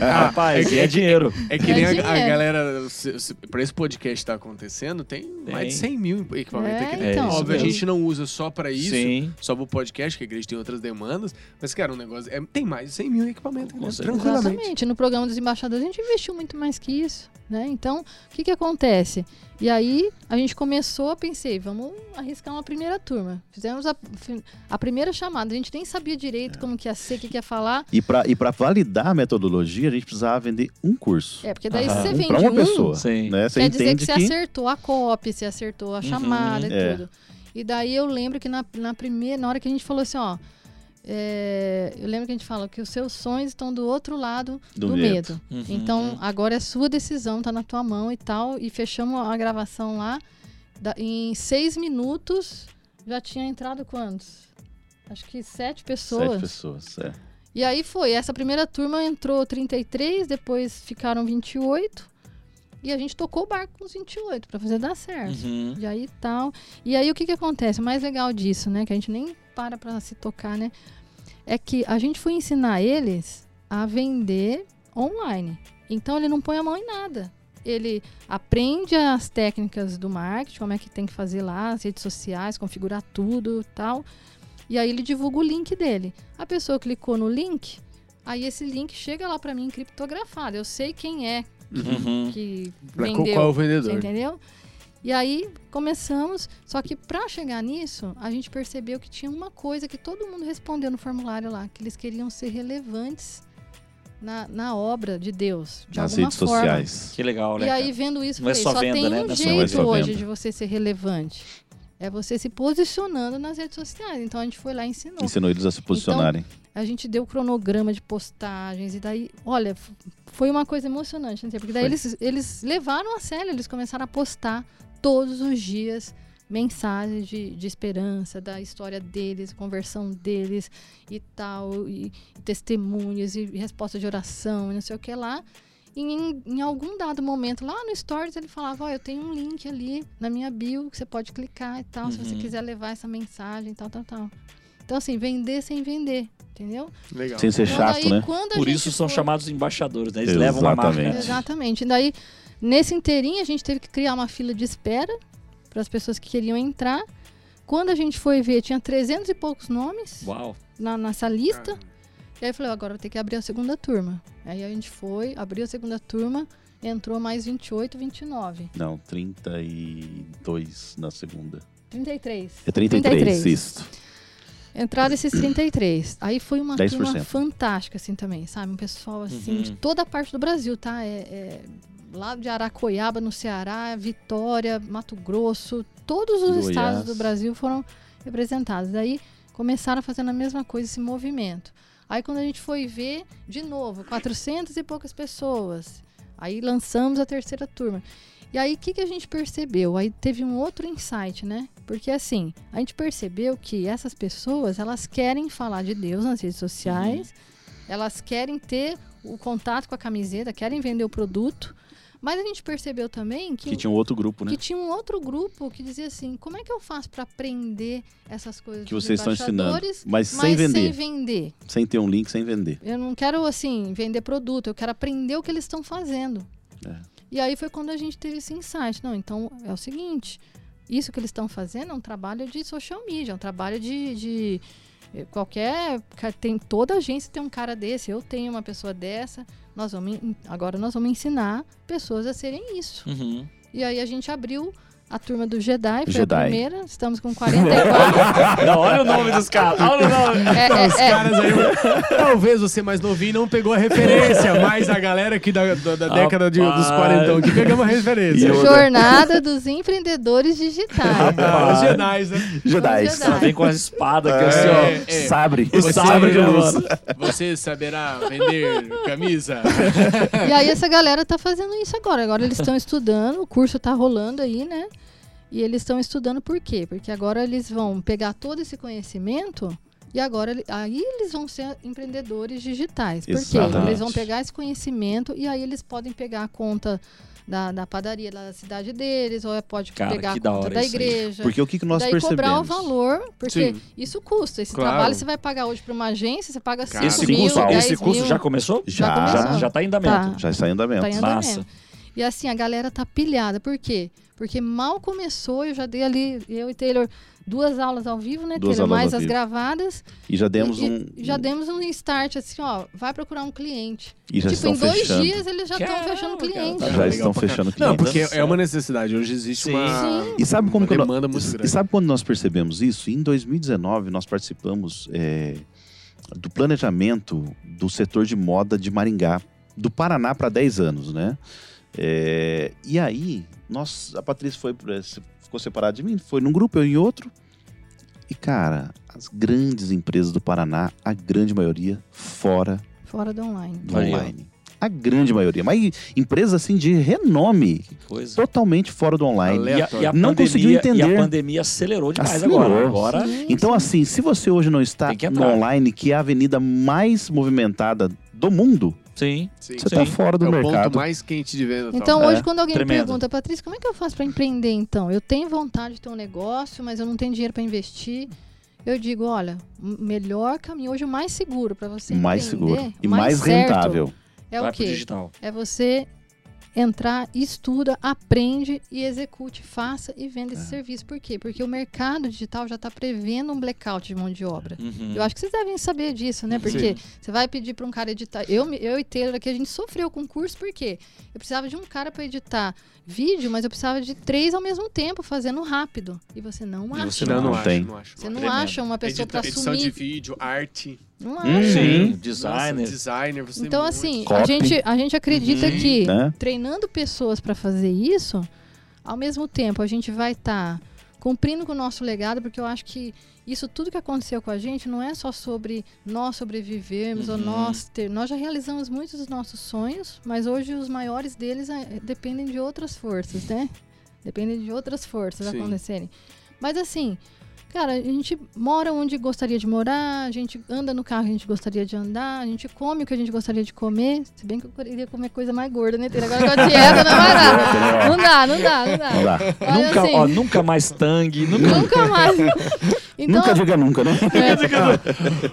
Rapaz, e é dinheiro. É que É nem a- a, dinheiro. galera, se, se, pra esse podcast tá acontecendo, tem, mais de 100 mil equipamentos É, aqui. então. Óbvio, É a isso gente não usa só É pra isso, Sim. só pro podcast, que a igreja tem outras demandas, mas, cara, o negócio é, tem mais de 100 mil equipamentos, Com né? certeza. tranquilamente. Exatamente. No programa dos embaixadores a gente investiu muito mais que isso, né? Então, o que que acontece? E aí a gente começou, pensei, vamos arriscar uma primeira turma. Fizemos a, fi- a primeira chamada. A gente nem sabia direito como que ia ser, o que que ia falar. E para e pra validar a metodologia, a gente precisava vender um curso. É, porque daí Aham. se você Um vende pra uma um, pessoa. Sim. Né? Você quer dizer entende que que. você acertou a copy, você acertou a chamada e É. tudo. E daí eu lembro que na, na primeira, na hora que a gente falou assim, ó. é, eu lembro que a gente falou que os seus sonhos estão do outro lado Do do, medo. medo. Uhum. Então agora é sua decisão, tá na tua mão e tal. E fechamos a gravação lá. Da- em seis minutos já tinha entrado quantos? Acho que sete pessoas. Sete pessoas. É. E aí foi. Essa primeira turma entrou 33, depois ficaram 28. E a gente tocou o barco com os 28 pra fazer dar certo. Uhum. E aí tal. E aí o que que acontece? O mais legal disso, né? Que a gente nem para pra se tocar, né? É que a gente foi ensinar eles a vender online. Então ele não põe a mão em nada. Ele aprende as técnicas do marketing, como é que tem que fazer lá, as redes sociais, configurar tudo e tal. E aí ele divulga o link dele. A pessoa clicou no link, aí esse link chega lá pra mim criptografado. Eu sei quem é Uhum. que Pra co- vendeu. Hum. Qual é o Você vendedor? entendeu? E aí começamos, só que pra chegar nisso, a gente percebeu que tinha uma coisa que todo mundo respondeu no formulário lá, que eles queriam ser relevantes na, na obra de Deus, de Nas alguma redes forma. sociais. Que legal, né? E aí cara? vendo isso, Não é falei, só só venda, tem né? um Não é só jeito venda. hoje de você ser relevante. É você se posicionando nas redes sociais. Então a gente foi lá e ensinou. Ensinou eles a Então, se posicionarem. A gente deu cronograma de postagens e daí, olha, f- foi uma coisa emocionante, né? porque daí Foi. eles, eles levaram a sério, eles começaram a postar todos os dias mensagens de, de esperança, da história deles, conversão deles e tal, e, testemunhas e, e resposta de oração e não sei o que lá. E em, em algum dado momento, lá no Stories, ele falava, ó, eu tenho um link ali na minha bio que você pode clicar e tal, se você Uhum. quiser levar essa mensagem e tal, tal, tal. Então, assim, vender sem vender, entendeu? Legal. Sem ser Então, chato, daí, né? quando a Por gente isso são foi- chamados embaixadores, né? Eles levam a marca. Exatamente. Exatamente. E daí, nesse inteirinho, a gente teve que criar uma fila de espera para as pessoas que queriam entrar. Quando a gente foi ver, tinha 300 e poucos nomes Uau. na nossa lista. E aí eu falei, "Ó, agora eu vou ter que abrir a segunda turma. Aí a gente foi, abriu a segunda turma, entrou mais 28, 29. Não, 32 na segunda. 33. É 33, 33. isso. Entraram esses 33. Aí foi uma 10%. turma fantástica, assim, também, sabe? Um pessoal, assim, Uhum. de toda a parte do Brasil, tá? É, é lá de Aracoiaba, no Ceará, Vitória, Mato Grosso, todos os Goiás. estados do Brasil foram representados. Daí começaram fazendo a mesma coisa, esse movimento. Aí quando a gente foi ver, de novo, 400 e poucas pessoas. Aí lançamos a terceira turma. E aí, o que, que a gente percebeu? Aí teve um outro insight, né? Porque assim, a gente percebeu que essas pessoas, elas querem falar de Deus nas redes sociais, Uhum. elas querem ter o contato com a camiseta, querem vender o produto, mas a gente percebeu também que, Que tinha um outro grupo, né? que tinha um outro grupo que dizia assim, como é que eu faço para aprender essas coisas Que dos vocês estão ensinando. embaixadores, Mas, mas sem vender. sem vender? Sem ter um link, sem vender. Eu não quero, assim, vender produto, eu quero aprender o que eles estão fazendo. É. E aí foi quando a gente teve esse insight. Não, então é o seguinte: isso que eles estão fazendo é um trabalho de social media, é um trabalho de. de- eh, qualquer. ca- Tem, toda agência tem um cara desse, eu tenho uma pessoa dessa. Nós vamos, en- agora nós vamos ensinar pessoas a serem isso. Uhum. E aí a gente abriu. A turma do Jedi foi Jedi. a primeira. Estamos com 44. Não, olha o nome dos caras. Olha o nome. é, é, Os é. caras aí. Talvez você mais novinho não pegou a referência, mas a galera aqui da, da- da década de- dos Rapaz. 40 que pegamos a E referência. eu- Jornada dos Empreendedores Digitais. Ah, os Jedis, né? Jedi. Jedi. Ela vem com as espadas aqui, assim, ó. né, É, é. Sabre. O Você sabre de sabe, luz. Você saberá vender camisa? E aí essa galera tá fazendo isso agora. Agora eles estão estudando, o curso tá rolando aí, né? E eles estão estudando por quê? Porque agora eles vão pegar todo esse conhecimento e agora ele- aí eles vão ser empreendedores digitais. Por quê? Exatamente. Eles vão pegar esse conhecimento e aí eles podem pegar a conta da, da padaria lá da cidade deles, ou é, pode Cara, pegar a que da conta hora da isso aí. igreja. Porque o que, que nós Daí percebemos? cobrar o valor, porque Sim. isso custa. Esse Claro. trabalho você vai pagar hoje para uma agência, você paga Cara, 5 Esse mil, curso, 10 esse curso mil. já começou? Já Já, começou. já, Já, já tá em andamento. Tá. já está em andamento. Tá em Massa. andamento. E assim, a galera tá pilhada. Por quê? Porque mal começou, eu já dei ali, eu e Taylor, duas aulas ao vivo, né, Duas Taylor? aulas Mais ao as vivo. gravadas. E já demos E- um. e já demos um start, assim, ó, vai procurar um cliente. E já tipo, estão em dois fechando. dias eles já estão Caramba, fechando cara, cliente. tá Já Legal estão pra fechando Não, cliente. porque é uma necessidade. Hoje existe Sim. uma. é Sim. E sabe como Uma que demanda nós, muito e grande. sabe quando nós percebemos isso? Em 2019 nós participamos é, do planejamento do setor de moda de Maringá, do Paraná para 10 anos, né? É, e aí nós, a Patrícia foi pra esse- ficou separada de mim, foi num grupo eu em outro. E cara, as grandes empresas do Paraná, a grande maioria fora Fora do online. do Aí, ó. online. A grande maioria, mas empresas assim de renome, Coisa. totalmente fora do online. E a, e a Não pandemia, conseguiu E entender. a pandemia acelerou demais Acelerou. agora. Agora, Então, assim, se você hoje não está Tem que no entrar. online, que é a avenida mais movimentada do mundo, sim. você Sim. tá está Sim. fora do é o ponto mercado. mais quente de venda. Então É. hoje quando alguém me Tremendo. pergunta, Patrícia, como é que eu faço para empreender então? Eu tenho vontade de ter um negócio, mas eu não tenho dinheiro para investir. Eu digo, olha, o melhor caminho hoje, o mais seguro para você Mais empreender, seguro e o mais certo rentável. É vai o pro quê? digital. É você entrar, estuda, aprende e execute, faça e venda É. esse serviço. Por quê? Porque o mercado digital já está prevendo um blackout de mão de obra. Uhum. Eu acho que vocês devem saber disso, né? Porque você vai pedir para um cara editar. Eu, me- eu e Taylor aqui, a gente sofreu com o curso, por quê? Eu precisava de um cara para editar vídeo, mas eu precisava de três ao mesmo tempo, fazendo rápido. E você não E acha. você Você Não, não, não, Não acho, tem. não acho. acha uma pessoa para edição de assumir. vídeo, arte, Não Hum. acha. Sim, Nossa, designer. nossa, designer você tem Então, muito. assim, Copy. a gente, a gente acredita Uhum. que Né? treinando pessoas para fazer isso, ao mesmo tempo a gente vai estar cumprindo com o nosso legado, porque eu acho que isso tudo que aconteceu com a gente não é só sobre nós sobrevivermos ou Uhum. nós ter. Nós já realizamos muitos dos nossos sonhos, mas hoje os maiores deles eh, dependem de outras forças, né? Dependem de outras forças Sim. acontecerem. Mas assim, cara, a gente mora onde gostaria de morar, a gente anda no carro que a gente gostaria de andar, a gente come o que a gente gostaria de comer. Se bem que eu queria comer coisa mais gorda, né? Tere? Agora com a dieta não vai dar. Não dá, não dá, não dá. Vamos lá. Olha, nunca, assim, ó, nunca mais tangue, nunca nunca mais. Então, nunca diga nunca, né? é.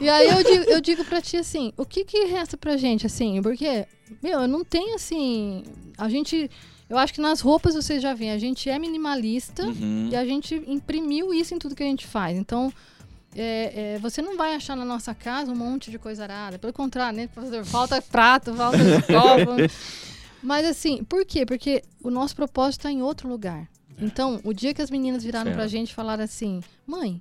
E aí eu digo, eu digo pra ti assim, o que que resta pra gente, assim? Porque, meu, eu não tenho assim. A gente. Eu acho que nas roupas vocês já veem, a gente é minimalista Uhum. Hum. e a gente imprimiu isso em tudo que a gente faz. Então. é, é, você não vai achar na nossa casa um monte de coisa arada. Pelo contrário, né, professor? Falta prato, falta copo. Mas assim, por quê? Porque o nosso propósito está em outro lugar. Então, o dia que as meninas viraram É. Certo. pra gente e falaram assim: mãe,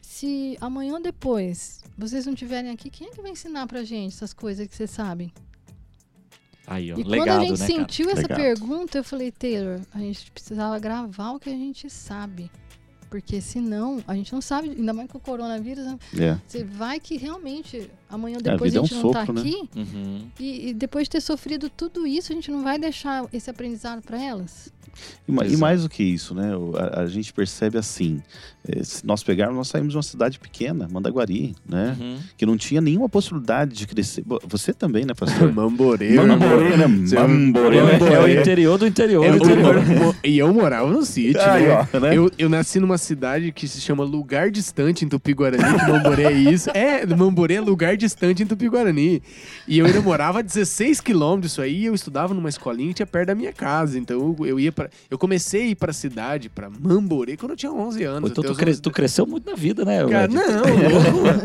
se amanhã ou depois vocês não estiverem aqui, quem é que vai ensinar pra gente essas coisas que vocês sabem? Aí, ó, E quando legado, a né, gente cara? sentiu essa Legado. pergunta, eu falei, Taylor, a gente precisava gravar o que a gente sabe. Porque senão, a gente não sabe, ainda mais com o coronavírus, né? É. você vai que realmente amanhã ou É, a depois vida a, é um gente não tá sopro, né? aqui. Uhum. E, e depois de ter sofrido tudo isso, a gente não vai deixar esse aprendizado pra elas? E, ma- e Exato. mais do que isso, né? o- A, a gente percebe assim: eh, se nós pegarmos, nós saímos de uma cidade pequena, Mandaguari, né? Uhum. Que não tinha nenhuma possibilidade de crescer. Bo- Você também, né, pastor? Mamboreiro. né? Você- um Mamborê, né? É o Mamborê. interior do interior Eu- do interior. eu- E eu morava no sítio, Aí, né? ó, né? Eu, eu nasci numa cidade que se chama Lugar Distante em Tupi-Guarani, que Mamboré é isso. É, Mamboré é Lugar Distante em Tupi-Guarani. E eu ainda morava a 16 quilômetros disso aí, e eu estudava numa escolinha que tinha perto da minha casa. Então eu, eu ia para Eu comecei a ir pra cidade, pra Mamboré, quando eu tinha 11 anos. Então até tu, os cre- 11 tu cresceu muito na vida, né? Cara, Ed? não,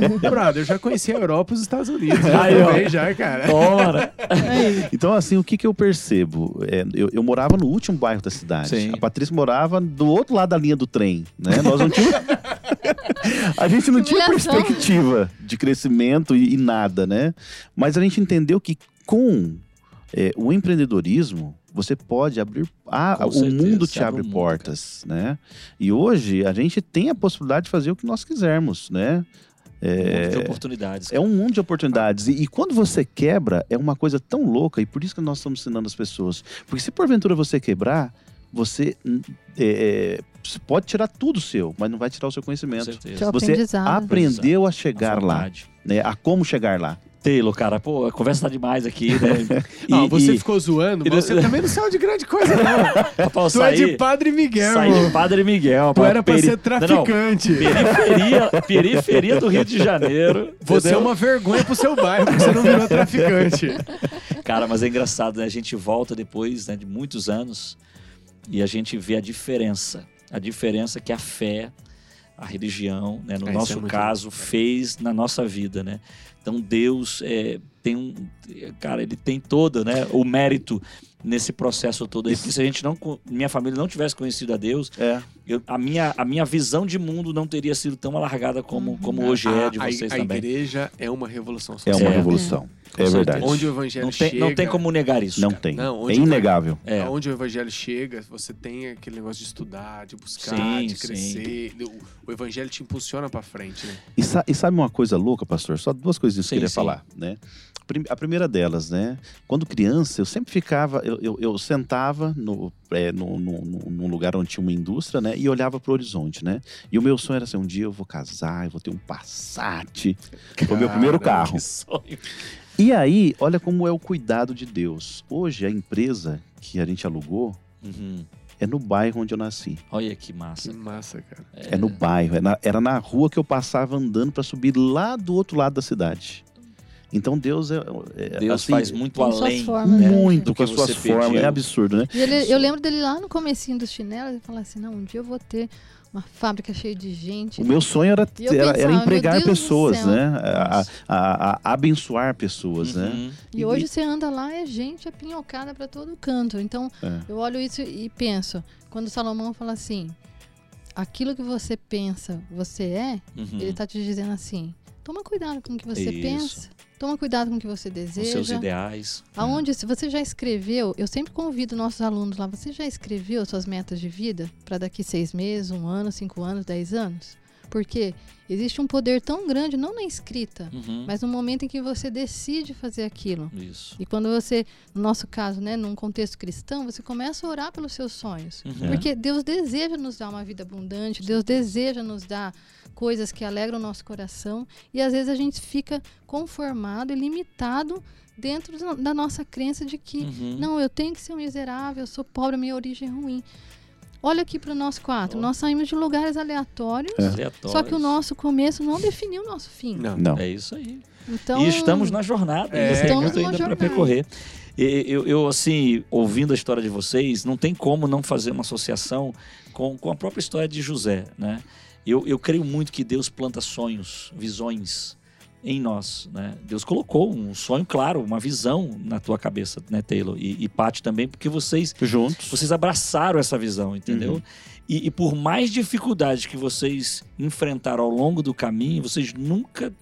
louco. Brother, eu já conheci a Europa e os Estados Unidos. Já Aí, ó. também, já, cara. Ora, Então, assim, o que, que eu percebo? É, eu, eu morava no último bairro da cidade. Sim. A Patrícia morava do outro lado da linha do trem, né? Nós não tínhamos... a gente não tinha Humilhação. perspectiva de crescimento e, e nada, né? Mas a gente entendeu que com é, o empreendedorismo, você pode abrir... Ah, Com o certeza, mundo você te abre abre o mundo, portas, né? E hoje a gente tem a possibilidade de fazer o que nós quisermos, né? um monte de É, oportunidades. é um mundo de oportunidades. E, e quando você quebra, é uma coisa tão louca, e por isso que nós estamos ensinando as pessoas. Porque se porventura você quebrar, você hum, é, é, você pode tirar tudo seu, mas não vai tirar o seu com conhecimento. Que é certeza. o Você aprendizado. aprendeu a A chegar lá, vontade. né? A como chegar lá. Taylor, cara, pô, a conversa tá demais aqui, né? Não, E- você e- ficou zoando, e mas você você- também não saiu de grande coisa, não. Rapaz, eu Tu é de saí, Padre Miguel, saí irmão. de Padre Miguel. Tu pá, era pra peri- ser Não, não, traficante. periferia, periferia do Rio de Janeiro. Você é entendeu? uma vergonha pro seu bairro, porque você não virou traficante. Cara, mas é engraçado, né? A gente volta depois né, de muitos anos e a gente vê a diferença. A diferença que a fé, a religião, né, no É, isso é nosso muito- caso, fez na nossa vida, né? Então Deus é, tem um... Cara, ele tem todo né, o mérito nesse processo todo aí. Porque se a gente não... co- Minha família não tivesse conhecido a Deus, É. eu- a, minha, a minha visão de mundo não teria sido tão alargada como, como hoje é de Uhum. A- a- vocês a, também. igreja é uma revolução É social. uma É. revolução. É, certeza. verdade. Onde o evangelho Não tem, chega. não tem como negar isso. Não cara. tem. Não, é onde- inegável. É. Onde o evangelho chega, você tem aquele negócio de estudar, de buscar, Sim, de sim. crescer. O, o evangelho te impulsiona pra frente, né? E, sa- e sabe uma coisa louca, pastor? Só duas coisinhas que Sim, eu queria sim. falar, né? Prim- A primeira delas, né? Quando criança, eu sempre ficava, eu, eu, eu sentava no, é, no, no- no- num lugar onde tinha uma indústria, né? E olhava pro horizonte, né? E o meu sonho era assim: um dia eu vou casar, eu vou ter um Passat. Foi o meu primeiro Caramba, carro. Que sonho. E aí, olha como é o cuidado de Deus. Hoje, a empresa que a gente alugou Uhum. é no bairro onde eu nasci. Olha que Que massa. massa, cara. É, no bairro. é na- era na rua que eu passava andando para subir lá do outro lado da cidade. Então Deus é. é, Deus assim, faz muito Tem suas além. formas, né? muito Do com que as suas você pediu. formas. É absurdo, né? E ele- eu lembro dele lá no comecinho dos chinelos e falar assim, não, um dia eu vou ter uma fábrica cheia de gente. O meu sonho era, E eu era, pensava, era meu empregar Deus do pessoas, céu. né? A, a- a- a abençoar pessoas, né? Uhum. E hoje você anda lá, é gente apinhocada pra todo canto. Então, É. eu olho isso e penso, quando Salomão fala assim, aquilo que você pensa, você é, Uhum. ele tá te dizendo assim, toma cuidado com o que você Isso. pensa. Toma cuidado com o que você com seus deseja. ideais. Aonde, se você já escreveu, eu sempre convido nossos alunos lá, você já escreveu suas metas de vida para daqui seis meses, um ano, cinco anos, dez anos? Porque existe um poder tão grande, não na escrita, Uhum. mas no momento em que você decide fazer aquilo. Isso. E quando você, no nosso caso, né, num contexto cristão, você começa a orar pelos seus sonhos. Uhum. Porque Deus deseja nos dar uma vida abundante, Deus deseja nos dar coisas que alegram o nosso coração. E às vezes a gente fica conformado e limitado dentro da- da nossa crença de que, Uhum. não, eu tenho que ser um miserável, eu sou pobre, minha origem é ruim. Olha aqui para nós quatro, Ó. É. nós saímos de lugares aleatórios, Aleatórios. É. só que o nosso começo não definiu o nosso fim. Não. Não. É isso aí. Então, E estamos na jornada. É, ainda tem Estamos muito numa ainda para jornada. percorrer. E- Eu, eu, assim, ouvindo a história de vocês, não tem como não fazer uma associação com, com a própria história de José, né? Eu, eu creio muito que Deus planta sonhos, visões em nós, né? Deus colocou um sonho claro, uma visão na tua cabeça, né, Taylor? E, e Paty também, porque vocês Juntos. vocês abraçaram essa visão, entendeu? Uhum. E, e por mais dificuldades que vocês enfrentaram ao longo do caminho, vocês nunca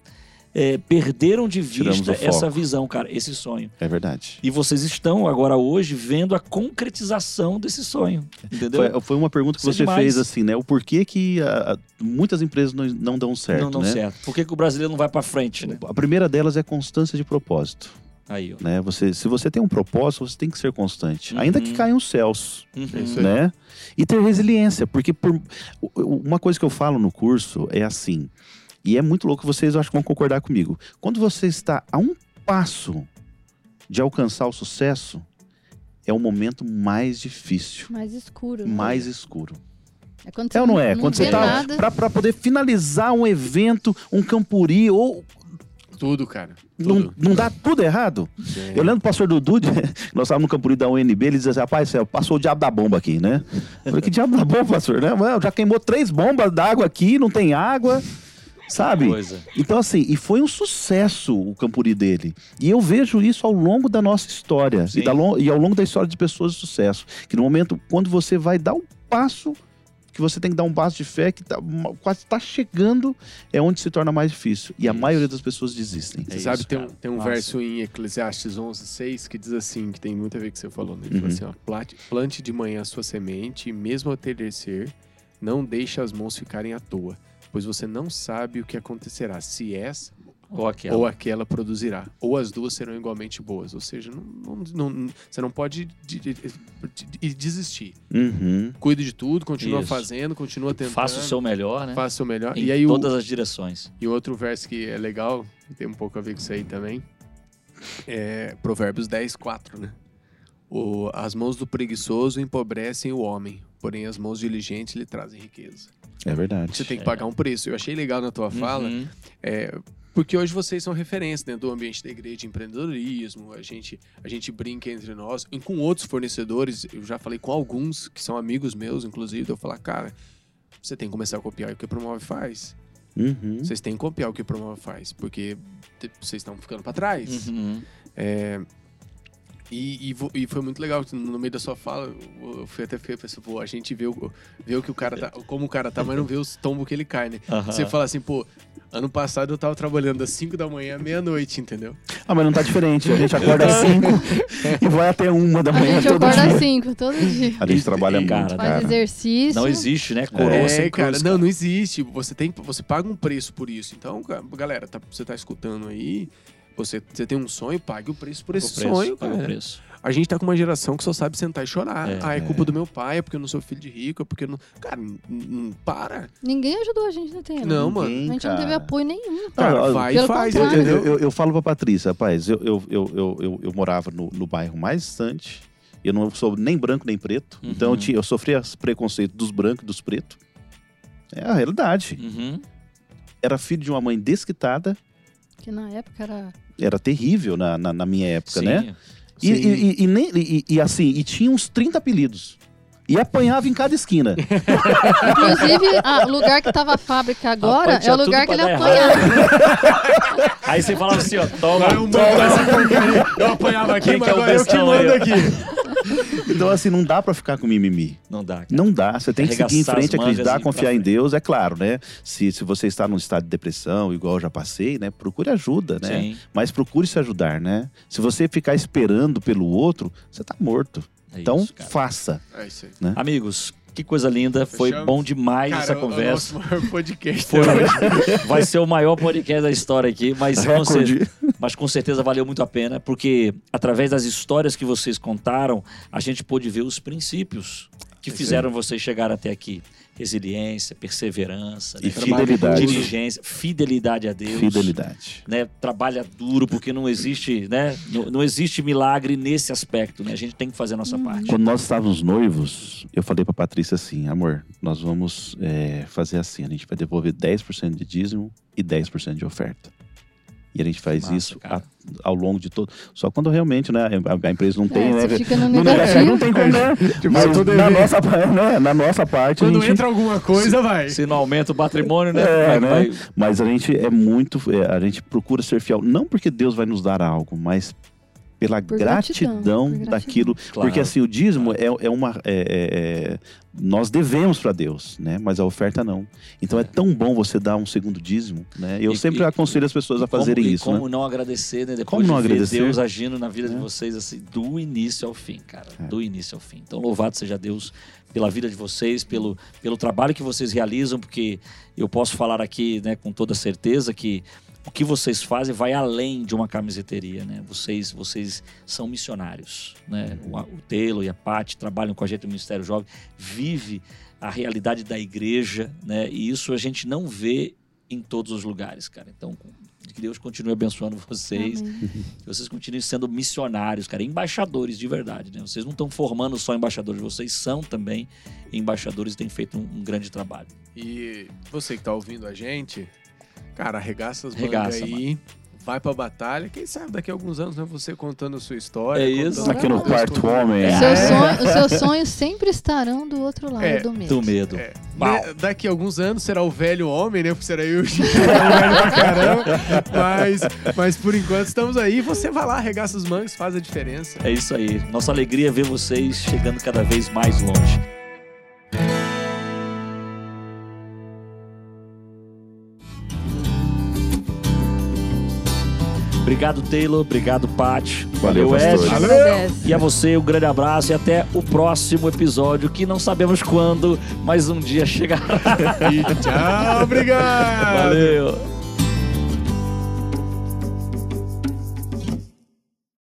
eh, perderam de Tiramos vista o foco. essa visão, cara, esse sonho. É verdade. E vocês estão agora hoje vendo a concretização desse sonho, entendeu? Foi, foi uma pergunta que Isso é você demais. fez assim, né? O porquê que a- a- muitas empresas não, não dão certo, não, não né? certo. Por que, que o brasileiro não vai pra frente, né? A primeira delas é constância de propósito, Aí, ó. né? Você, se você tem um propósito, você tem que ser constante, Uhum. ainda que caiam os céus, Uhum. isso aí. né? E ter resiliência, porque por, u- u- uma coisa que eu falo no curso é assim, e é muito louco, vocês eu acho que vão concordar comigo. Quando você está a um passo de alcançar o sucesso, é o momento mais difícil, mais escuro. né? mais escuro. É quando É ou não é? Quando você vê tá nada. pra, pra poder finalizar um evento, um campuri ou Tudo, cara. não, Tudo. não dá tudo errado. É. Eu lembro do pastor Dudu, de- nós estávamos no campuri da UNB, ele dizia assim, rapaz, céu, passou o diabo da bomba aqui, né? Eu falei, que diabo da bomba, pastor? Né? Ué, Já queimou três bombas d'água aqui, não tem água, sabe? Coisa. Então, assim, e foi um sucesso o Campuri dele. E eu vejo isso ao longo da nossa história Sim. e, da lon- e ao longo da história de pessoas de sucesso. Que no momento, quando você vai dar um passo, que você tem que dar um passo de fé, que tá, uma- quase está chegando, é onde se torna mais difícil. E a Isso. maioria das pessoas desistem. Você É sabe, isso, tem, um- cara. tem um Nossa. verso em Eclesiastes 11, 6 que diz assim, que tem muito a ver com o que você falou, né? Ele Uhum. fala assim, ó, plante, plante de manhã a sua semente e mesmo ao terceiro, não deixe as mãos ficarem à toa, pois você não sabe o que acontecerá, se essa Ou aquela. ou aquela produzirá, ou as duas serão igualmente boas. Ou seja, não- não- não- você não pode de- de- de- desistir. Uhum. Cuida de tudo, continua Isso. fazendo, continua tentando. Faça o seu melhor, né? faça o melhor. Em E aí o- todas as direções. e outro verso que é legal, que tem um pouco a ver com isso aí também, é Provérbios 10, 4, né? O, as mãos do preguiçoso empobrecem o homem, porém as mãos diligentes lhe trazem riqueza. É verdade. Você tem que pagar um preço. Eu achei legal na tua fala, Uhum. é, porque hoje vocês são referência dentro do ambiente da igreja de empreendedorismo, a gente, a gente brinca entre nós, e com outros fornecedores, eu já falei com alguns que são amigos meus, inclusive, eu falar, cara, você tem que começar a copiar é o que a Promove faz. Uhum. Vocês têm que copiar o que o Promova faz, porque te- vocês estão ficando pra trás. Uhum. E, e vo- e foi muito legal, que no meio da sua fala, eu fui até fiquei pensando, pô, a gente vê, o- vê o que o cara tá, como o cara tá, mas não vê os tombos que ele cai, né? Aham. Você fala assim, pô, ano passado eu tava trabalhando das 5 da manhã à meia-noite, entendeu? Ah, mas não tá diferente. A gente acorda assim. às 5 e vai até uma da A manhã gente todo acorda dia. Tá. às 5 todo dia. A gente trabalha Cara, muito, Faz cara. exercício. Não existe, né? Coroa É, sem É, cara, cruz, não, não existe. tipo, Você tem, você paga um preço por isso. Então, cara, galera, tá- você tá escutando aí, você, você tem um sonho, pague o preço por Paga esse o preço, sonho, paga cara. o preço. A gente tá com uma geração que só sabe sentar e chorar. É. ah, é culpa do meu pai, é porque eu não sou filho de rico, é porque eu não. Cara, n- n- para. Ninguém ajudou a gente no tempo. Não, mano. né? A Ninguém, gente não teve cara. apoio nenhum. Cara, Cara, olha, vai e pelo faz, Eu, contrário. entendeu? eu, eu, eu falo pra Patrícia, rapaz, eu, eu, eu, eu, eu, eu morava no, no bairro mais distante. Eu não sou nem branco nem preto. Uhum. Então eu, tinha, eu sofria os preconceitos dos brancos e dos pretos. É a realidade. Uhum. Era filho de uma mãe desquitada. Que na época era. Era terrível na, na, na minha época, né? E, Sim. e, e- e nem- e- e assim, e tinha uns 30 apelidos. E apanhava em cada esquina. Inclusive, ah, o lugar que tava a fábrica agora Rapaz, é tinha o lugar que tudo ele pra dar errado. apanhava. Aí você falava assim, ó, toma, Agora eu mando essa porcaria. Eu apanhava aqui, Quem mas que é o agora eu que bestão aí, mando ó? aqui. Então, assim, não dá pra ficar com mimimi. Não dá. Cara. Não dá. Você tem que seguir em frente, Arregaçar as mangas e acreditar, ir pra confiar em frente. Deus, é claro, né? Se, se você está num estado de depressão, igual eu já passei, né? Procure ajuda, né? Sim. Mas procure se ajudar, né? Se você ficar esperando pelo outro, você tá morto. é então, isso, cara. faça. É isso aí. Amigos, que coisa linda. Foi Fechamos? bom demais Cara, essa o- conversa. O nosso maior podcast. é Foi, vai ser o maior podcast da história aqui, mas com, Recorde. cer- mas com certeza valeu muito a pena, porque através das histórias que vocês contaram, a gente pôde ver os princípios que fizeram vocês chegar até aqui. Resiliência, perseverança, E né? fidelidade. diligência, fidelidade a Deus. Fidelidade. Né, trabalha duro, porque não existe, né? Não, não existe milagre nesse aspecto, né? A gente tem que fazer a nossa parte. Quando nós estávamos noivos, eu falei pra Patrícia assim: amor, nós vamos é, fazer assim, a gente vai devolver 10% de dízimo e 10% de oferta. E a gente faz Massa, isso cara. a- ao longo de todo. Só quando realmente, né, a, a empresa não tem, né? você fica no No negócio negativo. não tem como, né? Tipo, Mas eu tô na devendo. nossa, pa- né, na nossa parte. a Quando gente- entra alguma coisa, vai. Se não aumenta o patrimônio, né? É, vai- né? vai- Mas a gente é muito. é, a gente procura ser fiel. Não porque Deus vai nos dar algo, mas pela Por gratidão, gratidão, por gratidão. daquilo. Claro. Porque assim, o dízimo é, é uma. é- é- é- nós devemos para Deus, né? Mas a oferta não. Então é, tão bom você dar um segundo dízimo, né? Eu E- sempre e- aconselho as pessoas a fazerem como, e isso. Como né? não agradecer, né? Depois Como não de ver agradecer? Deus agindo na vida de É. vocês, assim, do início ao fim, cara. É. Do início ao fim. Então, louvado seja Deus pela vida de vocês, pelo, pelo trabalho que vocês realizam, porque eu posso falar aqui, né, com toda certeza que o que vocês fazem vai além de uma camiseteria, né? Vocês, vocês são missionários, né? O, o Telo e a Paty trabalham com a gente no Ministério Jovem, vive a realidade da igreja, né? E isso a gente não vê em todos os lugares, cara. Então, que Deus continue abençoando vocês, Amém. que vocês continuem sendo missionários, cara, embaixadores de verdade, né? Vocês não estão formando só embaixadores, vocês são também embaixadores e têm feito um, um grande trabalho. E você que tá ouvindo a gente, cara, arregaça as mangas Arregaça, aí. Vai pra batalha. Quem sabe daqui a alguns anos, né? Você contando a sua história. É contando isso. como Aqui no Deus quarto cuidou. homem. É. Seus sonhos- Os seus sonhos sempre estarão do outro lado É, do medo. Do medo. É. Uau. Né, Daqui a alguns anos será o velho homem, né? Porque será eu o Chico, que é velho pra caramba. Mas, mas por enquanto estamos aí. Você vai lá, arregaça os mangas, faz a diferença. É isso aí. Nossa alegria é ver vocês chegando cada vez mais longe. Obrigado, Taylor. Obrigado, Pat. Valeu, Ed. pastores. Valeu. Agradece. E a você, um grande abraço e até o próximo episódio, que não sabemos quando, mas um dia chegará. E tchau, obrigado! Valeu!